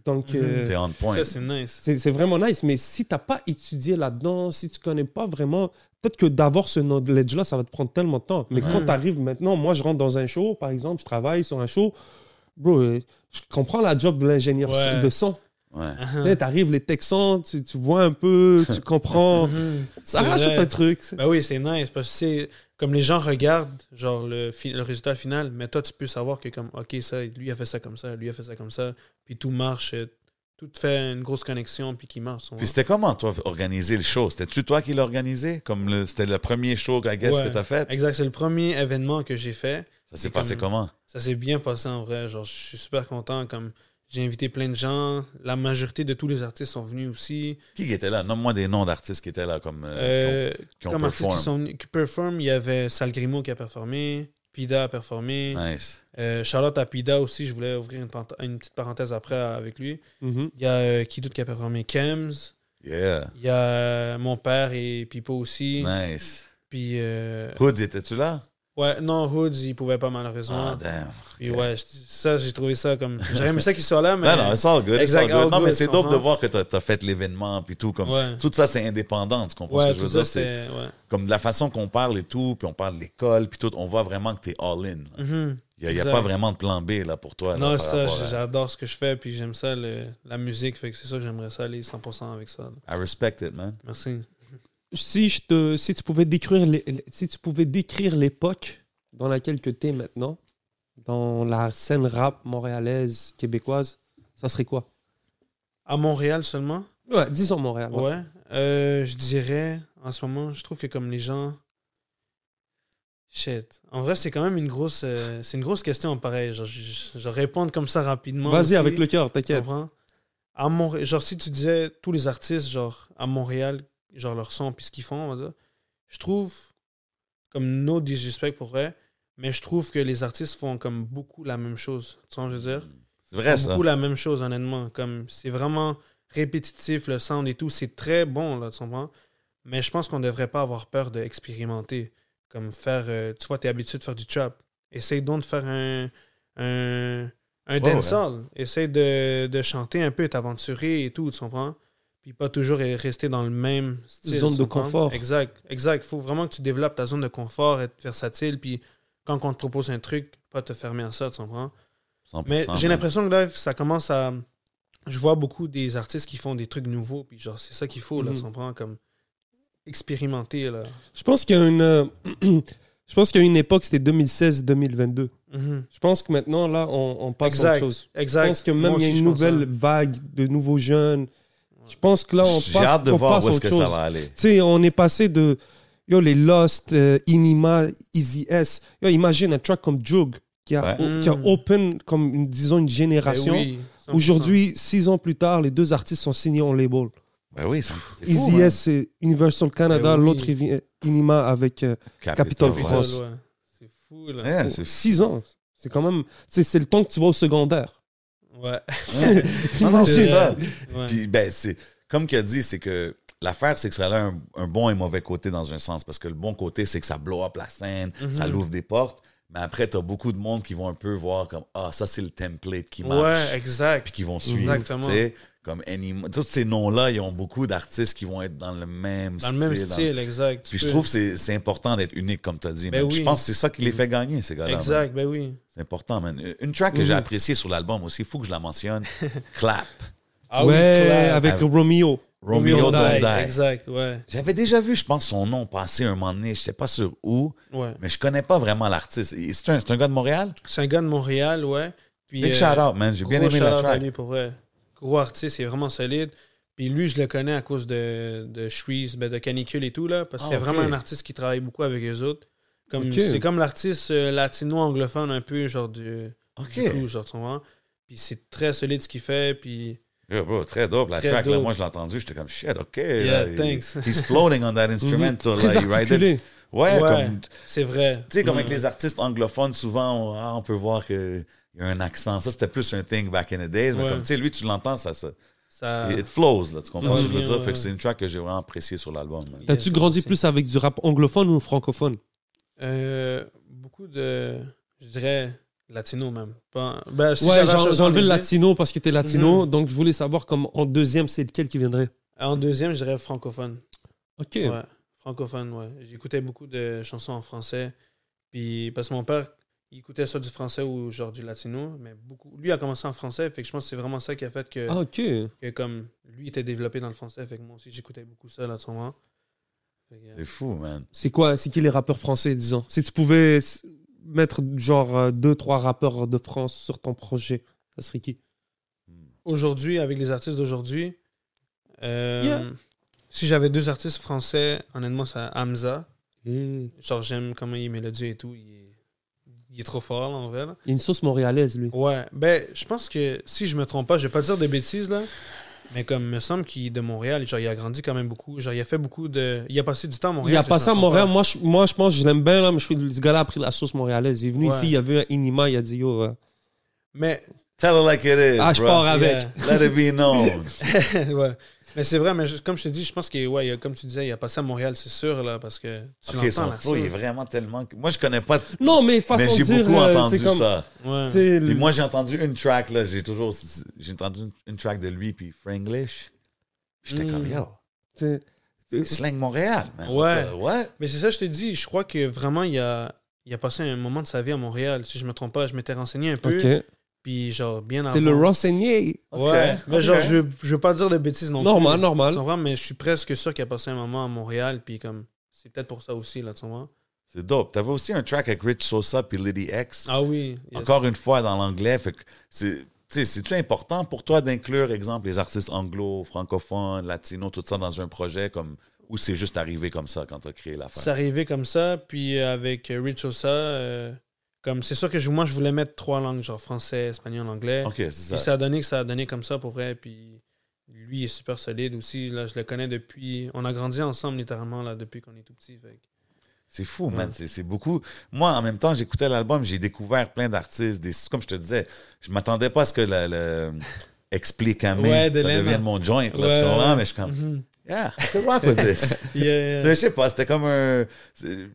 D: Donc, euh,
C: Hmm. C'est on point.
E: Ça, c'est nice.
D: c'est c'est vraiment nice. Mais si t'as pas étudié là-dedans, si tu connais pas vraiment, peut-être que d'avoir ce knowledge-là, ça va te prendre tellement de temps. Mais
E: Mhm.
D: quand t'arrives maintenant, moi, je rentre dans un show, par exemple, je travaille sur un show. Bro, euh, je comprends la job de l'ingénieur
E: Ouais. Ah.
D: de son.
C: Ouais.
D: Tu sais, T'arrives, les Texans, tu, tu vois un peu, tu comprends. ça
E: C'est
D: rajoute
E: vrai.
D: un truc. c'est-
E: Ben oui, c'est nice parce que c'est comme les gens regardent genre le, fi- le résultat final, mais toi tu peux savoir que comme ok ça, lui a fait ça comme ça, lui a fait ça comme ça, puis tout marche, euh, tout fait une grosse connexion puis qui marche. on-
C: Puis c'était comment, toi, organiser le show? C'était-tu toi qui l'as organisé? Comme le- c'était le premier show, I guess,
E: Ouais.
C: que t'as fait?
E: Exact, c'est le premier événement que j'ai fait.
C: Ça s'est
E: C'est comme-
C: passé comment?
E: Ça s'est bien passé en vrai, genre je suis super content comme j'ai invité plein de gens, la majorité de tous les artistes sont venus aussi.
C: Qui était là? Nomme-moi des noms d'artistes qui étaient là, comme... euh,
E: Euh,
C: qui ont
E: comme artistes qui
C: perform.
E: sont venus- qui performent, il y avait Sal Grimo qui a performé, Pida a performé.
C: qui ont- Nice.
E: Euh, Charlotte à Pida aussi, je voulais ouvrir une, pant- une petite parenthèse après avec lui.
D: Mhm.
E: Il y a euh, qui d'autre qui a performé Kems.
C: Yeah.
E: Il y a euh, mon père et Pipo aussi.
C: Nice.
E: Puis, euh,
C: Hoods, étais-tu là?
E: ouais, non, Hoods, il pouvait pas
C: Ah,
E: malheureusement.
C: damn.
E: Puis ouais, je- ça, j'ai trouvé ça comme. J'aurais aimé ça qu'il soit là, mais.
C: Ben Non, non, it's all good. it's
E: Exact,
C: all good.
E: all
C: non, mais
E: good,
C: c'est
E: on
C: dope de
E: rentre.
C: voir que t'as as fait l'événement puis tout. Comme,
E: Ouais.
C: Tout ça, c'est indépendant, tu comprends
E: Ouais,
C: ce que je
E: tout
C: veux
E: ça,
C: dire? C'est
E: c'était. Ouais.
C: comme de la façon qu'on parle et tout, puis on parle de l'école, puis tout, on voit vraiment que t'es all-in.
E: Mhm.
C: Il n'y a,
E: Exact.
C: pas vraiment de plan B là, pour toi. là,
E: Non,
C: par
E: ça,
C: rapport à-
E: j'adore ce que je fais, puis j'aime ça, le- la musique. Fait que c'est ça, j'aimerais ça aller 100% avec ça. là.
C: I respect it, man.
E: Merci.
D: si, je te, si tu pouvais décrire les- les- si tu pouvais décrire l'époque dans laquelle tu es maintenant, dans la scène rap montréalaise québécoise, ça serait quoi
E: À Montréal seulement?
D: Ouais, disons Montréal. ouais.
E: Ouais. Euh, je dirais, en ce moment, je trouve que comme les gens. Shit. En vrai, c'est quand même une grosse, euh, c'est une grosse question, pareil. Genre, je, je- je réponds comme ça rapidement.
D: Vas-y
E: aussi.
D: avec le cœur,
E: Tu
D: t'inquiète.
E: comprends? À Montré- genre, si tu disais tous les artistes, genre, à Montréal, genre, leur son, puis ce qu'ils font, on va dire, je trouve, comme no disrespect pour vrai, mais je trouve que les artistes font comme beaucoup la même chose. Tu vois, ce que je veux dire?
C: C'est vrai,
E: C'est
C: ça.
E: beaucoup la même chose, honnêtement. Comme c'est vraiment répétitif, le sound et tout. C'est très bon, là, tu comprends? Mais je pense qu'on ne devrait pas avoir peur d'expérimenter. Comme faire. euh, tu vois, t'es habitué de faire du chop. Essaye donc de faire un. un un
C: ouais.
E: dancehall. Essaye de, de chanter un peu, t'aventurer et tout, tu comprends? Puis pas toujours rester dans le même style.
D: Zone
E: tu
D: de
E: comprends?
D: confort.
E: Exact, exact. Faut vraiment que tu développes ta zone de confort, être versatile. Puis quand on te propose un truc, pas te fermer à ça, tu comprends?
C: 100%,
E: Mais j'ai
C: man.
E: l'impression que là, ça commence à. Je vois beaucoup des artistes qui font des trucs nouveaux, puis genre, c'est ça qu'il faut, là,
D: Mhm.
E: tu comprends, comme expérimenter, là.
D: Je pense qu'il y a une, euh, je pense qu'il y a une époque, c'était 2016-2022.
E: Mhm.
D: Je pense que maintenant là, on, on passe à
E: Exact.
D: autre chose.
E: Exact.
D: Je pense que
E: Moi
D: même il y a
E: aussi,
D: une
E: je pense
D: nouvelle
E: ça.
D: vague de nouveaux jeunes. Je pense que là, on passe,
C: J'ai hâte de
D: on
C: voir
D: passe
C: où
D: à
C: est-ce
D: autre
C: que
D: chose.
C: ça va aller.
D: Tu sais, on est passé de yo, les Lost, euh, Inima, Easy S. Yo, imagine un track comme Jug qui a,
C: Ouais.
D: o- qui a
E: Mm.
D: open comme une- disons une génération.
E: Ben oui, 100%.
D: Aujourd'hui, six ans plus tard, les deux artistes sont signés en label.
C: Ben oui, c'est c'est fou,
D: Easy
C: man.
D: S, c'est Universal Canada,
E: Ben oui.
D: l'autre il vient- Inima avec euh, Capitole
E: Putain,
D: France.
E: ouais. Ah, C'est fou, là.
C: Ouais, c'est-
D: six ans. C'est quand même, tu sais, c'est le temps que tu vas au secondaire.
E: Ouais.
C: ouais. Non, non, c'est
E: Ah, C'est
C: ça.
E: Ouais.
C: Puis, ben, c'est comme qu'il a dit, c'est que l'affaire, c'est que ça a un, un bon et mauvais côté dans un sens. Parce que le bon côté, c'est que ça blow up la scène,
E: Mhm.
C: ça l'ouvre des portes. Mais après, t'as beaucoup de monde qui vont un peu voir comme Ah, ça, c'est le template qui marche.
E: ouais, exact.
C: Puis qui vont suivre.
E: Exactement.
C: tu sais, Comme Anima. Tous ces noms-là, ils ont beaucoup d'artistes qui vont être dans le même
E: Dans
C: style.
E: le même
C: dans-
E: style, exact. Tu
C: Puis je
E: peux-
C: trouve que c'est- c'est important d'être unique, comme tu as dit.
E: Ben
C: man. Puis Je
E: oui.
C: pense que c'est ça qui les fait gagner, ces gars-là. man.
E: Exact, ben oui.
C: C'est important, man. Une track que
D: Mhm.
C: j'ai appréciée sur l'album aussi, il faut que je la mentionne Clap.
E: Ah oui,
D: ouais,
E: clair.
D: avec
C: Avec-
D: Romeo.
C: Romeo
D: Don't
C: Don't
D: Die.
C: Die.
E: Exact, ouais.
C: J'avais déjà vu, je pense, son nom passer un moment donné. Je sais pas sûr où,
E: ouais.
C: mais je connais pas vraiment l'artiste. Et C'est un, c'est un gars de Montréal?
E: C'est un gars de Montréal, ouais. Puis,
C: Big
E: euh,
C: shout-out, man. J'ai bien
E: gros
C: aimé la
E: shout-out à
C: track.
E: lui, pour vrai. Gros artiste, il est vraiment solide. Puis lui, je le connais à cause de, de Shreeze, ben, de Canicule et tout, là, parce que
C: Ah,
E: c'est
C: ok.
E: vraiment un artiste qui travaille beaucoup avec les autres. Comme,
D: Ok.
E: C'est comme l'artiste euh, latino-anglophone un peu, genre du,
C: OK.
E: du coup, genre, tu comprends? Puis c'est très solide ce qu'il fait, puis...
C: Yeah, bro, très dope, la
E: Très
C: track. là.
E: dope.
C: moi, je l'ai entendu, j'étais comme, shit, OK.
E: Yeah,
C: là,
E: thanks.
C: He's floating on that instrumental.
D: Mhm. Très
C: là, he ride it.
D: articulé.
C: Ouais,
E: Ouais.
C: comme-
E: C'est vrai.
C: Tu sais, comme
E: Ouais.
C: avec les artistes anglophones, souvent, on, ah, on peut voir qu'il y a un accent. Ça, c'était plus un thing back in the days. Mais
E: Ouais.
C: comme, tu sais, lui, tu l'entends, ça, ça.
E: Ça...
C: It flows, là. Tu comprends ce
E: Ça
C: que je veux
E: revient,
C: dire? Fait
E: ouais.
C: que c'est une track que j'ai vraiment appréciée sur l'album. man.
D: T'as-tu
E: Yes,
D: grandi
E: merci.
D: plus avec du rap anglophone ou francophone
E: Euh, beaucoup de... Je dirais latino, même. Pas- Ben, si
D: Ouais,
E: j'avais à
D: j'en-
E: choisir
D: j'ai enlevé
E: les
D: le
E: deux,
D: latino parce que t'es
E: Mhm.
D: latino, donc je voulais savoir comme en deuxième, c'est lequel qui viendrait.
E: En deuxième, je dirais francophone.
D: Ok.
E: Ouais, francophone, ouais. J'écoutais beaucoup de chansons en français. Puis, parce que mon père, il écoutait ça du français ou genre du latino, mais beaucoup. Lui a commencé en français, fait que je pense que c'est vraiment ça qui a fait que,
D: Ah, ok.
E: que comme lui était développé dans le français, fait que moi aussi j'écoutais beaucoup ça là de son moment. Fait que,
C: C'est fou, man.
D: C'est quoi C'est qui les rappeurs français, disons Si tu pouvais s- mettre genre euh, deux, trois rappeurs de France sur ton projet, ça serait qui
E: Aujourd'hui, avec les artistes d'aujourd'hui, euh,
D: Yeah.
E: si j'avais deux artistes français, honnêtement, c'est Hamza.
D: Eh,
E: Genre, j'aime comment il est mélodieux et tout. Il est, il est trop fort, là, en vrai. là.
D: Il y a une sauce montréalaise, lui.
E: Ouais, ben, je pense que si je me trompe pas, je vais pas dire de bêtises là, mais comme me semble qu'il est de Montréal, genre il a grandi quand même beaucoup, genre il a fait beaucoup de il a passé du temps à Montréal.
D: il a
E: si
D: passé
E: je
D: à
E: me trompe
D: Montréal.
E: pas.
D: Moi je, moi, je pense que je l'aime bien, là, mais je suis, ce gars-là a pris la sauce montréalaise. Il est venu
E: Ouais.
D: ici, il y avait un Inima, il a dit Yo, euh,
E: Mais
C: Tell it like it is.
D: ah, je
C: bro.
D: pars avec.
E: Yeah.
C: Let it be known.
E: ouais. Mais c'est vrai, mais je- comme je te dis, je pense que ouais, il a- comme tu disais, il a passé à Montréal, c'est sûr là parce que
C: ok,
E: tu l'entends
C: son
E: là.
C: flow, il est vraiment tellement. Moi, je connais pas.
D: Non, mais façon
C: Mais
D: de
C: j'ai
D: dire,
C: beaucoup
D: euh,
C: entendu
D: c'est comme.
C: ça.
D: tu
E: Ouais.
D: sais,
C: Puis moi, j'ai entendu une track, là. J'ai toujours. J'ai entendu une- une track de lui, puis Franglish. J'étais comme,
D: Hmm.
E: Mm.
C: yo,
D: tu sais,
C: slang Montréal, man.
E: Ouais.
C: Euh, ouais.
E: Mais c'est ça je te dis, je crois que vraiment il a il a passé un moment de sa vie à Montréal, si je me trompe pas, je m'étais renseigné un peu,
D: Ok. C'est
E: puis genre bien avant.
D: le renseigné.
E: Ouais,
C: Ok,
E: mais
C: ok.
E: genre je je veux pas dire de bêtises non plus.
D: Normal, normal.
E: Tu comprends, mais je suis presque sûr qu'il a passé un moment à Montréal, puis comme, c'est peut-être pour ça aussi, là, tu comprends?
C: C'est dope. T'avais aussi un track avec Rich Sosa puis Lady X.
E: Ah oui. yes.
C: Encore une fois, dans l'anglais. Fait que c'est. tu sais, C'est-tu important pour toi d'inclure, exemple, les artistes anglo, francophones, latinos, tout ça dans un projet comme ou c'est juste arrivé comme ça quand tu as créé la
E: C'est
C: fin?
E: arrivé comme ça, puis euh, avec euh, Rich Sosa, euh, comme, c'est sûr que je- moi, je voulais mettre trois langues, genre français, espagnol, anglais.
C: Ok, c'est
E: Puis
C: ça.
E: ça a donné que ça a donné comme ça, pour vrai, puis lui il est super solide aussi, là, je le connais depuis... On a grandi ensemble, littéralement, là, depuis qu'on est tout petit, fait que-
C: C'est fou, man. C'est- C'est beaucoup. Moi, en même temps, j'écoutais l'album, j'ai découvert plein d'artistes. Des... Comme je te disais, je m'attendais pas à ce que le, le- explique à
E: Ouais,
C: ça
E: de l'aime.
C: devienne mon joint. là, tu
E: Ouais,
C: comprends?
E: ouais.
C: Mais je suis comme,
E: Mhm.
C: yeah, I can rock with this.
E: Yeah.
C: Tu sais, Je sais pas, c'était comme un. c'est-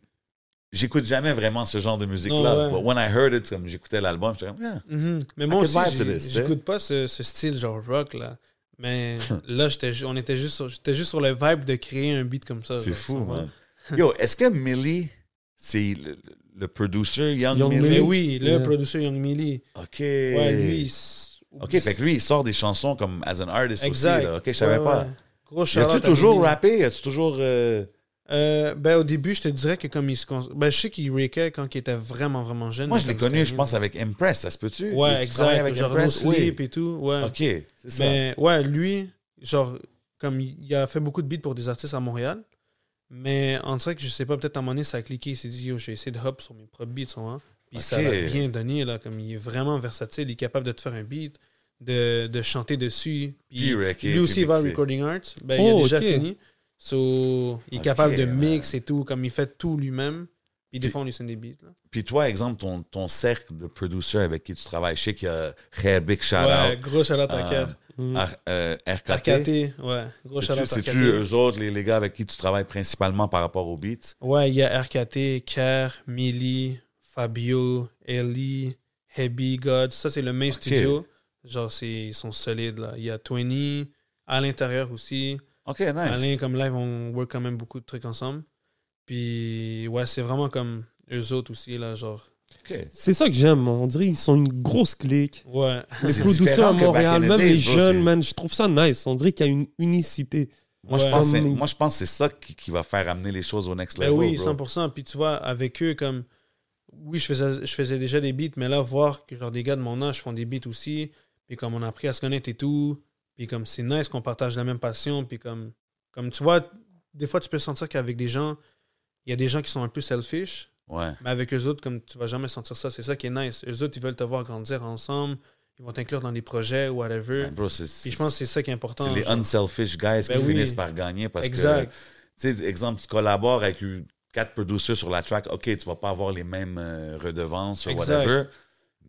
C: J'écoute jamais vraiment ce genre de musique-là.
E: Non, ouais.
C: But when I heard it, comme j'écoutais l'album, j'étais comme, yeah.
E: Mhm. Mais moi
C: I could
E: aussi,
C: Ah, vibe to
E: j'ai-
C: this, tu sais.
E: j'écoute pas ce, ce style genre rock là. Mais là, j'étais ju- on était juste sur, j'étais juste sur le vibe de créer un beat comme ça.
C: C'est
E: genre,
C: fou,
E: tu vois.
C: man. Yo, est-ce que Millie, c'est le, le producer, Young,
D: Young
C: Millie?
E: Mais
D: Millie.
E: oui, le
D: Yeah.
E: producer Young Millie.
C: OK.
E: Ouais, lui. il s-
C: OK, fait que lui, il sort des chansons comme as an artist
E: Exact.
C: aussi. Là. OK, je savais
E: Ouais,
C: pas.
E: ouais. Gros shout-out
C: As-tu
E: à
C: toujours
E: Millie.
C: rappé? As-tu toujours. euh,
E: Euh, ben, au début, je te dirais que comme il se. cons- Ben, je sais qu'il rackait quand il était vraiment, vraiment jeune.
C: Moi,
E: mais
C: je l'ai
E: comme
C: connu,
E: c'était
C: je pense, avec Impress. Ça se peut-tu?
E: mieux.
C: Tu
E: Ouais,
C: travailles
E: exact.
C: avec
E: genre No
C: Impress? Oui.
E: Sleep et tout. Ouais.
C: OK, c'est ça.
E: euh, Mais ouais, lui, genre, comme il il a fait beaucoup de beats pour des artistes à Montréal, mais on dirait que je sais pas, peut-être à un moment donné, ça a cliqué, il s'est dit, yo, je vais essayer de hop sur mes propres beats, tu vois. Puis ça
C: Ok.
E: l'a bien donné, là, comme il est vraiment versatile, il est capable de te faire un beat, de, de chanter dessus. Puis
C: Puis racker,
E: lui aussi,
C: puis
E: il va à
C: mixer.
E: Recording Arts, ben,
D: Oh,
E: il a déjà
D: ok.
E: fini. So, il est
C: Ok,
E: capable de
C: man.
E: mix et tout, comme il fait tout lui-même. Puis des
C: Puis-
E: fois, on lui sonne des beats, là.
C: Puis toi, exemple, ton, ton cercle de producers avec qui tu travailles, je sais qu'il y a Rare Big Shout
E: Ouais, mm-hmm.
C: Out,
E: gros shout-out à
C: Euh,
E: Kev.
D: Mm.
C: Ar- euh, RKT.
E: Arcaté, ouais. Gros shout-out
C: C'est-tu-
E: à
C: C'est-tu
E: Arcaté.
C: eux autres, les, les gars avec qui tu travailles principalement par rapport aux beats?
E: Ouais, il y a RKT, Kerr, Millie, Fabio, Ellie, Heavy God. Ça, c'est le main studio. Genre, c'est, ils sont solides, là. Il y a 20 à l'intérieur aussi.
C: OK, nice.
E: Alain, comme live, on work quand même beaucoup de trucs ensemble. Puis, ouais, c'est vraiment comme eux autres aussi, là. Genre,
C: OK.
D: C'est ça que j'aime, hein. on dirait ils sont une grosse clique.
E: Ouais.
D: Les
C: C'est
D: producteurs
C: différent
D: à
C: que back in
D: Montréal,
C: the
D: même
C: days,
D: les
C: bro,
D: jeunes,
C: c'est-
D: man, je trouve ça nice. On dirait qu'il y a une unicité.
C: Moi, je
E: Ouais.
C: pense que c'est-
D: Comme-
C: moi, je pense que c'est ça qui, qui va faire amener les choses au next
E: euh, Ben
C: level.
E: oui,
C: bro.
E: 100%. Puis tu vois, avec eux, comme. Oui, je faisais, je faisais déjà des beats, mais là, voir que genre, des gars de mon âge font des beats aussi. Puis comme on a appris à se connaître et tout. Puis comme c'est nice qu'on partage la même passion. Puis comme, comme tu vois, des fois, tu peux sentir qu'avec des gens, il y a des gens qui sont un peu selfish.
C: Ouais.
E: Mais avec eux autres, comme tu vas jamais sentir ça, c'est ça qui est nice. Eux autres, ils veulent te voir grandir ensemble. Ils vont t'inclure dans des projets, whatever.
C: Ben, bro, c'est- c'est-
E: Puis je pense que c'est ça qui est important.
C: c'est les
E: genre.
C: unselfish guys qui
E: Ben oui.
C: finissent par gagner parce
E: Exact.
C: que, tu sais, exemple, tu collabores avec eu- quatre producers sur la track, ok, tu vas pas avoir les mêmes euh, redevances ou
E: Exact.
C: whatever,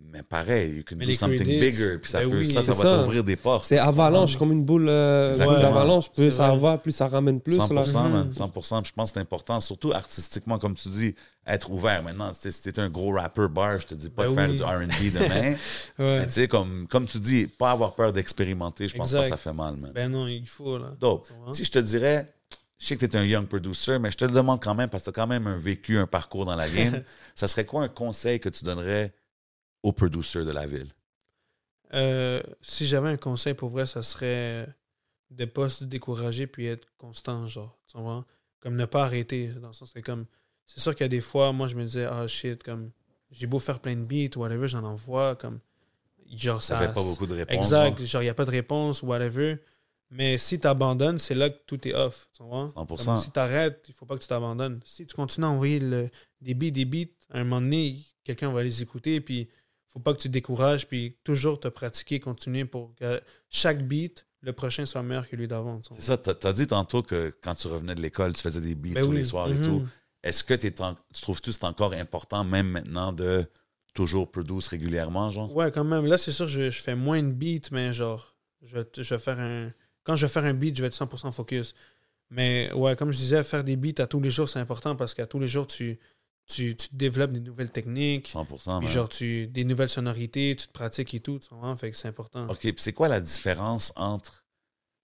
C: mais pareil, you can
E: Mais
C: do
E: les
C: something
E: credits,
C: bigger, puis ça,
E: ben
C: peut,
E: oui,
C: ça, ça
D: c'est
C: va
D: ça.
C: t'ouvrir des portes.
D: C'est avalanche, comme une boule, euh,
C: Exactement.
D: boule d'avalanche. Plus
E: C'est
D: ça
E: vrai.
D: va, plus ça ramène plus.
C: 100%,
D: là.
E: Mhm.
C: man, 100%. Puis je pense que c'est important, surtout artistiquement, comme tu dis, être ouvert. Maintenant, si t'es- si t'es un gros rapper bar, je te dis pas
E: Ben
C: de faire du
E: oui.
C: RB demain.
E: Ouais.
C: mais tu sais, comme, comme tu dis, pas avoir peur d'expérimenter, je pense pas que ça
E: Exact.
C: fait mal, man.
E: Ben non, il faut, là.
C: Dope.
E: Tu vois?
C: Si je te dirais, je sais que tu es un young producer, mais je te le demande quand même parce que tu as quand même un vécu, un parcours dans la game. ça serait quoi un conseil que tu donnerais aux producers de la ville?
E: Euh, si j'avais un conseil pour vrai, ça serait de pas se décourager puis être constant, genre. Tu comprends? Comme ne pas arrêter. Dans le sens que comme. C'est sûr qu'il y a des fois, moi je me disais, ah shit, comme j'ai beau faire plein de beats, whatever, j'en envoie, comme. Genre
C: Ça
E: ça.
C: fait pas beaucoup de réponses.
E: Exact.
C: hein?
E: Genre, il n'y a pas de réponse, whatever. Mais si tu abandonnes, c'est là que tout est off. Tu comprends?
C: 100%.
E: Comme si tu arrêtes, il faut pas que tu t'abandonnes. Si tu continues à envoyer le- des beats, des beats, à un moment donné, quelqu'un va les écouter. Puis faut pas que tu te décourages. Puis toujours te pratiquer, continuer pour que chaque beat, le prochain soit meilleur que lui d'avant. tu
C: C'est ça, tu as dit tantôt que quand tu revenais de l'école, tu faisais des beats
E: comprends? Ben
C: tous
E: oui.
C: les soirs et
E: Mhm.
C: tout. Est-ce que t'es en- tu trouves-tu que c'est encore important, même maintenant, de toujours produire régulièrement, genre?
E: Ouais, quand même. Là, c'est sûr, je, je fais moins de beats, mais genre, je, vais t- je vais faire un. Quand je vais faire un beat, je vais être 100% focus. Mais ouais, comme je disais, faire des beats à tous les jours, c'est important parce qu'à tous les jours, tu, tu, tu développes des nouvelles techniques,
C: 100%. man.
E: puis genre, tu, des nouvelles sonorités, tu te pratiques et tout, tu comprends? Fait que c'est important.
C: OK, puis c'est quoi la différence entre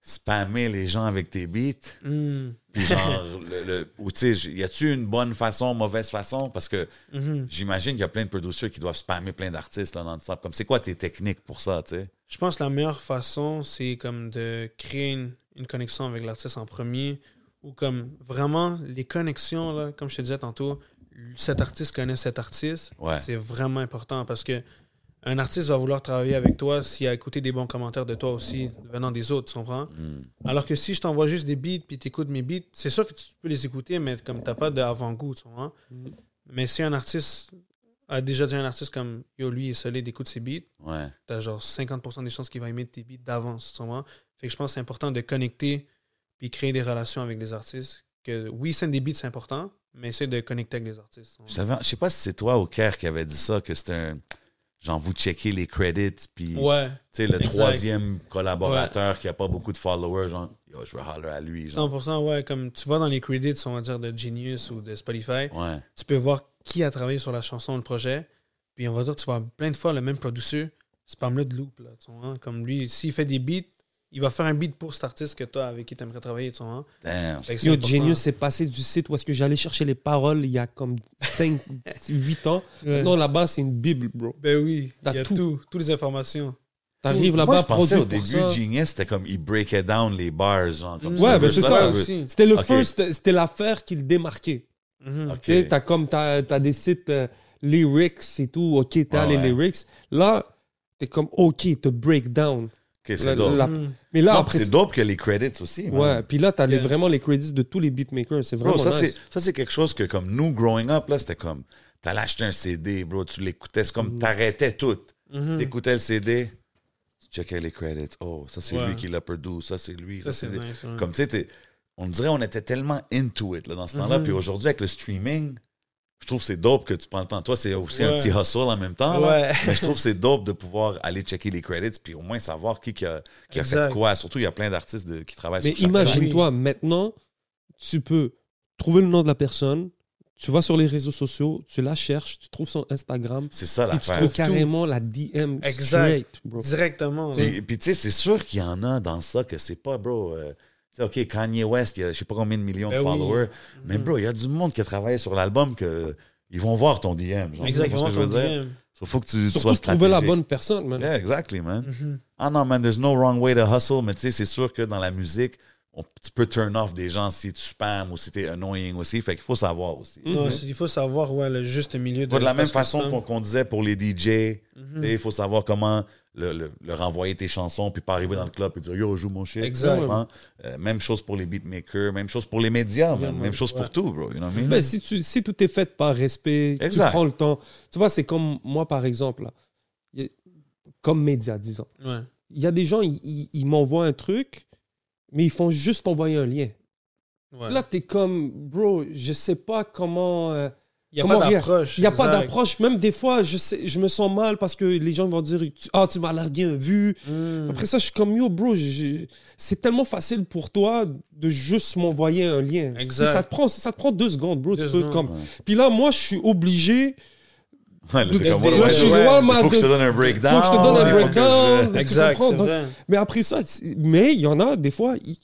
C: spammer les gens avec tes beats
E: Mm,
C: Puis genre, le, le- ou tu sais, j- y a-tu une bonne façon, mauvaise façon? Parce que
E: mhm.
C: j'imagine qu'il y a plein de producers qui doivent spammer plein d'artistes là, dans le sable. Comme c'est quoi tes techniques pour ça, tu sais?
E: Je pense que la meilleure façon, c'est comme de créer une, une connexion avec l'artiste en premier ou comme vraiment les connexions, là, comme je te disais tantôt, cet artiste connaît cet artiste.
C: Ouais.
E: C'est vraiment important parce que un artiste va vouloir travailler avec toi s'il a écouté des bons commentaires de toi aussi venant des autres, tu comprends?
C: Hmm.
E: Alors que si je t'envoie juste des beats puis t'écoutes mes beats, c'est sûr que tu peux les écouter, mais comme t'as pas d'avant-goût, tu comprends? Mais si un artiste a déjà dit à un artiste comme Yo, lui, il est solide, écoute ses beats,
C: Ouais.
E: t'as genre 50% des chances qu'il va aimer tes beats d'avance, tu comprends? Fait que je pense que c'est important de connecter puis créer des relations avec des artistes. Que oui, send des beats, c'est important, mais essaie de connecter avec les artistes. tu comprends?
C: Je savais- je sais pas si c'est toi au Caire qui avait dit ça, que c'était un. Genre, vous checkez les credits, puis
E: Ouais,
C: tu sais, le
E: exact.
C: troisième collaborateur qui a pas beaucoup de followers, genre, yo, je veux holler à lui. Genre.
E: 100%, ouais. Comme tu vas dans les credits, on va dire, de Genius ou de Spotify,
C: Ouais.
E: tu peux voir qui a travaillé sur la chanson, le projet. Puis on va dire, tu vois plein de fois le même producer, spam-le de loop. Là, tu comprends? Comme lui, s'il fait des beats, il va faire un beat pour cet artiste que toi, avec qui tu aimerais travailler. Tu comprends?
C: Damn.
E: Fait que c'est
D: Yo,
E: important.
D: Genius, c'est passé du site où est-ce que j'allais chercher les paroles il y a comme 5, 8 ans.
E: Ouais.
D: Non, là-bas, c'est une bible, bro.
E: Ben oui,
D: T'as
E: il y a
D: tout.
E: tout. toutes les informations.
D: T'arrives
C: Moi,
D: là-bas,
C: je
D: produit
C: pensais au
D: pour
C: début,
D: ça.
C: Genius, c'était comme, il breakait down les bars, genre. Comme
D: Ouais,
C: tu
D: ben
C: veux,
D: c'est
C: là,
D: ça
C: veut-
E: aussi.
D: C'était le
C: Ok.
D: first, c'était l'affaire qui le démarquait.
E: Mhm.
C: Ok.
D: Tu sais, T'as comme t'as, t'as des sites euh, lyrics et tout. Ok, t'as
C: Ouais,
D: les
C: Ah ouais.
D: lyrics. Là, t'es comme ok, te breakdown.
C: Ok, c'est
D: La-
C: dope. Mm.
D: la-
E: Mhm.
D: Mais là
C: Non,
D: après,
C: c'est dope que les credits aussi. man.
D: ouais. Puis là, t'as les-
E: Yeah.
D: vraiment les credits de tous les beatmakers. C'est vraiment
C: Bro, ça,
D: nice.
C: c'est, ça, c'est quelque chose que, comme nous, growing up, là, c'était comme, t'allais acheter un CD, bro, tu l'écoutais, c'est comme, t'arrêtais tout.
E: Mhm.
C: T'écoutais le CD, tu checkais les credits. Oh, ça, c'est
E: Ouais.
C: lui qui l'a produit, ça, c'est lui.
E: Ça, c'est
C: lui.
E: nice. ouais.
C: Comme, tu sais, t'es- on dirait, on était tellement into it, là, dans ce temps-là.
E: Mhm.
C: Puis aujourd'hui, avec le streaming, je trouve que c'est dope que tu prends le temps. Toi, c'est aussi un
E: Ouais.
C: petit hustle en même temps. là.
E: Ouais.
C: Mais je trouve que c'est dope de pouvoir aller checker les credits puis au moins savoir qui, qui a, qui a fait
E: Exact.
C: quoi. Surtout, il y a plein d'artistes de- qui travaillent
D: Mais
C: sur chaque track.
D: imagine-toi, maintenant, tu peux trouver le nom de la personne, tu vas sur les réseaux sociaux, tu la cherches, tu trouves son Instagram,
C: C'est ça
D: puis tu
C: l'affaire.
D: trouves
E: tout.
D: carrément la DM
E: Exact.
D: straight, bro.
E: Directement. là.
C: Puis, puis tu sais, c'est sûr qu'il y en a dans ça que c'est pas, bro. euh, tu sais, OK, Kanye West, il y a je sais pas combien de millions de
E: Ben oui.
C: followers. Mais, bro, il y a du monde qui a travaillé sur l'album que. ils vont voir ton DM. genre,
E: Exactement,
C: tu vois ce que je veux dire?
E: ton DM.
C: So, faut que tu, tu sois
D: Surtout trouver la
C: stratégique.
D: bonne personne, man.
C: Yeah, exactly, man.
E: Mhm.
C: Ah non, man, there's no wrong way to hustle, mais tu sais, c'est sûr que dans la musique, on- tu peux turn off des gens si tu spams ou si t'es annoying aussi. Fait qu'il faut savoir aussi.
D: Mhm.
E: Non, c'est- Il faut savoir ouais, le juste milieu de
C: Pas de la même
E: parce que
C: façon
E: ça-
C: qu'on qu'on disait pour les DJ,
D: Mhm.
C: tu sais, il faut savoir comment le- le- leur envoyer tes chansons, puis pas arriver dans le club et dire Yo, joue mon shit.
E: Exact.
C: Hein? Euh, même chose pour les beatmakers, même chose pour les médias, man. même chose pour tout, bro. You know what I mean?
D: Ben, si, tu, si tout est fait par respect,
C: Exact.
D: tu prends le temps. Tu vois, c'est comme moi, par exemple, là. Y- comme média, disons.
E: Ouais.
D: Il y a des gens, ils, ils- ils m'envoient un truc, mais ils font juste envoyer un lien.
E: Ouais.
D: Là, t'es comme, bro, je sais pas comment. euh,
E: Il n'y a
D: comment
E: pas
D: réa-
E: d'approche.
D: Il n'y a pas
E: exact.
D: d'approche. Même des fois, je, sais, je me sens mal parce que les gens vont dire tu- Ah, tu m'as largué un vu.
E: Mhm.
D: Après ça, je suis comme Yo, bro, j'ai- c'est tellement facile pour toi de juste m'envoyer un lien.
E: Exact.
D: Si Ça te, prend, ça te prend deux secondes, bro.
E: Deux
D: tu peux
E: secondes.
D: comme... Puis là, moi, je suis obligé.
C: Ouais, là, t'es
D: de-
C: comme,
E: des-
C: ouais,
D: moi,
C: ouais,
D: je suis
E: ouais,
C: ouais.
E: ouais.
D: loin, ma-
C: Faut que je te
D: de-
C: donne un breakdown.
D: Faut que je te donne un
C: il faut que je-
D: breakdown. Tu
E: Exact,
D: comprends?
E: c'est
D: Donc,
E: vrai.
D: Mais après ça, c'est- mais il y en a des fois, ils,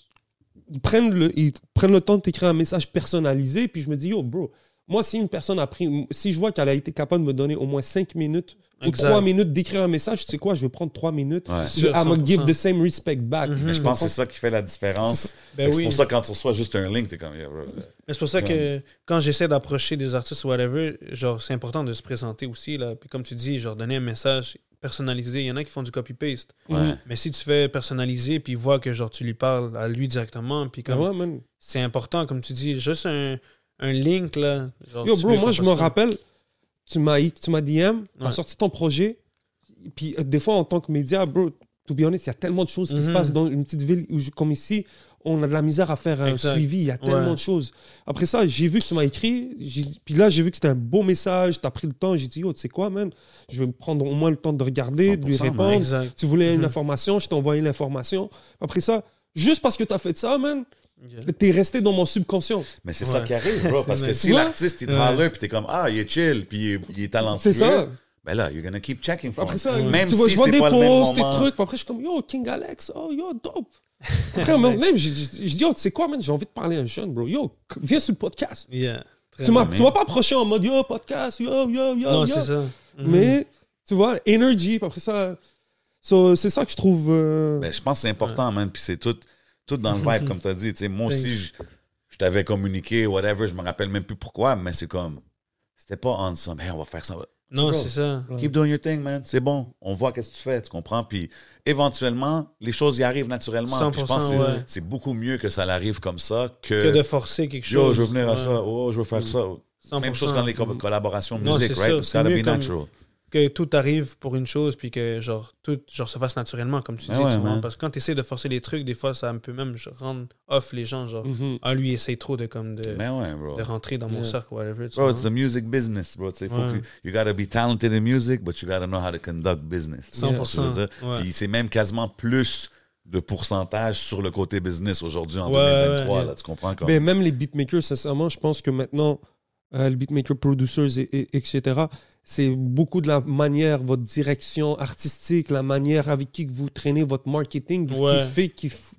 D: ils prennent, le, ils prennent le temps de t'écrire un message personnalisé, puis je me dis, yo, bro, moi, si une personne a pris, si je vois qu'elle a été capable de me donner au moins 5 minutes ou
E: Exact.
D: 3 minutes d'écrire un message, tu sais quoi, je vais prendre 3 minutes,
C: Ouais.
D: je
E: Sûr,
D: I'm gonna give
E: 100%.
D: the same respect back.
E: Mhm.
C: Mais je pense que c'est ça qui fait la différence. Fait
E: Ben
C: que C'est
E: oui.
C: pour ça que quand tu reçois juste un link, t'es comme, yeah, bro.
E: Mais c'est pour ça que quand j'essaie d'approcher des artistes ou whatever, genre, c'est important de se présenter aussi. Là. Puis comme tu dis, genre, donner un message personnalisé. Il y en a qui font du copy-paste.
C: Ouais.
E: Mais si tu fais personnaliser, puis il voit que genre, tu lui parles à lui directement, puis
D: Ah
E: comme
D: ouais, man.
E: c'est important, comme tu dis, juste un, un link. Là, genre,
D: Yo,
E: tu
D: bro,
E: veux
D: moi,
E: qu'on
D: je
E: fasse
D: me
E: ça.
D: rappelle, tu m'as tu m'as DM, t'as
E: Ouais.
D: sorti ton projet, puis euh, des fois, en tant que média, bro, to be honest, il y a tellement de choses qui se
E: Mhm.
D: passent dans une petite ville où je- comme ici, on a de la misère à faire un
E: Exact.
D: suivi, il y a tellement
E: Ouais.
D: de choses. Après ça, j'ai vu que tu m'as écrit, j'ai- puis là, j'ai vu que c'était un beau message, t'as pris le temps, j'ai dit, yo, tu sais quoi, man, je vais me prendre au moins le temps de regarder, de lui
C: 100%, man.
D: répondre.
E: Exact.
D: Tu voulais une
E: Mhm.
D: information, je t'ai envoyé l'information. Après ça, juste parce que t'as fait ça, man,
E: Yeah.
D: t'es resté dans mon subconscient.
C: Mais c'est ça
E: Ouais.
C: qui arrive, bro. Parce que
E: vrai.
C: si
D: Tu vois?
C: l'artiste, il te
E: Ouais.
C: rend là, puis t'es comme, ah, il est chill, puis il est, il est talentueux.
D: C'est ça.
C: Ben là, you're gonna keep checking for
D: Après
C: him.
D: ça,
C: Même
D: tu vois,
C: si
D: je vois
C: c'est
D: des
C: pas le même
D: posts, des
C: moment.
D: trucs. puis Après, je suis comme, yo, King Alex, oh, yo, dope. Après, même, même je, je- je dis, yo, tu sais quoi, man, j'ai envie de parler à un jeune, bro. Yo, c- viens sur le podcast.
E: Yeah. Très
D: Tu
E: bien.
D: m'as tu m'as pas approché en mode, yo, podcast, yo, yo, yo.
E: Non,
D: yo.
E: c'est ça. Mhm.
D: Mais, tu vois, energy, puis après ça. so, c'est ça que je trouve. euh,
C: Ben, je pense que c'est important, man. Puis c'est tout, tout dans le vibe, comme tu as dit. Tu sais, moi aussi, je, je t'avais communiqué, whatever, je me rappelle même plus pourquoi, mais c'est comme, c'était pas on some, hey, on va faire ça.
E: Non,
D: Bro.
E: c'est ça.
C: Keep doing your thing, man. C'est bon. On voit qu'est-ce que tu fais, tu comprends? Puis éventuellement, les choses y arrivent naturellement. Puis je pense que
E: 100%,
C: c'est-
E: ouais.
C: c'est beaucoup mieux que ça l'arrive comme ça
E: Que
C: que,
E: de forcer quelque
C: yo,
E: chose.
C: je veux venir à
E: Ouais.
C: ça, oh, je veux faire ça.
E: 100%.
C: Même chose dans les co- collaborations
E: Non,
C: musique,
E: c'est
C: right?
E: ça.
C: It's
E: C'est
C: gotta
E: mieux
C: be
E: comme-
C: natural.
E: que tout arrive pour une chose puis que genre tout genre se fasse naturellement comme tu
C: Ben
E: dis
C: ouais,
E: tu vois.
C: man.
E: parce que quand tu essaies de forcer les trucs des fois ça peut même genre, rendre off les gens genre
D: mhm.
E: ah lui il essaie trop de comme de,
C: Mais ouais, bro.
E: de rentrer dans mon
D: Yeah.
E: cercle whatever tu
C: Bro,
E: vois.
C: it's the music business, bro. Tu sais, faut
E: Ouais.
C: que- you gotta be talented in music, but you gotta know how to conduct business.
E: 100%,
C: Tu sais ce que je veux dire?
E: ouais.
C: Puis c'est même quasiment plus de pourcentage sur le côté business aujourd'hui en
E: Ouais, ouais,
C: 2023.
E: ouais.
C: là, tu comprends? Comme...
D: Ben, même les beatmakers, sincèrement, je pense que maintenant, euh, les beatmakers, producers, et, et- etc., c'est beaucoup de la manière, votre direction artistique, la manière avec qui que vous traînez votre marketing, qui-
E: Ouais.
D: qui fait, qui, f-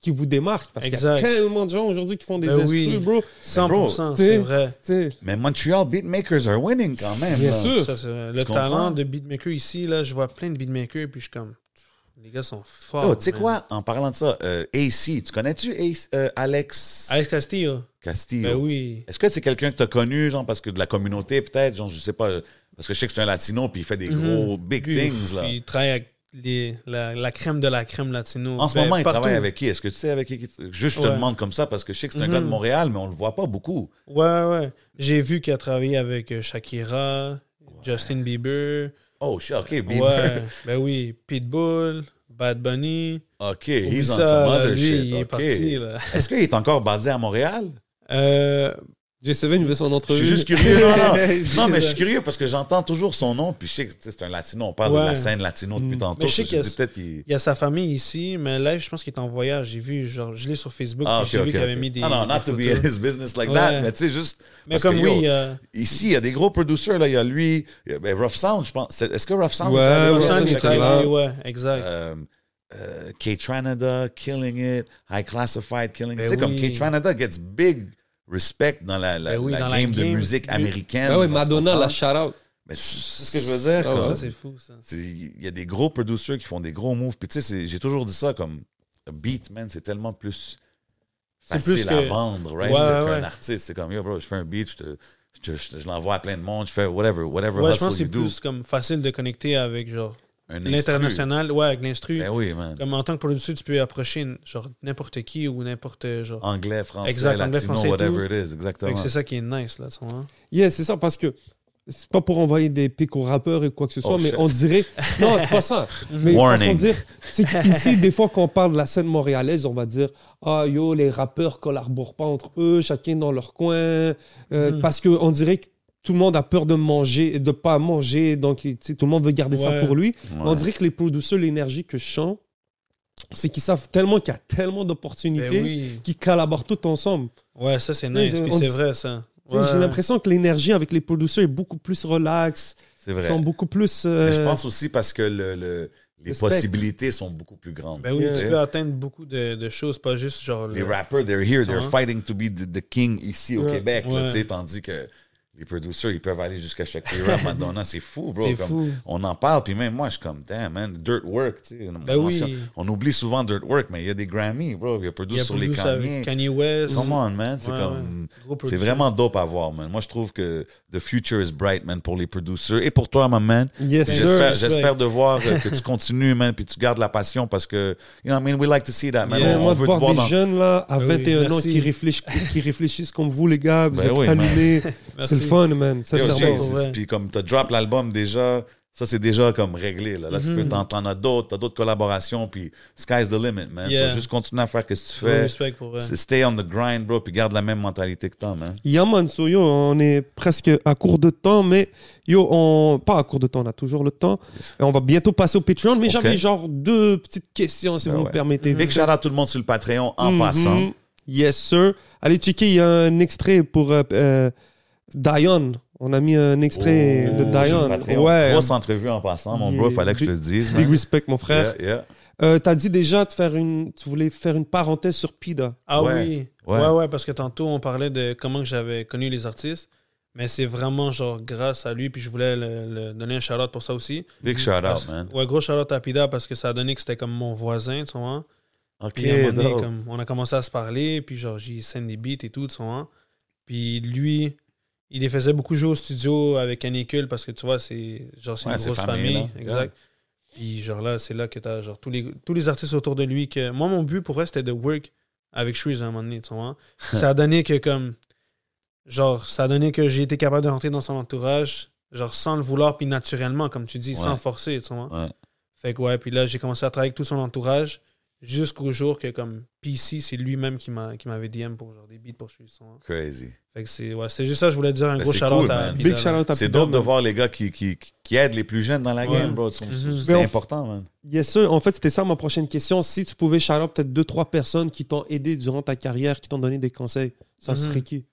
D: qui vous démarque. Parce qu'il y a
E: Exact.
D: tellement de gens aujourd'hui qui font des
E: Ben
D: instrus,
E: oui.
D: bro.
E: 100%
D: bro,
E: c'est
D: t'sais-
E: vrai
D: Tu sais,
C: Mais Montreal beatmakers are winning quand même.
D: Bien
C: là.
D: sûr.
E: Ça, c'est vrai. le
C: comprends?
E: talent de beatmaker ici là je vois plein de beatmakers puis je suis comme pff, les gars sont forts
C: Yo, Oh, tu sais
E: man.
C: quoi? En parlant de ça, euh, AC, tu connais-tu Ace- euh, Alex
E: Alex Castillo
C: Castillo?
E: ben oui
C: Est-ce que c'est quelqu'un que tu as connu, genre, parce que de la communauté, peut-être, genre, je sais pas, parce que je sais que c'est un latino, puis il fait des gros big
E: Mhm. Puis,
C: things, là.
E: puis il travaille avec les, la, la crème de la crème latino
C: En ce
E: Ben,
C: moment, il
E: partout.
C: travaille avec qui Est-ce que tu sais avec qui Juste, je te
E: Ouais. Mhm.
C: demande comme ça parce que je sais que c'est un gars de Montréal, mais on le voit pas beaucoup.
E: Ouais, ouais. J'ai vu qu'il a travaillé avec euh, Shakira, Justin Bieber.
C: Oh shit, ok, Bieber.
E: Ouais, ben oui. Pitbull, Bad Bunny.
C: Ok,
E: Oublie
C: he's on
E: ça,
C: some
E: là,
C: other
E: lui,
C: shit.
E: il est
C: ok.
E: parti, là.
C: Est-ce qu'il est encore basé à Montréal
E: Euh,
D: J7 veut son
C: Je
D: entrevue.
C: suis juste curieux. Non, non. Non, mais je
E: ça.
C: suis curieux parce que j'entends toujours son nom, puis je sais que tu sais, c'est un latino. On parle de
E: Ouais. Mm.
C: la scène latino depuis tantôt.
E: Mais je sais
C: puis
E: qu'il y a-
C: dis peut-être qu'il.
E: il y a sa famille ici, mais là, je pense qu'il est en voyage. J'ai vu, genre, je l'ai sur Facebook,
C: Ah,
E: puis
C: ok,
E: j'ai
C: ok.
E: vu qu'il avait
C: ok.
E: mis des.
C: Ah non,
E: des
C: not to be in
E: photos.
C: his business like
E: Ouais.
C: that, mais tu sais, juste.
E: Mais
C: parce
E: comme
C: que,
E: oui,
C: yo,
E: euh,
C: Ici, il y a des gros producteurs, là. Il y a lui, il y a- ben, Rough Sound, je pense. C'est- Est-ce que Rough Sound.
D: Ouais,
C: était avec
D: Rough
C: lui?
D: Sound
E: Roxanne, il
D: était
E: travaille,
D: là.
E: ouais, exact.
C: euh, euh, K-Tranada, Killing It, High Classified, Killing It.
E: Ben
C: tu sais, comme
E: oui.
C: K-Tranada gets big respect dans la, la-
E: Ben oui,
C: la
E: dans la
C: game, de
E: game.
C: musique
E: Oui.
C: américaine.
D: Ben oui,
C: Tu
D: Madonna, la
C: comprends?
D: shout-out.
C: Mais c'est ce que je veux dire.
D: Ah ouais.
C: comme-
E: Ça, c'est fou, ça.
C: c'est- Il y a des gros producers qui font des gros moves. Puis tu sais, c'est- j'ai toujours dit ça comme a beat, man, c'est tellement plus
E: C'est
C: facile
E: plus
C: à
E: que-
C: vendre, right?
E: Ouais,
C: qu'un
E: ouais.
C: artiste. C'est comme, yo, bro, je fais un beat, je, te- je, te- je te- je l'envoie à plein de monde, je fais whatever, whatever
E: Ouais, je
C: hustle
E: pense que c'est
C: you do.
E: plus comme facile de connecter avec genre
C: Un instru.
E: l'international, ouais, avec l'instru.
C: Ben oui, man.
E: Comme en tant que producteur, tu peux approcher une- genre n'importe qui ou n'importe genre.
C: Anglais, français,
E: Exact,
C: latino,
E: anglais, français,
C: whatever it is,
E: Fait
C: exactement.
E: que c'est ça qui est nice là, tu vois.
D: Yeah, c'est ça, parce que c'est pas pour envoyer des pics aux rappeurs et quoi que ce soit,
C: Oh,
D: mais
C: shit.
D: on dirait. Non, c'est pas ça. mais façon
C: Warning.
D: de dire, c'est qu'ici, des fois, quand on parle de la scène montréalaise, on va dire Ah yo, les rappeurs collaborent pas entre eux, chacun dans leur coin. Euh,
E: Hmm.
D: Parce qu'on dirait que tout le monde a peur de manger et de pas manger, donc tu sais, tout le monde veut garder ça
E: Ouais.
D: pour lui.
C: Ouais.
D: On dirait que les producteurs, l'énergie que je sens, c'est qu'ils savent tellement qu'il y a tellement
E: Ben
D: d'opportunités
E: oui.
D: qu'ils collaborent tous ensemble.
E: Ouais, ça c'est
D: Tu sais,
E: nice,
D: je-
E: puis
D: on-
E: c'est vrai ça.
D: Tu sais, J'ai
E: Ouais.
D: l'impression que l'énergie avec les producteurs est beaucoup plus relaxe,
C: C'est
D: ils
C: vrai.
D: sont beaucoup plus. euh,
C: Mais je pense aussi parce que le, le- les
D: le spectre.
C: possibilités sont beaucoup plus grandes.
E: Ben oui,
C: Tu
E: tu
C: sais,
E: peux atteindre beaucoup de, de choses, pas juste genre.
C: Les
E: le-
C: rappers, they're here, they're
E: Ouais.
C: fighting to be the, the king ici au
D: Ouais.
C: Québec, là,
E: Ouais.
C: tu sais, tandis que les producers, ils peuvent aller jusqu'à Shakira, Madonna, c'est fou, bro.
E: C'est
C: comme,
E: fou.
C: On en parle, puis même moi, je suis comme, damn, man, Dirt Work, tu sais. on
E: Ben oui.
C: mentionne- On oublie souvent Dirt Work, mais il y a des Grammy, bro, il y a
E: Il y
C: Produce
E: a
C: sur les
E: Produce avec
C: Kanye.
E: Kanye West.
C: Come on, man, c'est
E: Ouais,
C: comme...
E: ouais. Gros
C: C'est
E: producer.
C: vraiment dope à voir, man. Moi, je trouve que the future is bright, man, pour les producers et pour toi, my man.
D: Yes, sir.
E: Bien sûr.
C: J'espère,
E: respect.
C: j'espère de voir euh, que tu continues, man, puis tu gardes la passion parce que, you know, I mean, we like to see that, man.
E: Yeah,
D: Ouais,
C: on
D: moi, de
C: veut
D: voir
C: te voir
D: des
C: dans...
D: jeunes là, à
E: Ben oui,
D: 21 ans
E: merci.
D: qui réfléchissent, qui réfléchissent comme vous, les gars, vous
C: Ben
D: êtes
C: oui, man.
D: allumés.
E: Merci.
D: C'est le fun, man.
C: Yo,
D: Sincèrement.
C: Jesus,
E: ouais.
C: Puis comme tu drop l'album déjà, ça, c'est déjà comme réglé, là. Là, tu
E: Mm-hmm.
C: peux t'en, t'en as d'autres, t'as d'autres collaborations, puis sky's the limit, man.
E: Yeah.
C: So, juste continue à faire ce que tu
E: Gros
C: fais.
E: respect pour euh, vrai.
C: C'est Stay on the grind, bro, puis garde la même mentalité que toi, man.
D: Yaman, so yo, on est presque à court de temps, mais yo, on. Pas à court de temps, on a toujours le temps. Et on va bientôt passer au Patreon, mais
C: Ok.
D: j'avais genre deux petites questions, si
C: Ben
D: vous
C: ouais.
D: me permettez.
C: Big shout out à tout le monde sur le Patreon en
E: Mm-hmm.
D: Mhm.
C: passant.
D: Yes, sir. Allez checker, il y a un extrait pour euh, euh, Dion. On a mis un extrait
C: Oh,
D: de
C: sur
D: Dion.
C: le Patreon.
D: Ouais.
C: Grosse entrevue en passant, mon
D: Yeah.
C: bro, fallait que je te le dise. man.
D: Big respect, mon frère.
C: Yeah, yeah.
D: Euh, T'as dit déjà de faire une, tu voulais faire une parenthèse sur Pida.
E: Ah
C: Ouais,
E: oui.
C: ouais.
E: Ouais. ouais, parce que tantôt, on parlait de comment que j'avais connu les artistes. Mais c'est vraiment genre grâce à lui, puis je voulais le, le donner un shout-out pour ça aussi.
C: Big shout out,
E: Parce-
C: man.
E: Ouais, gros shout-out à Pida parce que ça a donné que c'était comme mon voisin, tu vois.
C: Ok,
E: Puis à un moment donné,
C: dope.
E: comme, on a commencé à se parler, puis genre, j'y scène des beats et tout, tu vois. Puis lui, il les faisait beaucoup jouer au studio avec Canicule parce que tu vois, c'est genre, c'est
C: Ouais,
E: une
C: c'est
E: grosse
C: famille,
E: famille.
C: là.
E: Exact. Puis genre là, c'est là que t'as genre tous les, tous les artistes autour de lui. Que, moi, mon but pour vrai, c'était de work avec Shreeze à un moment donné, tu vois. ça a donné que comme. Genre, ça a donné que j'ai été capable de rentrer dans son entourage, genre sans le vouloir, puis naturellement, comme tu dis,
C: Ouais.
E: sans forcer, tu vois.
C: Ouais.
E: Fait que ouais, puis là, j'ai commencé à travailler avec tout son entourage jusqu'au jour que comme PC, c'est lui-même qui m'a qui m'avait DM pour genre des beats pour Shreeze. tu vois.
C: Crazy.
E: Fait que c'est ouais, c'était juste ça, je voulais dire un
C: Ben,
E: gros
C: c'est
E: shout-out
C: cool,
E: à
C: man.
E: Pida,
D: Big shout
E: là.
D: out à
C: C'est
D: Pida,
C: dope de
D: man.
C: voir les gars qui, qui, qui aident les plus jeunes dans la
E: Ouais.
C: game, bro. C'est
E: Mhm.
C: c'est
D: Mais on-
C: important, man.
D: Yes, sir. En fait, c'était ça ma prochaine question. Si tu pouvais shout out peut-être deux, trois personnes qui t'ont aidé durant ta carrière, qui t'ont donné des conseils, ça
C: Mm-hmm.
E: Mhm.
D: serait qui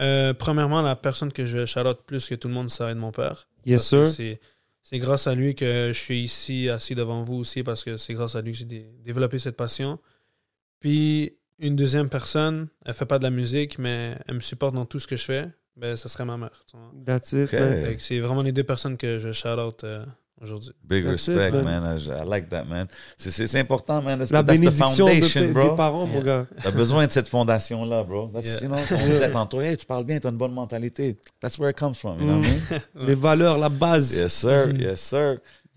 E: Euh, premièrement, la personne que je shout-out plus que tout le monde, ça va être mon père.
D: Yes,
E: Parce que
D: sir.
E: C'est c'est grâce à lui que je suis ici, assis devant vous aussi, parce que c'est grâce à lui que j'ai dé- développé cette passion. Puis, une deuxième personne, elle fait pas de la musique, mais elle me supporte dans tout ce que je fais, ben, ça serait ma mère. tu vois.
D: That's it,
C: Ok.
D: man.
E: Fait que C'est vraiment les deux personnes que je shout-out euh, aujourd'hui.
C: Big
D: That's it,
C: respect, man.
D: man.
C: I, I like that, man. C'est- C'est c'est important, man. That's,
D: La
C: that's the
D: bénédiction de-
C: foundation,
D: des
C: bro.
D: parents, mon gars.
C: T'as besoin de cette fondation-là, bro. That's,
E: Yeah.
C: you know, on disait tantôt, hey, tu parles bien, t'as une bonne mentalité. That's where it comes from, you know
D: Mm.
C: what I mean?
D: Les valeurs, la base. Yes,
C: Yes, sir. Yes, sir.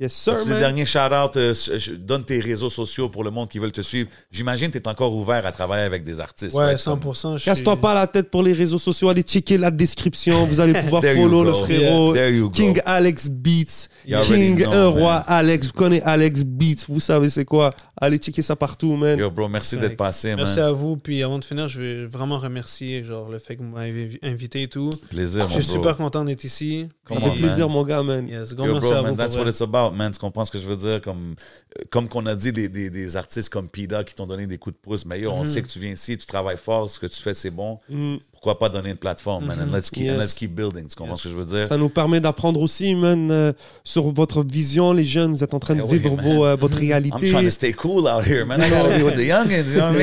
D: sir,
C: As-tu des
D: man.
C: derniers shout-out, euh, je- je donne tes réseaux sociaux pour le monde qui veut te suivre. J'imagine que tu es encore ouvert à travailler avec des artistes.
E: Ouais,
C: right?
E: 100%. je suis-
D: Casse-toi pas la tête pour les réseaux sociaux. Allez checker la description. Vous allez pouvoir
C: There you
D: follow le
C: go.
D: frérot.
C: There you go.
D: King Alex Beats.
C: You already
D: King,
C: know,
D: un roi,
C: man.
D: Alex. Vous connaissez Alex Beats. Vous savez c'est quoi. Allez checker ça partout, man.
C: Yo, bro, merci d'être passé, man.
E: Merci à vous. Puis avant de finir, je veux vraiment remercier genre, le fait que vous m'avez invi- invité et tout.
C: Plaisir, mon
E: Je suis
C: bro.
E: super content d'être ici.
D: ça
C: Come
D: fait
C: on,
D: plaisir, mon gars, man.
E: Yes, gros
C: Yo,
E: merci
C: bro,
E: à
C: man,
E: vous. pour
C: that's
E: vrai.
C: what it's about, out, man. Tu comprends ce que je veux dire? Comme, comme qu'on a dit des, des, des artistes comme Pida qui t'ont donné des coups de pouce. Mais yo,
E: Mm-hmm.
C: on sait que tu viens ici, tu travailles fort, ce que tu fais, c'est bon.
E: Mm.
D: Mm.
C: Pourquoi pas donner une plateforme,
E: Mm-hmm.
C: man? And let's keep, and
D: Yes.
C: let's keep building. Tu comprends ce que je veux dire?
D: Ça nous permet d'apprendre aussi, man, euh, sur votre vision, les jeunes. Vous êtes en train de
C: Eh oui,
D: vivre
C: man.
D: vos, euh, votre
C: I'm trying
D: réalité.
C: to stay cool out here, man. I gotta be with the youngins, you know what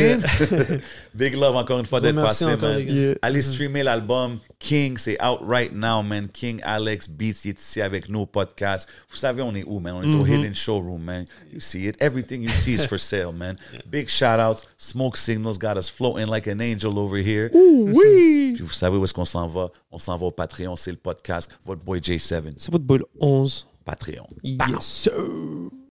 C: I mean? Big love encore une fois d'être
E: Remercie
C: passé,
E: encore,
C: man.
E: les gars.
D: Yeah.
C: Allez streamer l'album King, c'est out right now, man. King Alex Beats, il est ici avec nos podcasts. Vous savez, on est où, man? On est au
E: Mm-hmm.
C: Hidden Showroom, man. You see it. Everything you see is for sale, man. Big shout outs. Smoke Signals got us floating like an angel over here.
D: Oui!
C: Puis vous savez où est-ce qu'on s'en va? On s'en va au Patreon, c'est le podcast. Votre boy J7,
D: C'est votre bol 11.
C: Patreon.
D: Yes, sir.